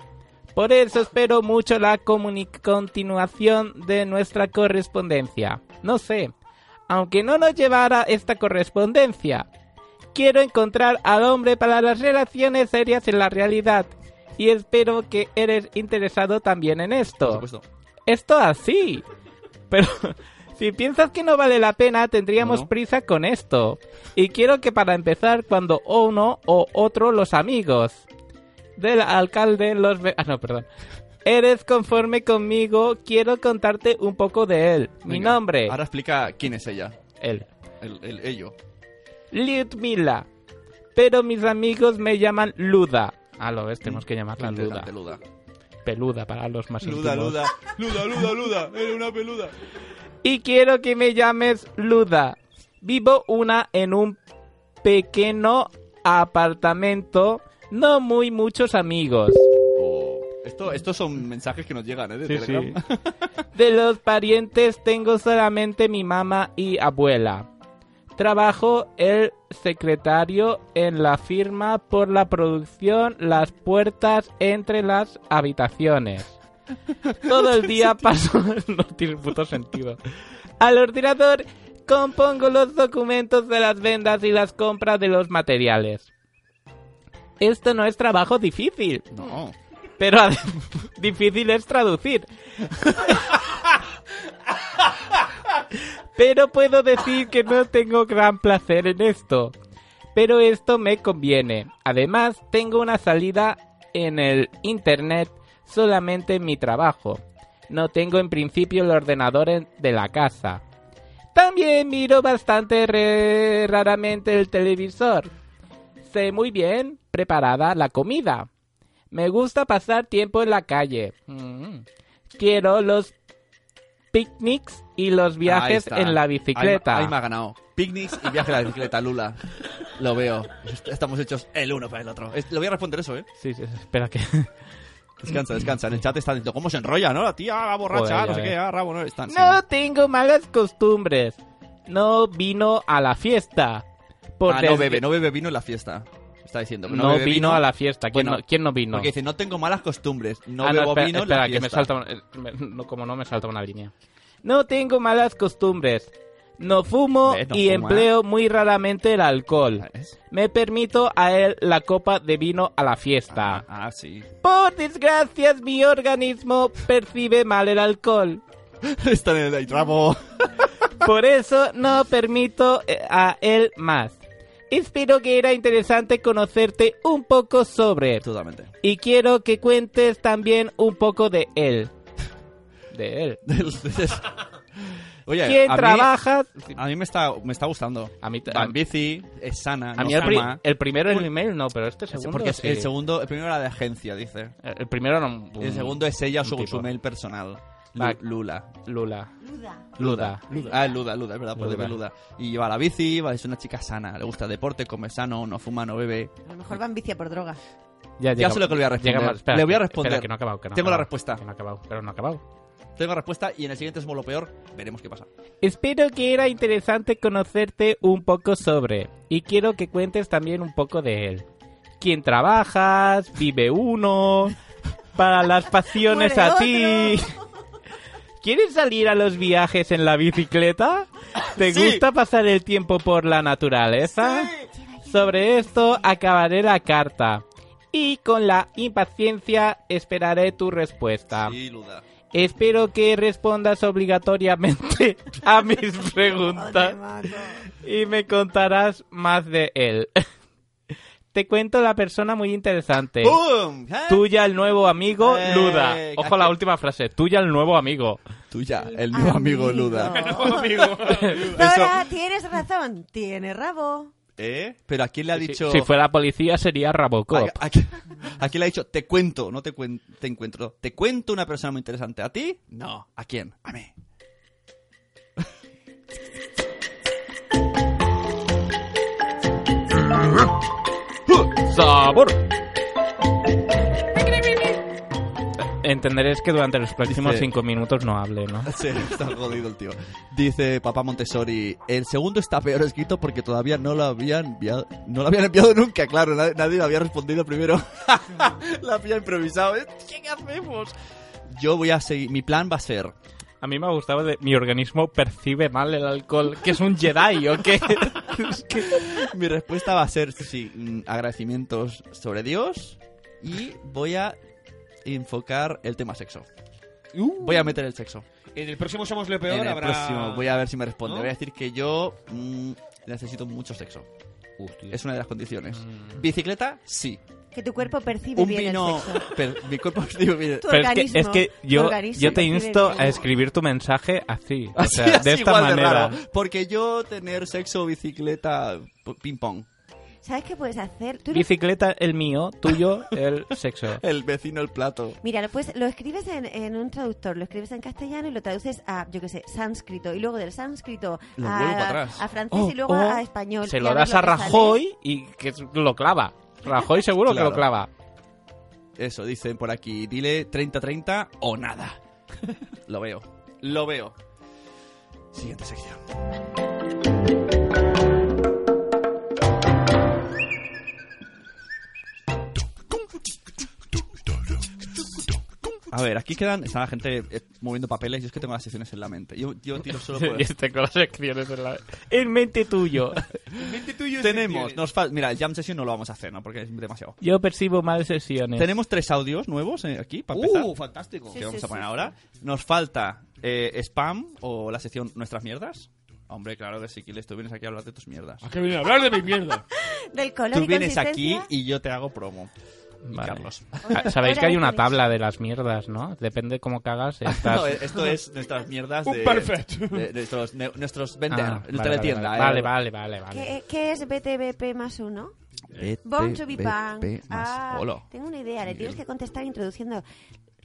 H: Por eso espero mucho la comuni- continuación de nuestra correspondencia. No sé, aunque no nos llevara esta correspondencia. Quiero encontrar al hombre para las relaciones serias en la realidad. Y espero que eres interesado también en esto. Esto así. Pero si piensas que no vale la pena, tendríamos prisa con esto. Y quiero que para empezar, cuando uno o otro los amigos del alcalde los... ve- Ah, no, perdón. Eres conforme conmigo, quiero contarte un poco de él. Mi
D: Venga,
H: nombre.
D: Ahora explica quién es ella.
H: Él.
D: El, el- ello.
H: Lyudmila. Pero mis amigos me llaman Luda. A lo ves, tenemos que llamarla Luda.
D: Mm. interesante, Luda.
H: Peluda para los más
D: Luda,
H: íntimos.
D: Luda. Luda, Luda, Luda. Eres una peluda.
H: Y quiero que me llames Luda. Vivo una en un pequeño apartamento. No muy muchos amigos.
D: Oh, Esto, estos son mensajes que nos llegan, ¿eh? De
H: Sí,
D: Telegram.
H: De los parientes tengo solamente mi mamá y abuela. Trabajo el secretario en la firma por la producción Las puertas entre las habitaciones. Todo el día paso... no tiene puto sentido. Al ordenador compongo los documentos de las vendas y las compras de los materiales. Esto no es trabajo difícil.
D: No.
H: Pero ade- difícil es traducir. Pero puedo decir que no tengo gran placer en esto. Pero esto me conviene. Además, tengo una salida en el Internet solamente en mi trabajo. No tengo en principio el ordenador en- de la casa. También miro bastante re- raramente el televisor. Sé muy bien preparada la comida. Me gusta pasar tiempo en la calle. Mm. Quiero los picnics y los viajes en la bicicleta.
D: Ahí, me ha ganado. Picnics y viaje en la bicicleta, Lula. Lo veo. Est- Estamos hechos el uno para el otro. Es- lo voy a responder eso, ¿eh?
J: Sí, sí, espera que...
D: Descansa, descansa. En el chat está diciendo cómo se enrolla, ¿no? La tía, la borracha,
J: Joder, ya
D: no sé
J: ves.
D: qué, ah, rabo, no. Están, sí.
H: No tengo malas costumbres. No vino a la fiesta. Por
D: ah, no
H: desgra-
D: bebe, no bebe vino en la fiesta. Está diciendo.
H: No
D: bebe
H: vino a la fiesta. ¿Quién no- quién no vino?
D: Porque dice, no tengo malas costumbres. No
H: Ah, no,
D: bebo
H: espera,
D: vino en
H: espera,
D: la
H: que me
D: fiesta.
H: salta una- eh, me- no, como no me salta una línea. No tengo malas costumbres. No fumo
D: Eh,
J: ¿Ves? No
H: y
J: fuma.
H: empleo muy raramente el
D: Ah,
H: alcohol. Me permito a él la copa de vino a la fiesta.
D: Ah, sí.
H: Por desgracia, mi organismo percibe mal el alcohol.
D: Está en el ahí, rabo.
H: Por eso no permito eh, a él más. Espero que era interesante conocerte un poco sobre.
D: Totalmente.
H: Y quiero que cuentes también un poco de él. De él.
D: Oye,
H: ¿Quién
D: a mí-
H: trabaja?
D: A mí me está, me está gustando.
H: A mí
D: Va en bici, es sana.
H: A
D: no
H: mí el, pri-
D: fuma.
H: el primero es el email, no, pero este
D: Ese-
H: segundo.
D: Porque
H: sí. Eh,
D: el segundo, el primero era de agencia, dice.
H: El, primero no.
D: el segundo es ella,
H: un
D: su,
H: tipo.
D: su mail personal. Lu-
H: Va.
D: Lula.
H: Lula.
D: Luda.
H: Luda.
D: Luda. Ah, Luda, Luda, es verdad, puede
H: Luda.
D: ver Luda. Y lleva la bici, va, es una chica sana, le gusta el deporte, come sano, no fuma, no bebe.
F: A lo mejor va en vicia por droga.
D: Ya,
H: llega-
D: sé lo que le voy a responder.
H: llega más- espera,
D: le voy a
H: espera,
D: responder.
H: que no ha acabado, que no ha
D: Tengo la
H: acabado,
D: respuesta.
H: que no ha acabado, pero no ha acabado.
D: Tengo la respuesta y en el siguiente es lo peor, veremos qué pasa.
H: Espero que era interesante conocerte un poco sobre y quiero que cuentes también un poco de él. ¿Quién trabajas? ¿Vive uno? Para las pasiones
J: Muere
H: a ti. ¿Quieres salir a los viajes en la bicicleta? ¿Te
J: Sí.
H: gusta pasar el tiempo por la naturaleza? Sobre esto acabaré la carta y con la impaciencia esperaré tu respuesta. Espero que respondas obligatoriamente a mis preguntas y me contarás más de él. Te cuento la persona muy interesante.
D: ¡Bum! ¿Eh?
H: Tuya el nuevo amigo
D: Eh,
H: Luda. Ojo a la
D: aquí-
H: última frase. Tuya el nuevo amigo.
D: Tuya el nuevo amigo Luda.
F: Dora, tienes razón. Tiene rabo.
D: ¿Eh? Pero aquí le ha dicho
H: Si fuera policía sería Rabocop.
D: A- Aquí, aquí le ha dicho, te cuento, no te, cuen- te encuentro. Te cuento una persona muy interesante. ¿A ti? No. ¿A quién? A mí.
H: ¡Sabor! Entenderéis que durante los próximos
D: Dice-
H: cinco minutos no hable, ¿no?
D: Sí, está jodido el tío. Dice Papá Montessori, el segundo está peor escrito porque todavía no lo habían enviado, no lo habían enviado nunca, claro, na- nadie lo había respondido primero. la había improvisado. ¿eh? ¿Qué hacemos? Yo voy a seguir, mi plan va a ser...
H: A mí me ha gustado de mi organismo percibe mal el alcohol, que es un Jedi o qué.
D: Mi respuesta va a ser, sí, mm, agradecimientos sobre Dios y voy a enfocar el tema sexo. Voy a meter el sexo.
E: En el próximo Somos lo peor
D: En el
E: habrá...
D: próximo, voy a ver si me responde.
E: ¿No?
D: Voy a decir que yo mm, necesito mucho sexo. Es una de las condiciones.
H: Mm.
D: ¿Bicicleta? Sí.
F: Que tu cuerpo percibe
D: Un
F: bien
D: vino...
F: el sexo.
D: per- mi cuerpo percibe bien-
F: Tu
H: Pero es que, es que
F: organismo,
H: yo,
F: organismo
H: yo te
F: percibe
H: insto
F: bien.
H: a escribir tu mensaje así, o
D: Así,
H: sea,
D: así,
H: de esta
D: igual
H: manera.
D: raro. Porque yo tener sexo, bicicleta, p- ping-pong.
F: ¿Sabes qué puedes hacer? Tú lo-
H: Bicicleta el mío, tuyo el sexo.
D: El vecino el plato.
F: Mira, lo, puedes- lo escribes en, en un traductor, lo escribes en castellano y lo traduces a, yo qué sé, sánscrito. Y luego del sánscrito
H: Lo vuelvo para
F: a,
H: atrás.
F: a francés
H: Oh,
F: y luego
H: oh,
F: a español.
H: Se
F: y
H: lo
F: ver
H: das a
F: que sale.
H: Rajoy y que lo clava. Rajoy seguro que
D: Claro.
H: lo clava.
D: Eso, dicen por aquí. Dile 30-30 o nada. Lo veo. Lo veo. Siguiente sección. A ver, aquí quedan. Está la gente eh, moviendo papeles. Yo es que tengo las secciones en la mente. Yo, yo tiro solo por.
H: Yo tengo las secciones en la- En mente tuyo.
D: Tenemos. Nos fal- Mira, el Jam Session no lo vamos a hacer, ¿no? Porque es demasiado.
H: Yo percibo mal sesiones.
D: Tenemos tres audios nuevos eh, aquí para
E: Uh,
D: empezar.
E: fantástico.
D: Que
E: Sí,
D: vamos
E: sí,
D: a poner
E: sí,
D: ahora. Nos falta eh, spam o la sección nuestras mierdas. Hombre, claro que sí, Kiles, tú vienes aquí a hablar de tus mierdas.
E: ¿A qué viene a hablar de mi mierda?
F: Del color
D: Tú
F: y
D: vienes aquí
F: consistencia.
D: y yo te hago promo.
H: Vale.
D: Carlos.
H: Ah, Sabéis que hay una tabla de las mierdas, ¿no? Depende cómo cagas. estás-
D: No, eh, esto es nuestras mierdas
E: Un
D: de,
E: perfect.
D: de- de nuestros, ne- nuestros vender,
H: Ah,
D: el
H: vale,
D: teletienda.
H: vale,
D: eh.
H: vale, vale,
F: ¿Qué, qué es BTBP más uno?
D: BTBP
F: Born to be punk.
D: más
F: Ah,
D: uno.
F: tengo una idea, le tienes que contestar introduciendo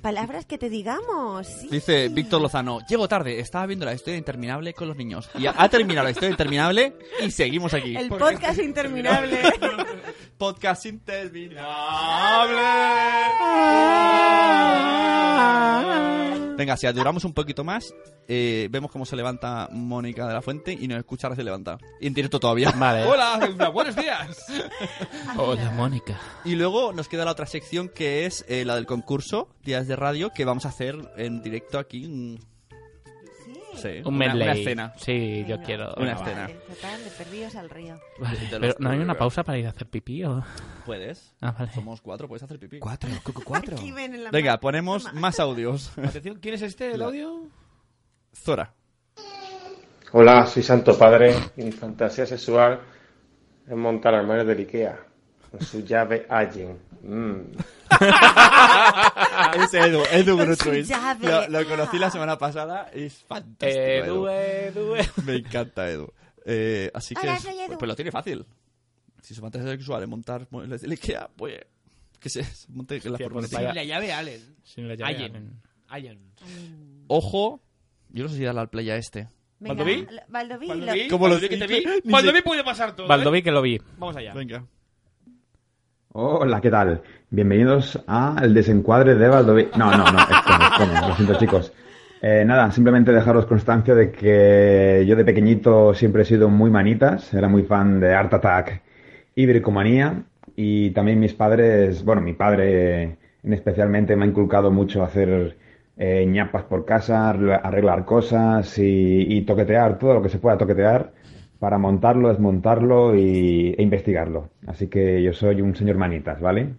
F: palabras que te digamos. Sí.
D: Dice Víctor Lozano, llego tarde, estaba viendo la historia interminable con los niños. Y ha ha terminado la historia interminable y seguimos aquí.
F: El podcast interminable.
D: podcast interminable.
H: Ah.
D: Venga, si duramos un poquito más, eh, vemos cómo se levanta Mónica de la Fuente y nos escucha ahora se levanta. Y en directo todavía.
H: Vale.
E: Hola, buenos días.
H: Hola, Mónica.
D: Y luego nos queda la otra sección que es eh, la del concurso, Días de Radio, que vamos a hacer en directo aquí. mm, sí,
H: Un
D: una-
H: medley.
D: Una escena.
H: Sí, yo quiero.
D: Una
H: Vale.
D: escena.
F: Total, de perdidos al río.
H: Vale, pero ¿no hay una pausa para ir a hacer pipí o...?
D: Puedes.
H: Ah, vale.
D: Somos cuatro, puedes hacer pipí. Cuatro,
E: cuatro.
F: Aquí ven en la
D: Venga,
F: ma-
D: ponemos más audios.
E: Atención, ¿quién es este, el audio?
D: Zora.
A: Hola, soy Santo Padre y mi fantasía sexual es montar armarios del Ikea con su llave Allen. Mm.
D: es Edu, Edu
A: Con
D: Brutus.
A: su llave.
D: Lo, lo conocí
F: Ah.
D: la semana pasada, es fantástico.
H: Eh, Edu, Edu. eh.
D: Me encanta Edu. Eh, así que,
F: Hola,
D: es-
F: soy Edu.
D: Pues, pues lo tiene fácil. Si su fantasía sexual es montar muebles del Ikea, pues... Que se se monte en la
H: Hostia, pues
D: fornecilla.
H: vaya-
E: La llave Allen.
H: Sin la llave
E: Allen.
H: Allen.
E: Allen.
D: Ojo, yo no sé si darle al play a este.
F: Venga,
E: ¿Valdoví?
F: la- Valdoví,
E: Valdoví,
F: lo-
D: ¿Cómo lo-
E: Valdoví, que te vi.
D: ni se-
E: Valdoví puede pasar todo.
H: Valdoví
E: ¿eh?
H: que lo vi.
E: Vamos allá.
D: Venga.
G: Hola, ¿qué tal? Bienvenidos a El desencuadre de Valdoví. No, no, no, es como, es como, lo siento, chicos. Eh, nada, simplemente dejaros constancia de que yo de pequeñito siempre he sido muy manitas, era muy fan de Art Attack y Bricomanía, y también mis padres, bueno, mi padre eh, especialmente me ha inculcado mucho a hacer eh, ñapas por casa, arregla- arreglar cosas y, y toquetear todo lo que se pueda toquetear para montarlo, desmontarlo y, e investigarlo. Así que yo soy un señor manitas, ¿vale?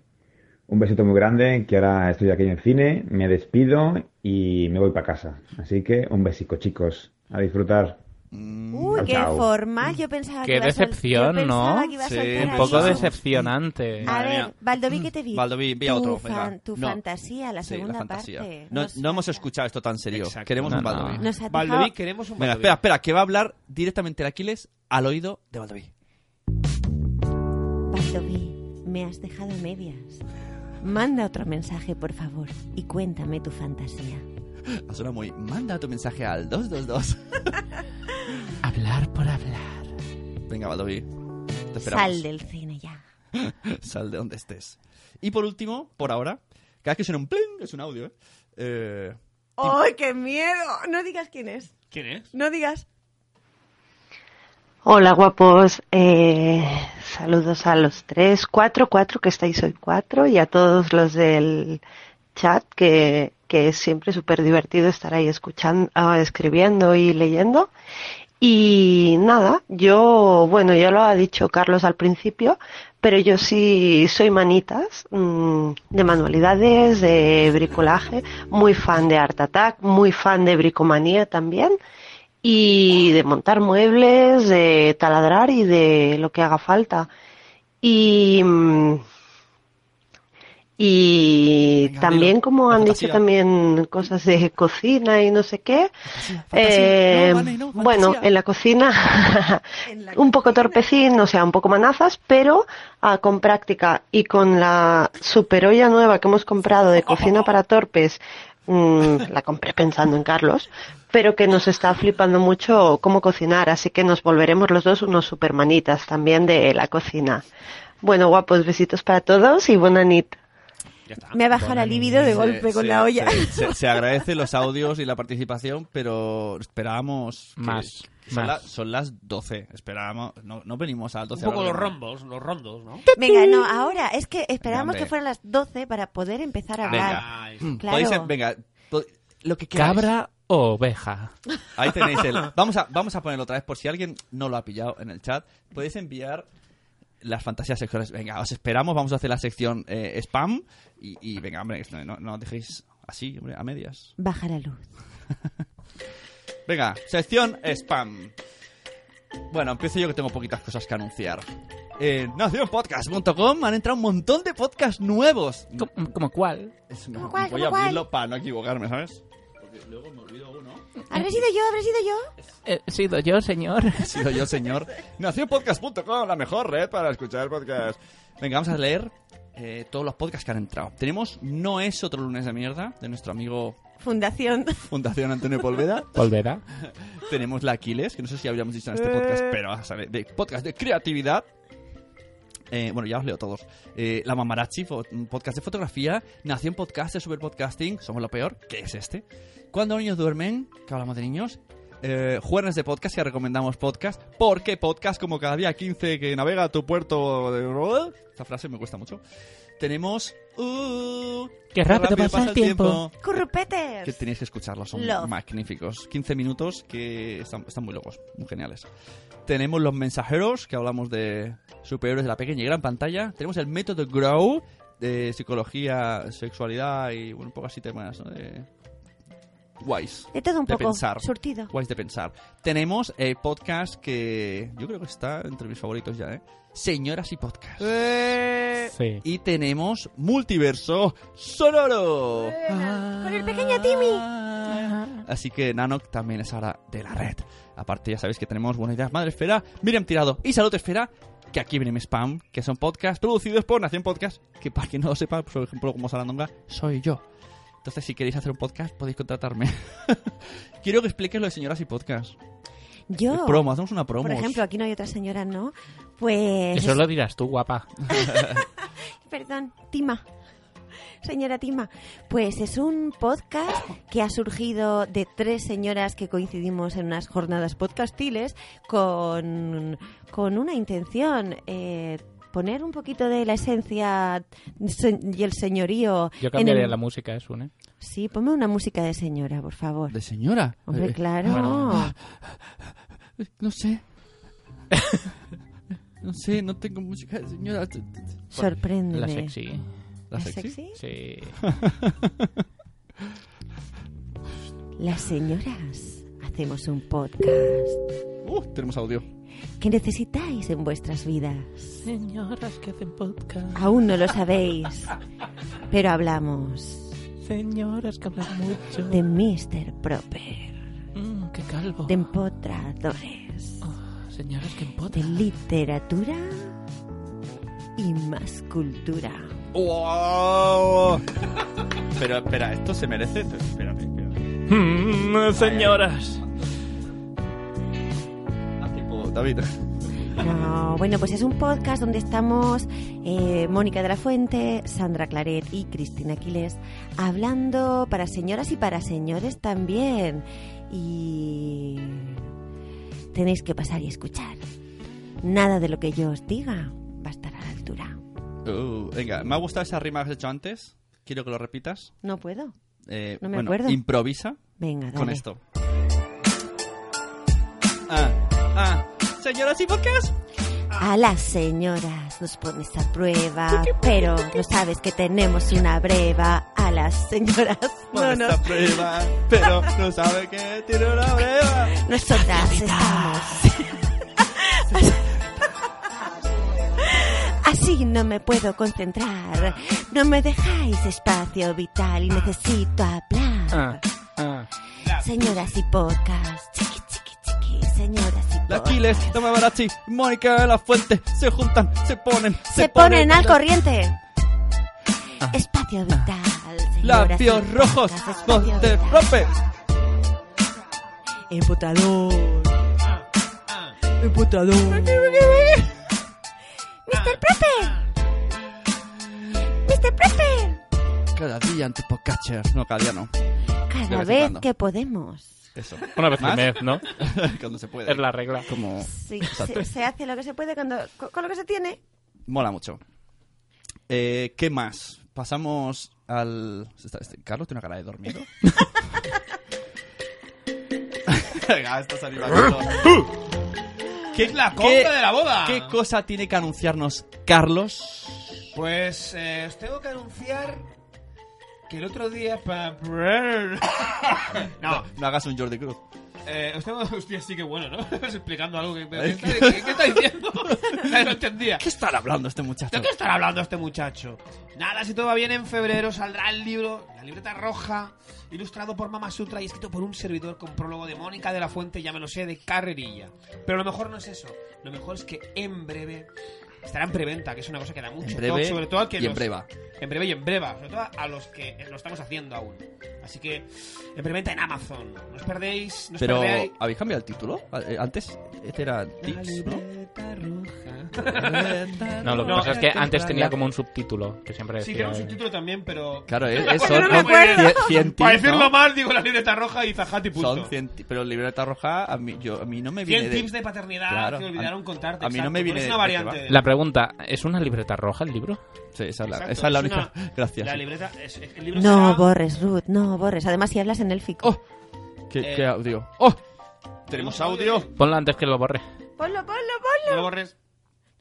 G: Un besito muy grande, que ahora estoy aquí en el cine, me despido y me voy para casa. Así que un besico, chicos. A disfrutar.
D: Mm,
F: Uy, qué formal. Yo pensaba que
H: Qué
F: iba a sol- yo
H: decepción,
F: pensaba
H: ¿no?
F: que iba a soltar
H: un
F: ahí
H: poco
F: su-
H: decepcionante.
F: A ver, Valdoví, ¿qué te vi?
D: Valdoví, Mm. envía
F: Tu
D: otro,
F: fan-
D: venga.
F: tu
D: No.
F: fantasía, la
D: Sí,
F: segunda
D: fantasía.
F: parte.
D: No,
F: Nos-
D: no hemos escuchado esto tan serio. Queremos
H: No,
D: un
H: no.
D: Valdoví.
F: Nos ha dejado-
E: Valdoví, queremos un
D: Venga,
E: Valdoví.
D: espera, espera, que va a hablar directamente el Aquiles al oído de Valdoví.
F: Valdoví, me has dejado a medias. Manda otro mensaje, por favor, y cuéntame tu fantasía.
D: Ha sonado muy. Manda tu mensaje al 222.
H: hablar por hablar.
D: Venga, Valdoví. Te esperamos.
F: Sal del cine ya.
D: Sal de donde estés. Y por último, por ahora, cada vez que suena un pling, es un audio, ¿eh? Eh,
F: ¡Ay, qué miedo! No digas quién es.
E: ¿Quién es?
F: No digas.
V: Hola guapos, Eh, saludos a los tres, cuatro, cuatro que estáis hoy cuatro y a todos los del chat que, que es siempre súper divertido estar ahí escuchando, ah, escribiendo y leyendo. Y nada, yo, bueno, ya lo ha dicho Carlos al principio, pero yo sí soy manitas, mm, de manualidades, de bricolaje, muy fan de Art Attack, muy fan de bricomanía también y de montar muebles, de taladrar y de lo que haga falta. Y, mm, y también, como han dicho también cosas de cocina y no sé qué, eh, bueno, en la cocina un poco torpecín, o sea, un poco manazas, pero ah, con práctica y con la super olla nueva que hemos comprado de cocina para torpes, mm, la compré pensando en Carlos, pero que nos está flipando mucho cómo cocinar, así que nos volveremos los dos unos supermanitas también de la cocina. Bueno, guapos, besitos para todos y buena nit.
D: Ah,
F: Me ha bajado la libido de golpe
D: se-
F: con la olla.
D: Se, se- se agradece los audios y la participación, pero esperábamos. que-
H: Más,
D: que
H: más.
D: son, la- son las 12. Esperábamos. No, no venimos a las 12.
E: Un poco
D: ahora
E: los
D: mismo.
E: rombos, los rondos, ¿no?
F: Venga, no, ahora es que esperábamos
D: Hombre.
F: que fueran las 12 para poder empezar a
D: Venga.
F: hablar.
D: Mm,
F: Claro.
D: podéis ser- venga, po- lo que queráis.
H: ¿Cabra o oveja?
D: Ahí tenéis el. Vamos a, vamos a ponerlo otra vez por si alguien no lo ha pillado en el chat. Podéis enviar las fantasías sexuales. Venga, os esperamos. Vamos a hacer la sección eh, spam. Y, y venga, hombre, no, no, no dejéis así, hombre, a medias.
F: Baja la luz.
D: Venga, sección spam. Bueno, empiezo yo que tengo poquitas cosas que anunciar. Eh, en nacionpodcast.com han entrado un montón de podcasts nuevos.
H: ¿Como cuál?
F: ¿Cómo
D: Voy
F: cuál, cómo
D: a
F: cuál?
D: abrirlo para no equivocarme, ¿sabes?
F: ¿Habré sido yo? ¿Habré sido yo?
H: He sido Eh, yo, señor.
D: He sido yo, señor. Nacionpodcast.com, la mejor red para escuchar podcast. Venga, vamos a leer eh, todos los podcasts que han entrado. Tenemos No es otro lunes de mierda, de nuestro amigo
F: Fundación.
D: Fundación Antonio Polveda.
H: Polveda.
D: Tenemos la Aquiles, que no sé si habríamos dicho en este
H: Eh.
D: podcast, pero a saber, de podcast de creatividad. Eh, bueno, ya os leo todos. Eh, la Mamarachi, fo- un podcast de fotografía. Nación Podcast de Super Podcasting. Somos lo peor, que es este. Cuando niños duermen, que hablamos de niños. Eh, jueves de podcast, que recomendamos podcast. Porque podcast como cada día 15 que navega a tu puerto de... Esta frase me cuesta mucho. Tenemos... Uh,
H: Qué rápido pasa el tiempo.
F: Currupeter.
D: que tenéis que escucharlos, son
F: Love.
D: magníficos. 15 minutos que están, están muy locos, muy geniales. Tenemos los mensajeros, que hablamos de superiores de la pequeña y gran pantalla. Tenemos el método Grow, de psicología, sexualidad y bueno, un poco así temas ¿no? de guays.
F: De todo un poco,
D: pensar.
F: surtido.
D: Guays de pensar. Tenemos el podcast que yo creo que está entre mis favoritos ya, ¿eh? Señoras y podcast.
H: ¡Eh!
D: Y tenemos Multiverso Sonoro.
J: Eh.
F: Con el pequeño Timmy.
D: Así que Nanok también es ahora de la red. Aparte, ya sabéis que tenemos Buenas Ideas Madre Esfera, Miriam Tirado y Salud Esfera, que aquí viene mi spam, que son podcasts producidos por Nación Podcast, que para quien no lo sepa, por ejemplo, como Salandonga, soy yo. Entonces, si queréis hacer un podcast, podéis contratarme. Quiero que expliques lo de señoras y podcast.
F: Yo.
D: Es promo, hacemos una promo.
F: Por ejemplo, aquí no hay otras señoras, ¿no? Pues.
H: Eso lo dirás tú, guapa.
F: Perdón, Tima. Señora Tima, pues es un podcast que ha surgido de tres señoras que coincidimos en unas jornadas podcastiles con, con una intención, eh, poner un poquito de la esencia se- y el señorío.
H: Yo
F: en el-
H: cambiaría la música, es un, ¿eh?
F: Sí, ponme una música de señora, por favor.
D: ¿De señora?
F: Hombre,
D: Eh,
F: claro.
D: bueno. No sé. No sé, no tengo música de señora.
F: Sorpréndeme.
H: La sexy.
F: ¿La sexy?
H: Sí.
F: Las señoras hacemos un podcast
D: Uh, tenemos audio.
F: que necesitáis en vuestras vidas.
H: Señoras que hacen podcast.
F: Aún no lo sabéis, pero hablamos
H: Señoras que hablan mucho.
F: de Mr. Proper,
H: Mm, qué calvo. Oh,
F: de empotradores,
H: Señoras que empotran.
F: de literatura y más cultura.
D: ¡Wow! Pero espera, esto se merece. Espérate,
H: Mm, señoras.
D: Ah, David.
F: No, bueno, pues es un podcast donde estamos eh, Mónica de la Fuente, Sandra Claret y Cristina Aquiles hablando para señoras y para señores también. Y tenéis que pasar y escuchar. Nada de lo que yo os diga va a estar a la altura.
D: Uh, venga, me ha gustado esa rima que has hecho antes. Quiero que lo repitas.
F: No puedo.
D: Eh,
F: No me
D: bueno,
F: acuerdo.
D: Improvisa.
F: Venga, dale.
D: Con esto. Ah, ah. Señoras y podcast.
F: A las señoras nos pones a prueba, pero no sabes que tenemos una breva. A las señoras no
D: Bueno,
F: nos...
D: esta prueba, pero no sabe que tiene una breva.
F: Nosotras estamos. Así no me puedo concentrar. No me dejáis espacio vital y necesito hablar.
H: Ah, ah.
F: Señoras y podcast. Chiqui, chiqui, chiqui. Señoras y
D: La Aquiles, la Mamarachi, Mónica de la Fuente se juntan, se ponen, se, Ah.
F: Se ponen al corriente. Espacio vital. señoras y
D: Labios rojos, voz de Prope.
F: Empotador.
B: Ah,
F: Empotador. Mr. Proper. Mr. Proper.
D: Cada día en tu podcatcher. No, cada día no. De
F: Cada
D: vez en
F: vez
D: cuando.
F: que podemos.
D: Eso.
H: Una vez al
D: ¿Más?
H: mes, ¿no?
D: cuando se puede.
H: Es la regla.
D: Como...
F: Sí,
D: Exacto.
F: se, se hace lo que se puede cuando, con, con lo que se tiene.
D: Mola mucho. Eh, ¿Qué más? Pasamos al... Está- este- Carlos tiene una cara de dormido. Venga, esto es animal. ¿Qué es la
E: compra de la boda?
D: ¿Qué cosa tiene que anunciarnos Carlos?
E: Pues eh, os tengo que anunciar que el otro día pa- No.
D: No hagas un Jordi Cruz.
E: Eh, os tengo- hostia, sí que bueno, ¿no? Estás explicando algo que... ¿Qué, está- qué- qué está diciendo? No entendía.
D: ¿Qué estará hablando este muchacho?
E: ¿De qué estará hablando este muchacho? Nada, si todo va bien, en febrero saldrá el libro, La libreta roja, ilustrado por Mama Sutra y escrito por un servidor con prólogo de Mónica de la Fuente, ya me lo sé, de carrerilla. Pero lo mejor no es eso. Lo mejor es que en breve estará en preventa, que es una cosa que da mucho.
D: En breve
E: toque, sobre todo al que
D: y en
E: nos-
D: breva.
E: En breve y en breva. Sobre todo a los que lo estamos haciendo aún. Así que en preventa en Amazon. No os perdéis. No os
D: Pero,
E: perdéis.
D: ¿habéis cambiado el título? Eh, Antes, este era tips, ¿no?
H: No, lo que
E: No,
H: pasa es que
E: es que
H: antes
E: la-
H: tenía como un subtítulo que siempre
E: Sí,
H: decía.
E: tiene un subtítulo también, pero.
D: Claro, es-
E: Porque
D: es-
E: no
D: son-
E: me acuerdo.
D: cien- cien
E: Para
D: tips,
E: decirlo
D: ¿no?
E: mal, digo la libreta roja y zajati punto.
D: Son 100 ti- pero libreta roja a mí, yo, a mí no me
E: 100
D: viene
E: tips de paternidad que olvidaron
D: a,
E: contarte,
D: A mí no me
E: exacto,
D: viene
E: pero es
D: de-
E: una
D: de qué va.
E: variante.
H: La pregunta, ¿es una libreta roja el libro?
D: Sí, esa es la,
E: Exacto,
D: esa es la única.
E: una-
D: Gracias.
E: La libreta. es- es- el libro
F: No
E: será-
F: borres, Ruth, no borres. Además, si hablas en élfico.
D: ¿Qué,
E: Eh,
D: qué audio? ¡Oh! Tenemos audio.
H: Ponlo antes que lo borre.
F: Ponlo, ponlo, ponlo.
E: No lo borres.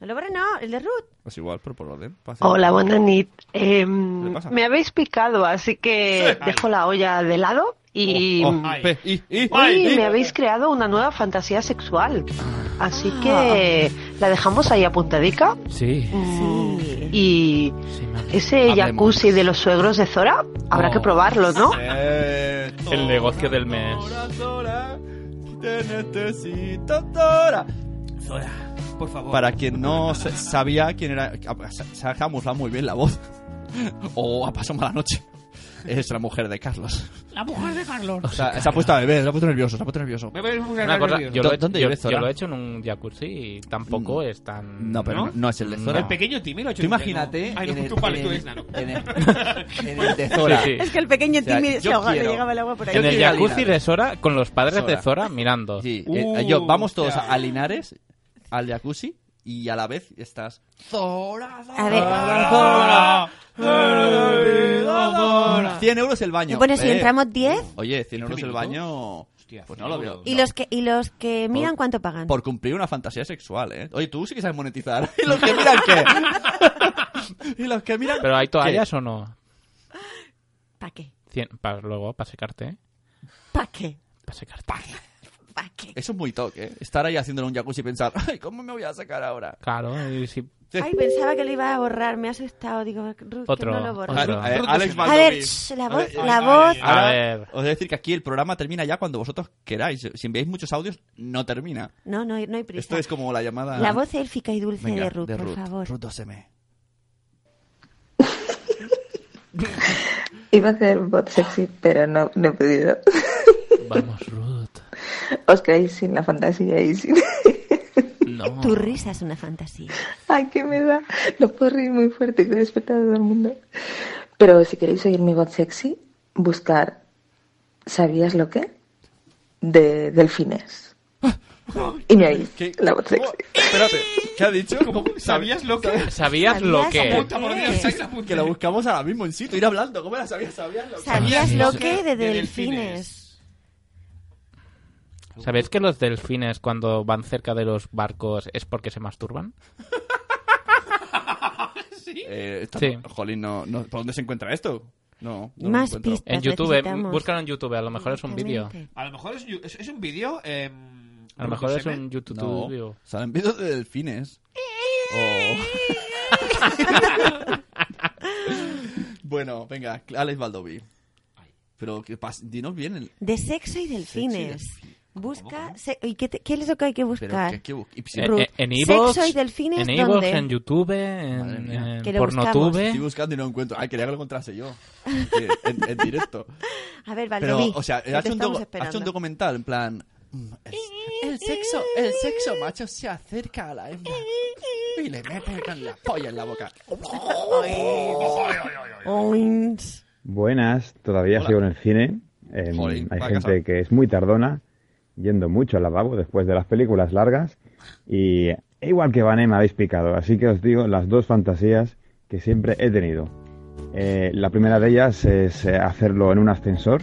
F: No lo borres, no, el de Ruth.
D: Pues igual, pero por orden. Pasa.
V: Hola, buenas nit. Eh,
D: le pasa?
V: me habéis picado, así que dejo la olla de lado y... mm,
D: Oh, pe- y, y-
V: Uy,
D: y-
V: me habéis creado una nueva fantasía sexual. Así que
D: Ah.
V: la dejamos ahí apuntadica.
H: Sí.
V: Y ese jacuzzi de los suegros de Zora, habrá
D: Oh.
V: que probarlo, ¿no?
H: Eh, El negocio del mes.
D: Te necesito, Dora.
E: Zora, por favor.
D: Para quien no se- sabía quién era, se- se ha camuflado muy bien la voz. O ha pasado mala noche. Es la mujer de Carlos.
E: La mujer de Carlos.
D: O sea, se ha puesto a beber, se ha puesto nervioso, se ha puesto nervioso.
E: Me voy a poner
H: Una cosa,
D: nervioso.
H: yo, lo he,
D: ¿Dónde
H: yo-
D: vive Zora?
H: yo lo he hecho en un jacuzzi y tampoco
D: Mm.
H: es tan.
D: No, pero no, no es el de Zora.
H: No.
E: Timmy lo ha hecho
D: Tú
E: en un
D: imagínate
E: dedo. Ay, no,
D: en el-
E: tú vale,
D: en
E: tú
D: el-
E: eres nano.
D: en el- en el de Zora.
H: Sí, sí. Es que
F: el pequeño Timmy se
D: yo
F: ahogaba, le
D: quiero-
F: llegaba el agua por ahí.
D: yo
H: en el
D: quiero ir a
H: jacuzzi
D: Linares.
H: de Sora con los padres
D: Zora.
H: de Zora mirando.
D: Sí, eh,
E: Uh,
D: yo- vamos todos a, a Linares, al jacuzzi, y a la vez estás...
E: Zora,
F: A ver.
E: Zora.
D: 100 euros el baño.
F: Bueno, si
D: Eh,
F: entramos 10.
D: Oye, 100 euros el baño... pues no lo veo.
F: ¿Y los que, y los que miran cuánto pagan?
D: Por cumplir una fantasía sexual, ¿eh? Oye, tú sí que sabes monetizar. ¿Y los que miran qué? ¿Y los que miran
H: ¿Pero hay
D: qué?
H: toallas o no?
F: ¿Para qué?
H: para luego, para secarte. ¿eh?
F: ¿Para qué?
H: Para secarte.
D: Eso es muy toque, ¿eh? Estar ahí haciéndolo en un jacuzzi y pensar, ay, ¿cómo me voy a sacar ahora?
H: Claro, y si...
F: Ay, pensaba que lo iba a borrar, me ha asustado. Digo, Ruth,
D: Otro,
F: que no lo borres.
D: otro. A ver,
F: Ruth,
D: Alex
F: A ver,
D: Valdoví.
F: shh, la voz,
D: A
F: la
D: ver,
F: voz.
D: Ahora,
H: A ver.
D: Os voy a decir que aquí el programa termina ya cuando vosotros queráis. Si enviáis muchos audios, no termina.
F: No, no, hay- no hay prisa.
D: Esto es como la llamada.
F: La voz élfica y dulce
D: Venga,
F: de, Ruth, por favor.
D: Ruth 12M.
T: Iba a hacer un bot sexy, pero no, no he podido.
H: Vamos, Ruth.
T: Os quedáis sin la fantasía y sin...
H: No.
F: Tu risa es una fantasía.
T: Ay, que me da. Lo puedo reír muy fuerte, que he despertado a todo el mundo. Pero si queréis oír mi voz sexy, buscar ¿Sabías lo que? de Delfines. Y me oís la voz sexy.
D: Espérate, ¿qué ha dicho?
E: ¿Sabías lo que?
H: ¿Sabías lo que?
E: Apunta, por Dios, Isaac, apunta.
D: Que lo buscamos ahora mismo en sitio, ir hablando. ¿Cómo era? ¿Sabías, sabías lo que?
F: ¿Sabías lo que de,
D: De
F: delfines?
H: ¿Sabéis que los delfines cuando van cerca de los barcos es porque se masturban?
D: Eh, está-
H: Sí.
D: Jolín, no, no- ¿por dónde se encuentra esto? No, no lo
F: Más
D: encuentro.
F: pistas.
H: En YouTube, eh,
F: necesitamos.
H: búscalo en YouTube, a lo mejor es un vídeo.
E: A lo mejor es, es- es un vídeo. eh,
H: A lo mejor es
E: ¿cómo se
H: un
E: ve?
H: YouTube
D: No,
H: video.
D: salen vídeos de delfines. Oh. bueno, venga, Alex Baldoví. Pero que pas- dinos bien el...
F: De sexo y delfines. Busca. se- ¿Y qué, te- qué es lo que hay que
D: Pero
F: buscar?
D: que- que bu- y pues si-
H: Eh,
F: Ruth,
H: eh, en iVoox,
F: sexo y delfines,
H: en
F: ¿dónde?
H: iVoox, en YouTube, en, en
F: Que lo
H: Pornotube.
D: Estoy buscando y no encuentro. Ay, quería que lo encontrase yo. Eh, En, en directo.
F: A ver,
D: Pero,
F: Valdoví.
D: o sea,
F: que te
D: has hecho, un docu-
F: estamos
D: has hecho un
F: esperando.
D: documental en plan... "Mm, El sexo, el sexo macho se acerca a la hembra y le mete con la polla en la boca.
G: Buenas, todavía sigo en el cine. Eh,
D: Jolín,
G: hay
D: va a
G: gente
D: casar.
G: que es muy tardona, yendo mucho al lavabo después de las películas largas. Y e igual que Vané me habéis picado, así que os digo las dos fantasías que siempre he tenido. Eh, la primera de ellas es eh, hacerlo en un ascensor,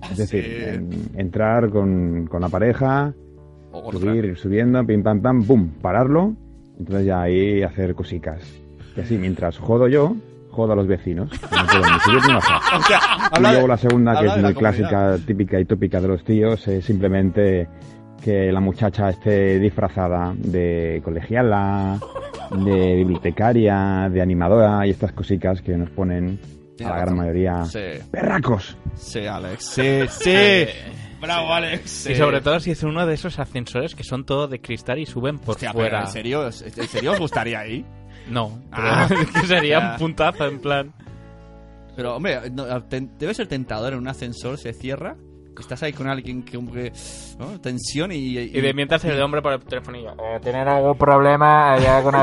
D: Ah,
G: es decir, en- entrar con, con la pareja,
D: Oh,
G: subir, ir subiendo, pim pam pam, pum, pararlo, entonces ya ahí hacer cositas. Y así, mientras jodo yo, jodo a los vecinos. No puedo ni subir ni bajar.
D: O sea,
G: Y
D: habla de-
G: luego la segunda, que
D: habla
G: es
D: de la
G: muy
D: comunidad.
G: clásica, típica y tópica de los tíos, es simplemente que la muchacha esté disfrazada de colegiala, de bibliotecaria, de animadora y estas cosicas que nos ponen a la gran mayoría
D: Sí.
G: perracos.
D: Sí, Alex. Sí, sí.
H: Eh,
D: Bravo, Alex. Sí.
H: Y sobre todo si es uno de esos ascensores que son todo de cristal y suben por
D: Hostia, pero
H: fuera.
D: ¿en serio? Pues, ¿En serio os gustaría ahí?
H: No. pero
D: Ah.
H: es que sería
D: Ya.
H: un puntazo, en plan.
D: Pero, hombre, no, te- debe ser tentador en un ascensor, se cierra. Estás ahí con alguien que, como que. ¿no? Tensión y.
H: Y de mientras el hombre por el telefonillo.
B: Tienen algún problema, hay alguna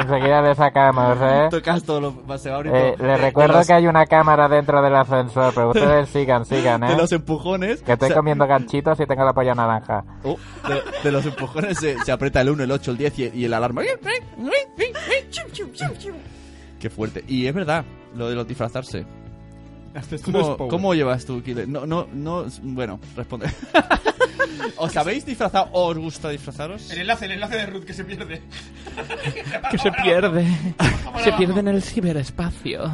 B: enseguida le sacamos, ¿eh?
D: Tocas todo lo. Se va a abrir
B: Eh,
D: todo.
B: les
D: De
B: recuerdo
D: los-
B: que hay una cámara dentro del ascensor, pero ustedes sigan, sigan, ¿eh?
D: De los empujones.
B: Que estoy
D: o sea,
B: comiendo ganchitos y tengo la polla naranja.
D: oh, de, de los empujones se, se aprieta el 1, el 8, el 10 y, y el alarma. Qué fuerte. Y es verdad, lo de los disfrazarse. ¿Cómo, cómo llevas tú, Kile? No, no, no. Bueno, responde. ¿Os habéis disfrazado o os gusta disfrazaros?
E: El enlace, el enlace de Ruth que se pierde.
H: Que se pierde.
E: para
H: se
E: abajo.
H: pierde en el ciberespacio.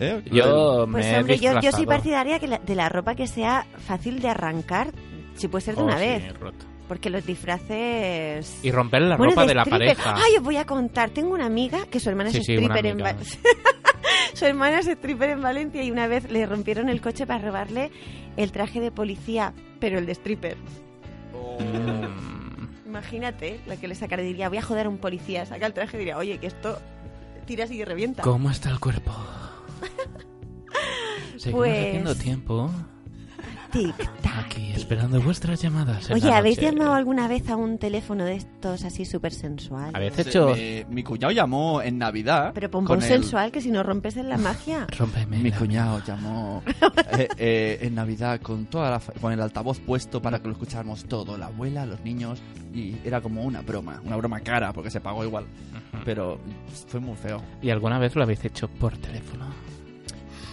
D: ¿Eh?
H: Yo Oh, me
F: Pues
H: he
F: hombre, yo, yo soy
H: disfrazado.
F: partidaria que la- de la ropa que sea fácil de arrancar, si puede ser de
H: Oh,
F: una
H: sí,
F: vez.
H: roto.
F: Porque los disfraces...
H: Y romper la ropa de la
F: stripper.
H: pareja.
F: Ay, os voy a contar. Tengo una amiga que su hermana
H: Sí,
F: es
H: sí, una
F: stripper en
H: amiga.
F: Val- Su hermana es stripper en Valencia y una vez le rompieron el coche para robarle el traje de policía, pero el de stripper.
D: Mm.
F: Imagínate la que le sacara diría, voy a joder a un policía, saca el traje y diría, oye, que esto tiras y revienta.
H: ¿Cómo está el cuerpo? Seguimos
F: Pues-
H: haciendo tiempo.
F: Tic
H: Aquí, esperando vuestras llamadas. en
F: Oye,
H: la
F: ¿habéis
H: noche.
F: llamado alguna vez a un teléfono de estos así súper sensual?
D: Sí, me- mi cuñado llamó en Navidad.
F: Pero pon
D: con
F: voz
D: el-
F: sensual, que si no rompes en la magia.
D: Mi cuñado llamó
H: Uh.
D: eh, eh, en Navidad con toda la fa- con el altavoz puesto para que lo escucháramos todo, la abuela, los niños y era como una broma, una broma cara porque se pagó igual, pero fue muy feo.
H: ¿Y alguna vez lo habéis hecho por teléfono?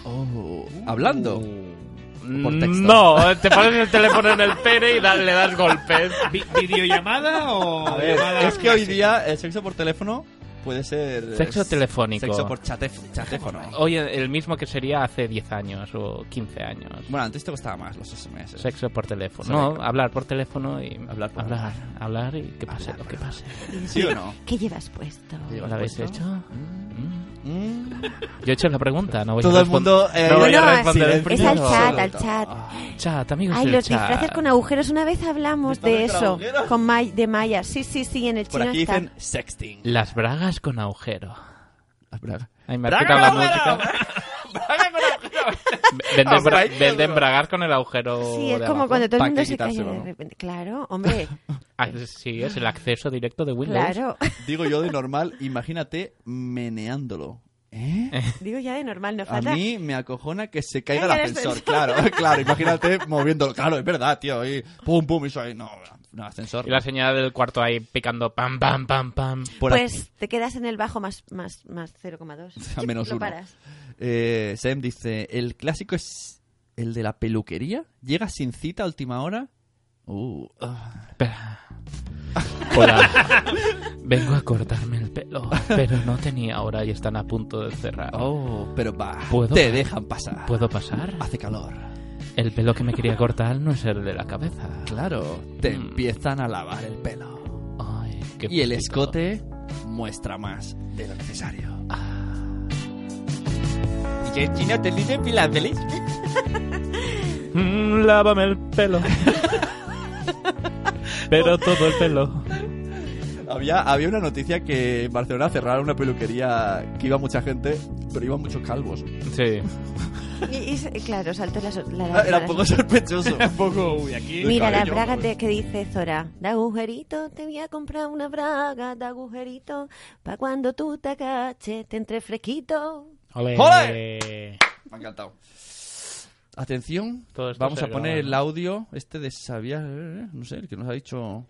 D: Oh, hablando. ¿O por texto?
H: Mm, No, te pones el teléfono en el pene y da- le das golpes.
E: ¿Videollamada o
D: A ver,
E: llamada?
D: es que hoy día el sexo por teléfono puede ser eh,
H: Sexo telefónico.
D: Sexo por chatef- chatéfono.
H: Hoy el mismo que sería hace 10 años o 15 años.
D: Bueno, antes te costaba más los SMS.
H: Sexo por teléfono.
D: Sabe-
H: No, hablar por teléfono y hablar,
D: por-
H: hablar, hablar y que pase lo que pase.
D: ¿Sí o no?
F: ¿Qué llevas pues? puesto?
H: ¿Lo habéis hecho? Mm. Yo he hecho la pregunta, no voy
D: Todo
H: a
D: el mundo,
H: responder-
D: eh,
H: no voy
D: no, no,
H: a responder
D: es-
H: el
F: Es
H: primero.
F: al chat, al chat.
H: Chat, amigos
F: Ay,
H: del
F: los
H: chat.
F: disfraces con agujeros. Una vez hablamos de eso con May- de Maya. Sí, sí, sí, en el
H: Por
F: chino
H: aquí
F: está.
H: dicen
D: sexting.
H: Las bragas con agujero.
D: Las bragas.
H: Ay, me ha
D: Braga
H: quitado la
D: con agujero.
H: música. Venden, bra-
D: Hombre,
H: venden bragas con el agujero.
F: Sí, es
H: de
F: como
H: abajo.
F: cuando todo el mundo se calla de repente. Claro, hombre.
H: Ah, sí, es el acceso directo de Windows.
F: claro.
D: Digo yo de normal, imagínate meneándolo. ¿Eh?
F: Digo ya de normal, no
D: A
F: falta.
D: mí me acojona que se caiga el
F: Caiga el
D: ascensor.
F: ascensor.
D: Claro, claro. Imagínate moviéndolo. Claro, es verdad, tío. Y pum, pum, eso ahí. No, no, ascensor.
H: Y la señora del cuarto ahí picando pam, pam, pam, pam.
D: Por
F: pues te quedas en el bajo más, más, más 0,2.
D: A menos
F: Lo
D: uno.
F: paras.
D: Eh, Sem dice, el clásico es el de la peluquería. Llega sin cita a última hora. Uh,
H: Espera. Hola. Vengo a cortarme el Pues pelo, pero no tenía hora y están a punto de cerrar.
D: Oh, pero va. te dejan pasar.
H: ¿Puedo pasar?
D: Hace calor.
H: El pelo que me quería cortar no es el de la cabeza.
D: Claro, te empiezan a lavar el pelo.
H: Mm. qué
D: y el
H: bonito.
D: escote muestra más de lo necesario. Y el chino te dice pila feliz.
H: Mm, lávame el pelo. pero todo el pelo.
D: Había, había una noticia que en Barcelona cerraron una peluquería que iba mucha gente, pero iban muchos calvos.
H: Sí.
F: Y, y se- claro, saltó la, so- la-
D: Ah, Era
F: la-
D: un poco sospechoso.
E: Un poco, uy, aquí.
F: Mira la
E: cabello,
F: braga
E: joder.
F: te- que dice Zora. De agujerito te voy a comprar una braga de agujerito. Pa' cuando tú te agaches te entre fresquito.
H: Ole.
D: ¡Ole! Me ha encantado. Atención,
H: Todo esto
D: vamos
H: se
D: a poner
H: graba, ¿no?
D: el audio este de Sabía, eh, no sé, el que nos ha dicho...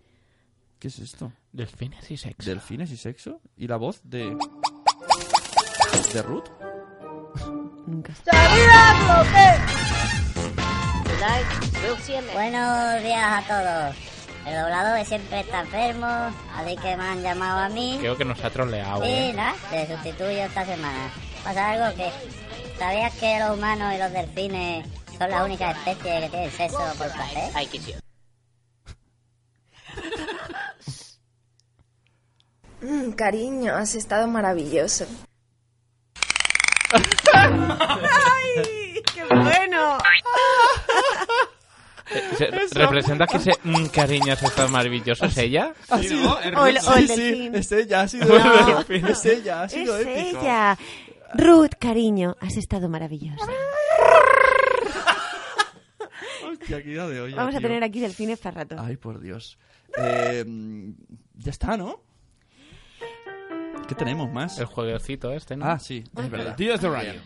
D: ¿Qué es esto?
H: Delfines y sexo.
D: Delfines y sexo. Y la voz de... De Ruth.
C: Buenos días a todos. El doblador siempre está enfermo, así que me han llamado a mí.
H: Creo que nos ha troleado.
C: Y
H: ¿eh?
C: nada, te sustituyo esta semana. pasa algo que ¿sabías que los humanos y los delfines son las únicas especies que tienen sexo por placer?
I: Mm, cariño, has estado maravilloso.
J: ¡Ay! ¡Qué bueno!
H: Eh, se-
J: Eso.
H: ¿Representa que ese mm, cariño se está maravilloso? ¿Es ella?
D: Así, ¿no?
F: O el- o el
D: Sí, sí,
F: delfín.
D: Es ella, ha sido
F: No.
D: épico. Es ella, ha sido
F: es
D: épico.
F: ella. Ruth, cariño, has estado maravillosa.
D: Hostia, qué idea de olla,
F: Vamos a
D: tío.
F: tener aquí delfines para rato.
D: Ay, por Dios. Eh, ya está, ¿no? ¿Qué tenemos más?
H: El jueguecito este, ¿no?
D: Ah, sí, es verdad.
E: Días de
D: Bien.
E: radio.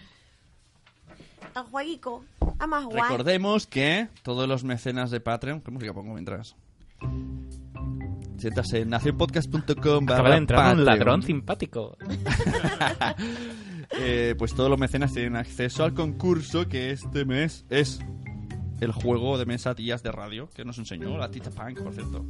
F: Al jueguico. A más guay.
D: Recordemos que todos los mecenas de Patreon... ¿Qué música pongo mientras? Siéntase en nacionpodcast.com
H: Acaba de entrar un ladrón simpático.
D: Eh, pues todos los mecenas tienen acceso al concurso que este mes es el juego de mesa Tías de Radio que nos enseñó la Tita Punk, por cierto.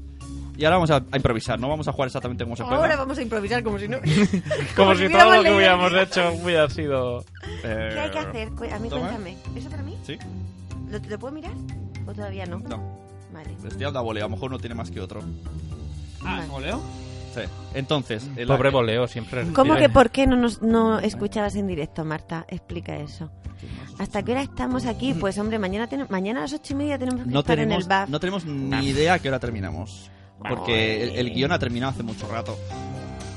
D: Y ahora vamos a, a improvisar, no vamos a jugar exactamente como se juega.
F: Ahora vamos a improvisar como si no.
H: Como si todo lo que
F: leído el
H: hubiéramos
F: libro.
H: hecho hubiera sido...
F: ¿Qué hay que hacer? Cu- A mí
D: Eh, Toma.
F: cuéntame. ¿Eso para mí?
D: Sí.
F: ¿Lo, ¿Lo puedo mirar? ¿O todavía no?
D: No.
F: Vale.
D: Le estoy dando a voleo, a lo mejor no tiene más que otro.
E: Ah, ¿voleo?
D: Sí. Entonces, el
H: Pobre voleo, siempre.
F: ¿Cómo que por qué no nos no escuchabas en directo, Marta? Explica eso. ¿Hasta qué hora estamos aquí? Pues hombre, mañana ten- mañana a las ocho y media tenemos que
D: no
F: estar
D: tenemos,
F: en el BAF.
D: no tenemos
H: Ah.
D: ni idea a qué hora terminamos. Porque el, el guión ha terminado hace mucho rato.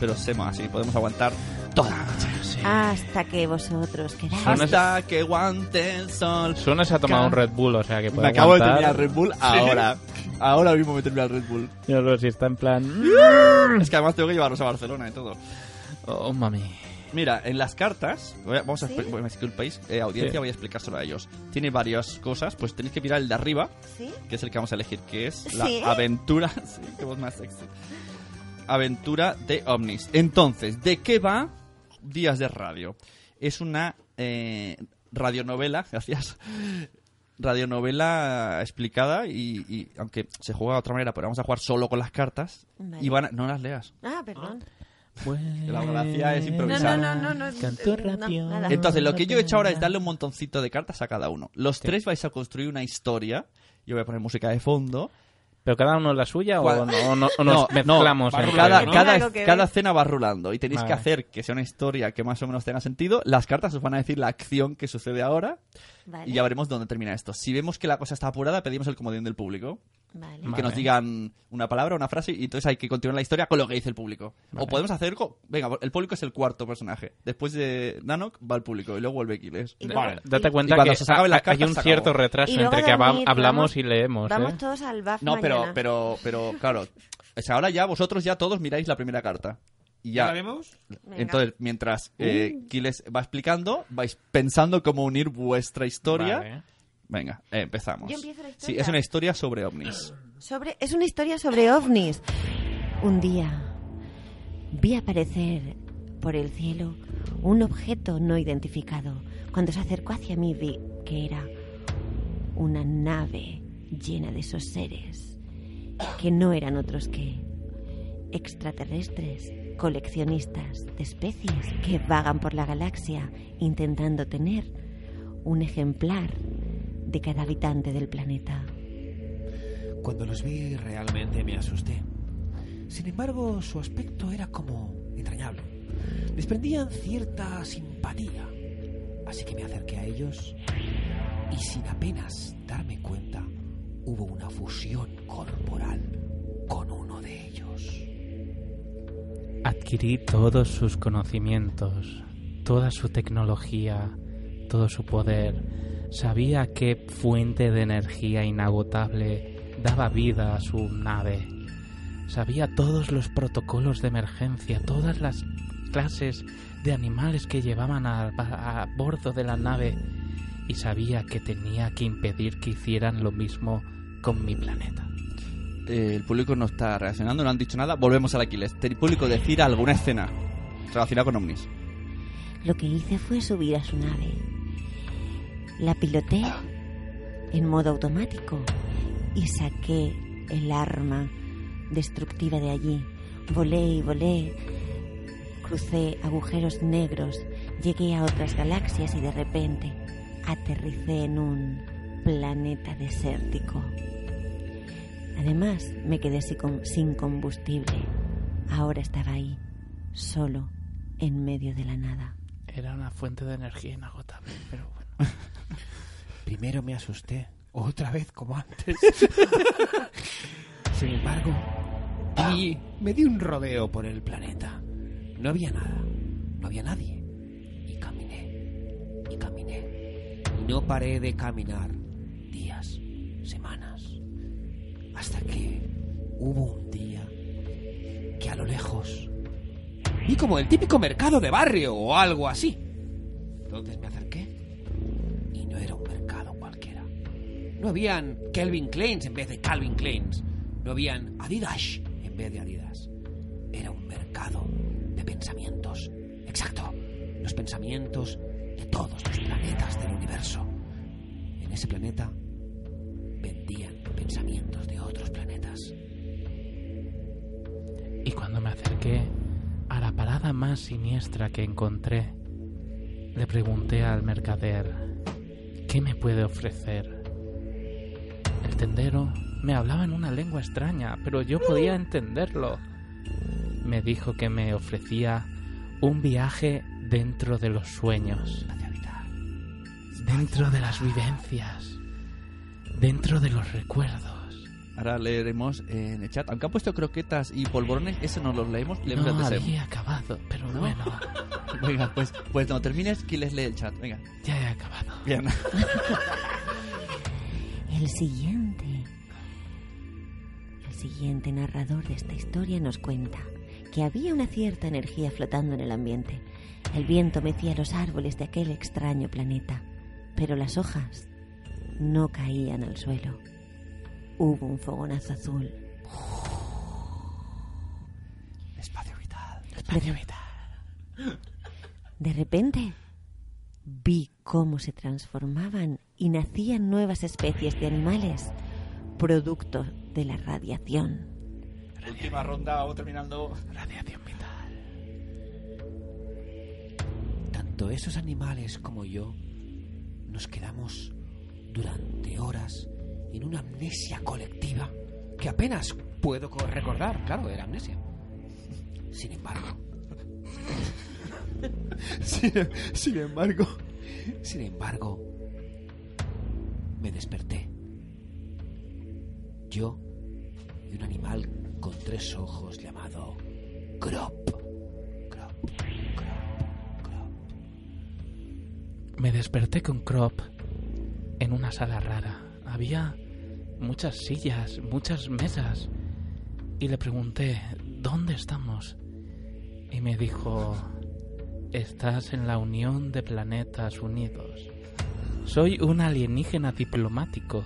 D: Pero semos así, podemos aguantar toda la noche.
F: Ah, Hasta que vosotros queráis.
D: Hasta que aguante el sol.
H: Suena se ha tomado un Red Bull, o sea que puede
D: Me acabo de
H: aguantar.
D: terminar Red Bull
H: Sí.
D: ahora. Ahora mismo me termina el Red Bull. ¡Ah!
H: Yo no sé si está en plan... "Mm".
D: Es que además tengo que llevarlos a Barcelona y todo.
H: Oh, mami.
D: Mira, en las cartas, voy a- vamos a
H: ¿Sí?
D: expli- bueno, disculpéis, eh, audiencia,
H: Sí.
D: voy a explicárselo a ellos. Tiene varias cosas, pues tenéis que mirar el de arriba,
F: ¿Sí?
D: que es el que vamos a elegir, que es la
F: ¿Sí?
D: aventura. sí, qué voz más sexy. Aventura de ovnis. Entonces, ¿de qué va Días de Radio? Es una eh, radionovela, gracias. Radionovela explicada y, y aunque se juega de otra manera, pero vamos a jugar solo con las cartas
F: Vale.
D: y van a- no las leas.
F: Ah, perdón.
D: La gracia es
F: No,
D: improvisar.
F: no, no, no. no,
H: Canto
F: eh, no,
H: rápido.
F: nada.
D: Entonces, lo que yo he hecho ahora es darle un montoncito de cartas a cada uno. Los tres vais a construir una historia. Yo voy a poner música de fondo.
H: ¿Pero cada uno la suya o,
D: Cuad-
H: no- o no- o nos mezclamos?
D: no,
H: en
D: cada,
H: plan?
D: cada, cada escena va rulando y tenéis que
H: Vale.
D: hacer que sea una historia que más o menos tenga sentido. Las cartas os van a decir la acción que sucede ahora
F: Vale.
D: y ya veremos dónde termina esto. Si vemos que la cosa está apurada, pedimos el comodín del público.
F: Vale.
D: Y que nos
F: Vale.
D: digan una palabra, una frase, y entonces hay que continuar la historia con lo que dice el público. O podemos hacer. co- Venga, el público es el cuarto personaje. Después de Nanok va el público y luego vuelve Aquiles.
F: Y luego- Vale.
H: Date
F: y-
H: cuenta
D: Y cuando
H: que
D: se acaben las
H: ha- hay
D: cartas,
H: un
D: se acabó.
H: cierto retraso
F: Y luego
H: entre que hab-
F: dormir,
H: hablamos
F: vamos-
H: y leemos.
F: Vamos
H: ¿eh?
F: todos al BAF
D: No, pero,
F: mañana.
D: pero, pero, claro. O sea, ahora ya vosotros ya todos miráis la primera carta. Y
E: ¿Ya
D: ya.
E: la vemos?
F: Venga. Uh.
D: Entonces, mientras eh, Aquiles va explicando, vais pensando cómo unir vuestra historia.
F: Vale.
D: Venga, eh, empezamos.
F: Yo empiezo la
D: sí,
F: historia.
D: es una historia sobre ovnis.
F: Sobre, es una historia sobre ovnis. Un día vi aparecer por el cielo un objeto no identificado. Cuando se acercó hacia mí vi que era una nave llena de esos seres que no eran otros que extraterrestres, coleccionistas de especies que vagan por la galaxia intentando tener un ejemplar de cada habitante del planeta.
L: Cuando los vi realmente me asusté. Sin embargo, su aspecto era como entrañable. Desprendían cierta simpatía. Así que me acerqué a ellos y sin apenas darme cuenta, hubo una fusión corporal con uno de ellos.
H: Adquirí todos sus conocimientos, toda su tecnología, todo su poder. Sabía qué fuente de energía inagotable daba vida a su nave. Sabía todos los protocolos de emergencia, todas las clases de animales que llevaban a, a- a bordo de la nave y sabía que tenía que impedir que hicieran lo mismo con mi planeta.
D: Eh, el público no está reaccionando, no han dicho nada. Volvemos al Aquiles. El público decir alguna escena relacionada con ovnis.
F: Lo que hice fue subir a su nave. La piloté en modo automático y saqué el arma destructiva de allí. Volé y volé, crucé agujeros negros, Llegué a otras galaxias y de repente aterricé en un planeta desértico. Además, me quedé sin com- sin combustible. Ahora estaba ahí, solo, en medio de la nada.
H: Era una fuente de energía inagotable, pero bueno.
E: Primero me asusté, otra vez como antes. Sin embargo, y me di un rodeo por el planeta. No había nada, no había nadie. Y caminé, y caminé. Y no paré de caminar días, semanas, hasta que hubo un día que a lo lejos vi como el típico mercado de barrio o algo así. Entonces me acerqué y no era un mercado cualquiera. No habían Kelvin Kleins en vez de Calvin Kleins. No habían Adidas en vez de Adidas. Era un mercado de pensamientos. Exacto. Los pensamientos de todos los planetas del universo. En ese planeta vendían pensamientos de otros planetas.
H: Y cuando me acerqué a la parada más siniestra que encontré, le pregunté al mercader, ¿qué me puede ofrecer? El tendero me hablaba en una lengua extraña, pero yo podía entenderlo. Me dijo que me ofrecía un viaje dentro de los sueños, dentro de las vivencias, dentro de los recuerdos.
D: Ahora leeremos en el chat. Aunque han puesto croquetas y polvorones, eso no los leemos. Leemos
H: No
D: el deseo.
H: había acabado, pero bueno.
D: Venga, pues, pues no termines que les lee el chat. Venga.
H: Ya he acabado.
D: Bien.
F: El siguiente. El siguiente narrador de esta historia nos cuenta que había una cierta energía flotando en el ambiente. El viento mecía los árboles de aquel extraño planeta, pero las hojas no caían al suelo. Hubo un fogonazo azul.
E: Espacio vital.
F: De- De repente vi cómo se transformaban y nacían nuevas especies de animales, producto de la radiación.
D: Última ronda o terminando.
E: Radiación vital. Tanto esos animales como yo nos quedamos durante horas en una amnesia colectiva que apenas puedo co- recordar. Claro, era amnesia. Sin embargo. sin, sin embargo. Sin embargo. Me desperté. Yo y un animal con tres ojos llamado Grop.
H: Me desperté con Crop en una sala rara. Había muchas sillas, muchas mesas. Y le pregunté, ¿dónde estamos? Y me dijo, estás en la Unión de Planetas Unidos. Soy un alienígena diplomático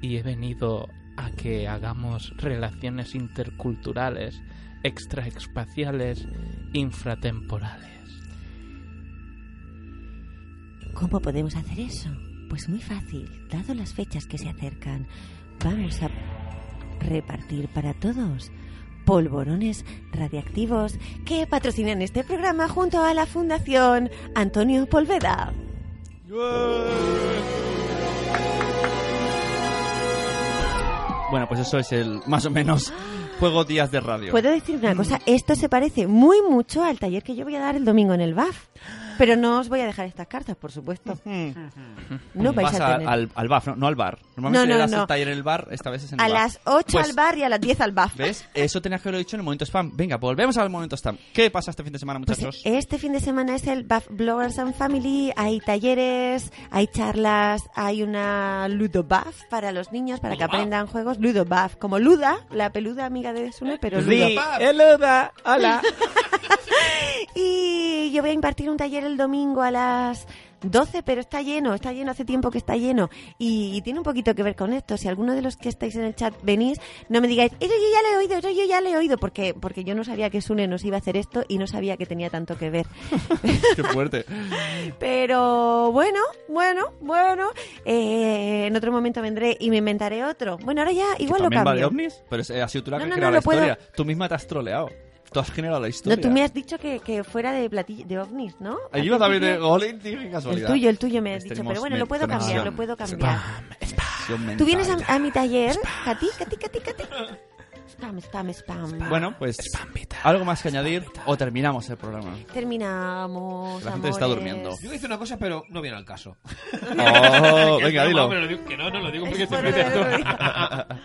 H: y he venido a que hagamos relaciones interculturales, extraespaciales, infratemporales.
F: ¿Cómo podemos hacer eso? Pues muy fácil, dado las fechas que se acercan, vamos a repartir para todos polvorones radiactivos que patrocinan este programa junto a la Fundación Antonio Polveda.
D: Bueno, pues eso es el más o menos juego días de radio.
F: Puedo decir una
D: Mm.
F: cosa, esto se parece muy mucho al taller que yo voy a dar el domingo en el BAF, pero no os voy a dejar estas cartas, por supuesto. No vais
D: Mm. Vas
F: a tener.
D: al, al bar, no, no al bar. Normalmente
F: No, no,
D: le das el
F: no.
D: taller en el bar, esta vez es en
F: A
D: el bar.
F: las 8
D: Pues,
F: al bar y a las 10 al BAF.
D: ¿Ves? Eso tenías que haberlo dicho en el momento spam. Venga, volvemos al momento spam. ¿Qué pasa este fin de semana, muchachos?
F: Este fin de semana es el Buff Bloggers and Family. Hay talleres, hay charlas, hay una Ludo Buff para los niños para que aprendan juegos. Ludo Buff, como Luda, la peluda amiga de Sune, pero Ludo.
J: Eluda, hola.
F: Y yo voy a impartir un taller el domingo a las 12, pero está lleno, está lleno, hace tiempo que está lleno. Y, y tiene un poquito que ver con esto. Si alguno de los que estáis en el chat venís, no me digáis, eso yo ya lo he oído, eso yo ya lo he oído, porque, porque yo no sabía que Sune nos iba a hacer esto y no sabía que tenía tanto que ver.
D: Qué fuerte.
F: Pero bueno, bueno, bueno. eh, en otro momento vendré y me inventaré otro. Bueno, ahora ya igual lo
D: También va de
F: cambio.
D: ovnis, pero es- eh, ha sido tú la
F: No,
D: que
F: no,
D: creó
F: no,
D: la
F: lo puedo-
D: historia. Tú misma te has troleado. Tú has generado la
F: No,
D: historia.
F: tú me has dicho que, que fuera de platillo, de ovnis, ¿no?
D: Ahí
F: Al
D: iba también de
F: principio.
D: Golem, tío, qué casualidad.
F: El tuyo, el tuyo me has dicho,
D: Tenemos
F: pero bueno, lo puedo cambiar,
D: conexión.
F: lo puedo cambiar.
D: Conexión mental.
F: Tú vienes a, a mi taller, Katy, Katy, Katy, Katy. Spam, spam, spam.
D: Bueno, pues algo más que añadir o terminamos el programa.
F: Terminamos.
D: La gente está
F: amores.
D: durmiendo.
E: Yo hice una cosa, pero no viene al caso.
D: Oh, venga,
E: No,
D: dilo.
E: pero lo digo- que no, no lo digo porque
F: Es
E: se
F: por
E: mete
F: lo
E: tú.
F: de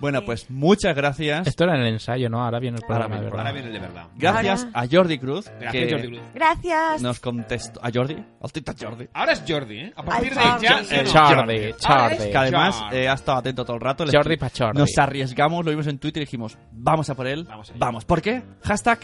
D: Bueno, pues muchas gracias.
H: Esto era en el ensayo, ¿no? Ahora viene el programa, de verdad.
D: Ahora viene el de verdad. Gracias a Jordi Cruz.
E: Gracias,
D: que
E: Jordi Cruz.
F: Gracias.
D: Nos contestó. ¿A Jordi? ¿Al tita Jordi?
E: Ahora es Jordi, ¿eh? A partir de
D: Al
E: ya.
D: Jordi.
H: Eh,
E: no.
H: Jordi,
E: Ahora es
H: Jordi.
D: Que además
E: Jordi.
D: eh, ha estado atento todo el rato. Le-
H: Jordi pa' Jordi.
D: Nos arriesgamos, lo vimos en Twitter y dijimos, vamos a por él. Vamos. ¿Por qué? Hashtag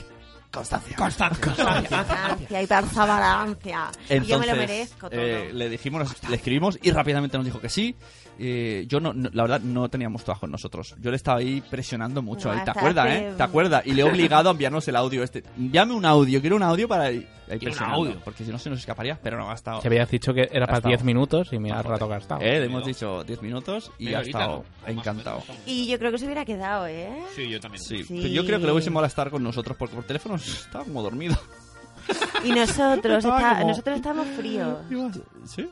D: Constancia.
F: Constancia y perseverancia. Y
D: Entonces,
F: yo me lo merezco todo.
D: eh, le dijimos, nos- le escribimos y rápidamente nos dijo que sí. Eh, yo no, no- la verdad no teníamos trabajo con nosotros. Yo le estaba ahí presionando mucho.
F: No,
D: ahí, ¿Te
F: hasta
D: acuerdas,
F: hace-
D: eh? ¿Te acuerdas? Y le he obligado a enviarnos el audio este. Envíame un audio, quiero un audio para ahí
E: un
D: presionando,
E: audio.
D: porque si no se nos escaparía, pero no ha estado.
H: Se había dicho que era
D: Ha
H: para
D: estado.
H: 10 minutos y mira el rato que ha
E: Ah,
H: estado.
D: Eh, le hemos dicho 10 minutos y
H: Media
D: ha
H: horita,
D: estado encantado.
F: Y yo creo que se hubiera quedado, ¿eh?
E: Sí, yo también.
D: Sí,
F: Sí.
D: pero yo creo que lo hubiese molado estar con nosotros porque por teléfono estaba como dormido.
F: Y nosotros,
D: Estaba
F: está-
D: como-
F: nosotros estamos fríos.
D: ¿Sí?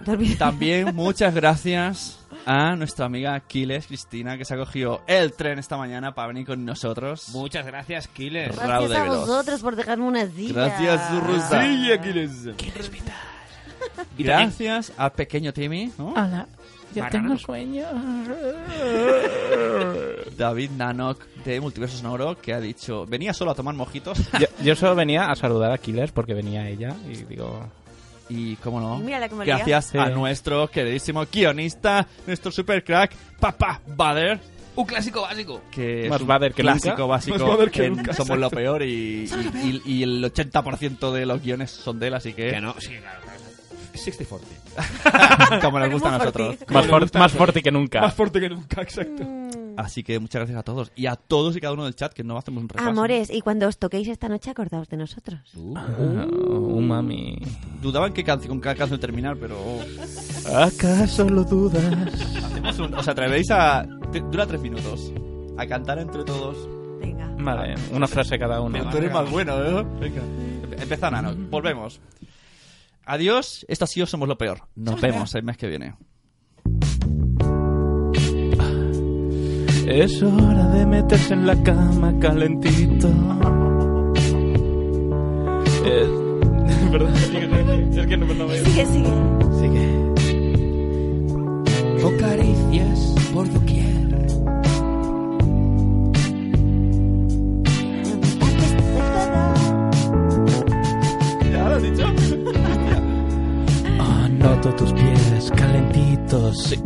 D: Dormido, También muchas gracias a nuestra amiga Aquiles Cristina que se ha cogido el tren esta mañana para venir con nosotros.
E: Muchas gracias, Kiles.
F: Gracias a vosotros por dejarme una silla.
D: Gracias, Rosa.
E: Sí, Aquiles.
D: Y Gracias a Pequeño Timmy, ¿no?
H: Hola, yo
D: Marrano.
H: tengo sueño.
D: David Nanok de Multiverso Sonoro que ha dicho, venía solo a tomar mojitos.
H: Yo, yo solo venía a saludar a Killers porque venía ella y digo...
D: Y cómo no.
H: Mírala cómo lía.
D: Gracias
H: Sí.
D: a nuestro queridísimo guionista, nuestro super crack, Papá Bader.
E: Un clásico básico.
D: que
H: Más
D: es un
H: Bader que
D: clásico
H: nunca.
D: básico
H: Más Bader que
D: en
H: nunca, exacto.
D: somos lo peor y, y, y- y el 80% de los guiones son de él así que
E: Que no, sí, claro. claro.
D: 60-40 como nos gusta a nosotros
H: Más, for- más fuerte que nunca.
E: Más fuerte que nunca, exacto.
D: así que muchas gracias a todos y a todos y cada uno del chat que no hacemos
L: Pues
D: un repaso Uh.
F: Amores, y cuando os toquéis esta noche, acordaos de nosotros.
H: Uh, mami
D: dudaban qué canción con qué canción terminar pero oh,
H: ¿Acaso lo dudas?
D: hacemos un- os atrevéis a te- dura tres minutos a cantar entre todos
H: Vale, una frase cada uno.
D: Tú eres más bueno, ¿eh? Venga. Empezad, Nano. Volvemos. Adiós. Esto ha sido Somos lo Peor. Nos vemos el mes que viene.
H: Es hora de meterse en la cama calentito. Es... Perdón, es que no me lo veo.
F: Sigue, sigue.
L: O caricias por doquier.
D: ¿Ya lo has dicho?
H: Ah, noto tus pies calentitos, sí.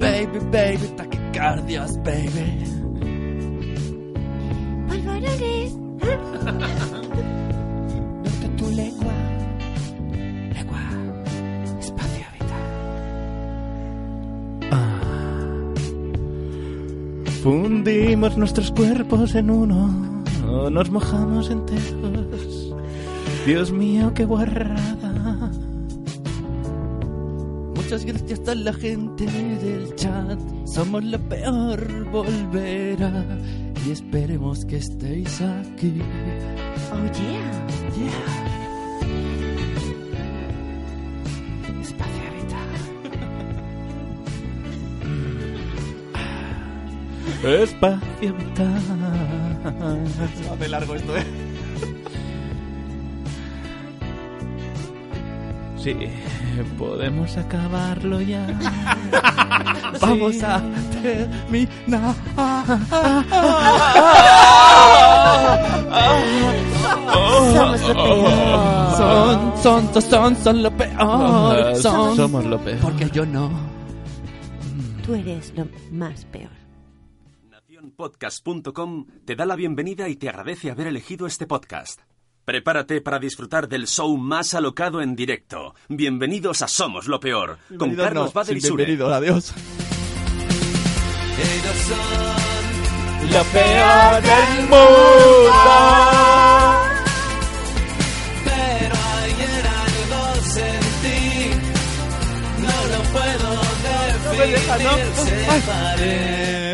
D: Baby, baby, taquicardias, baby.
L: Polvorones. Nota tu lengua. Lengua. Espacio vital. Ah.
H: Fundimos nuestros cuerpos en uno,
L: Oh,
H: nos mojamos enteros. Dios mío, qué guarrada.
D: Muchas gracias a la gente del chat. Somos lo peor. Volverá. Y esperemos que estéis aquí.
L: Oh yeah. Yeah. Espacio vital.
H: Espacio vital.
D: Se va a hacer largo esto, ¿eh?
H: Sí, Ah, podemos acabarlo ya.
L: Vamos
H: a
L: terminar.
H: Somos lo peor.
L: Oh. Son, son, son, son, son lo peor. Son.
H: Somos lo peor.
L: Porque yo no.
F: Tú eres lo más peor.
M: Podcast.com te da la bienvenida y te agradece haber elegido este podcast. Prepárate para disfrutar del show más alocado en directo. Bienvenidos a Somos lo Peor, con
D: Bienvenidos, no,
M: Carlos Bader y
D: sin
M: Sure.
D: bienvenidos, adiós.
L: Ellos son
D: lo
L: peor del mundo. Pero ayer algo sentí, no lo puedo defender.
W: pues esa, ¿no?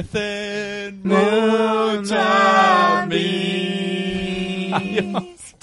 J: Parecen mucho a mí.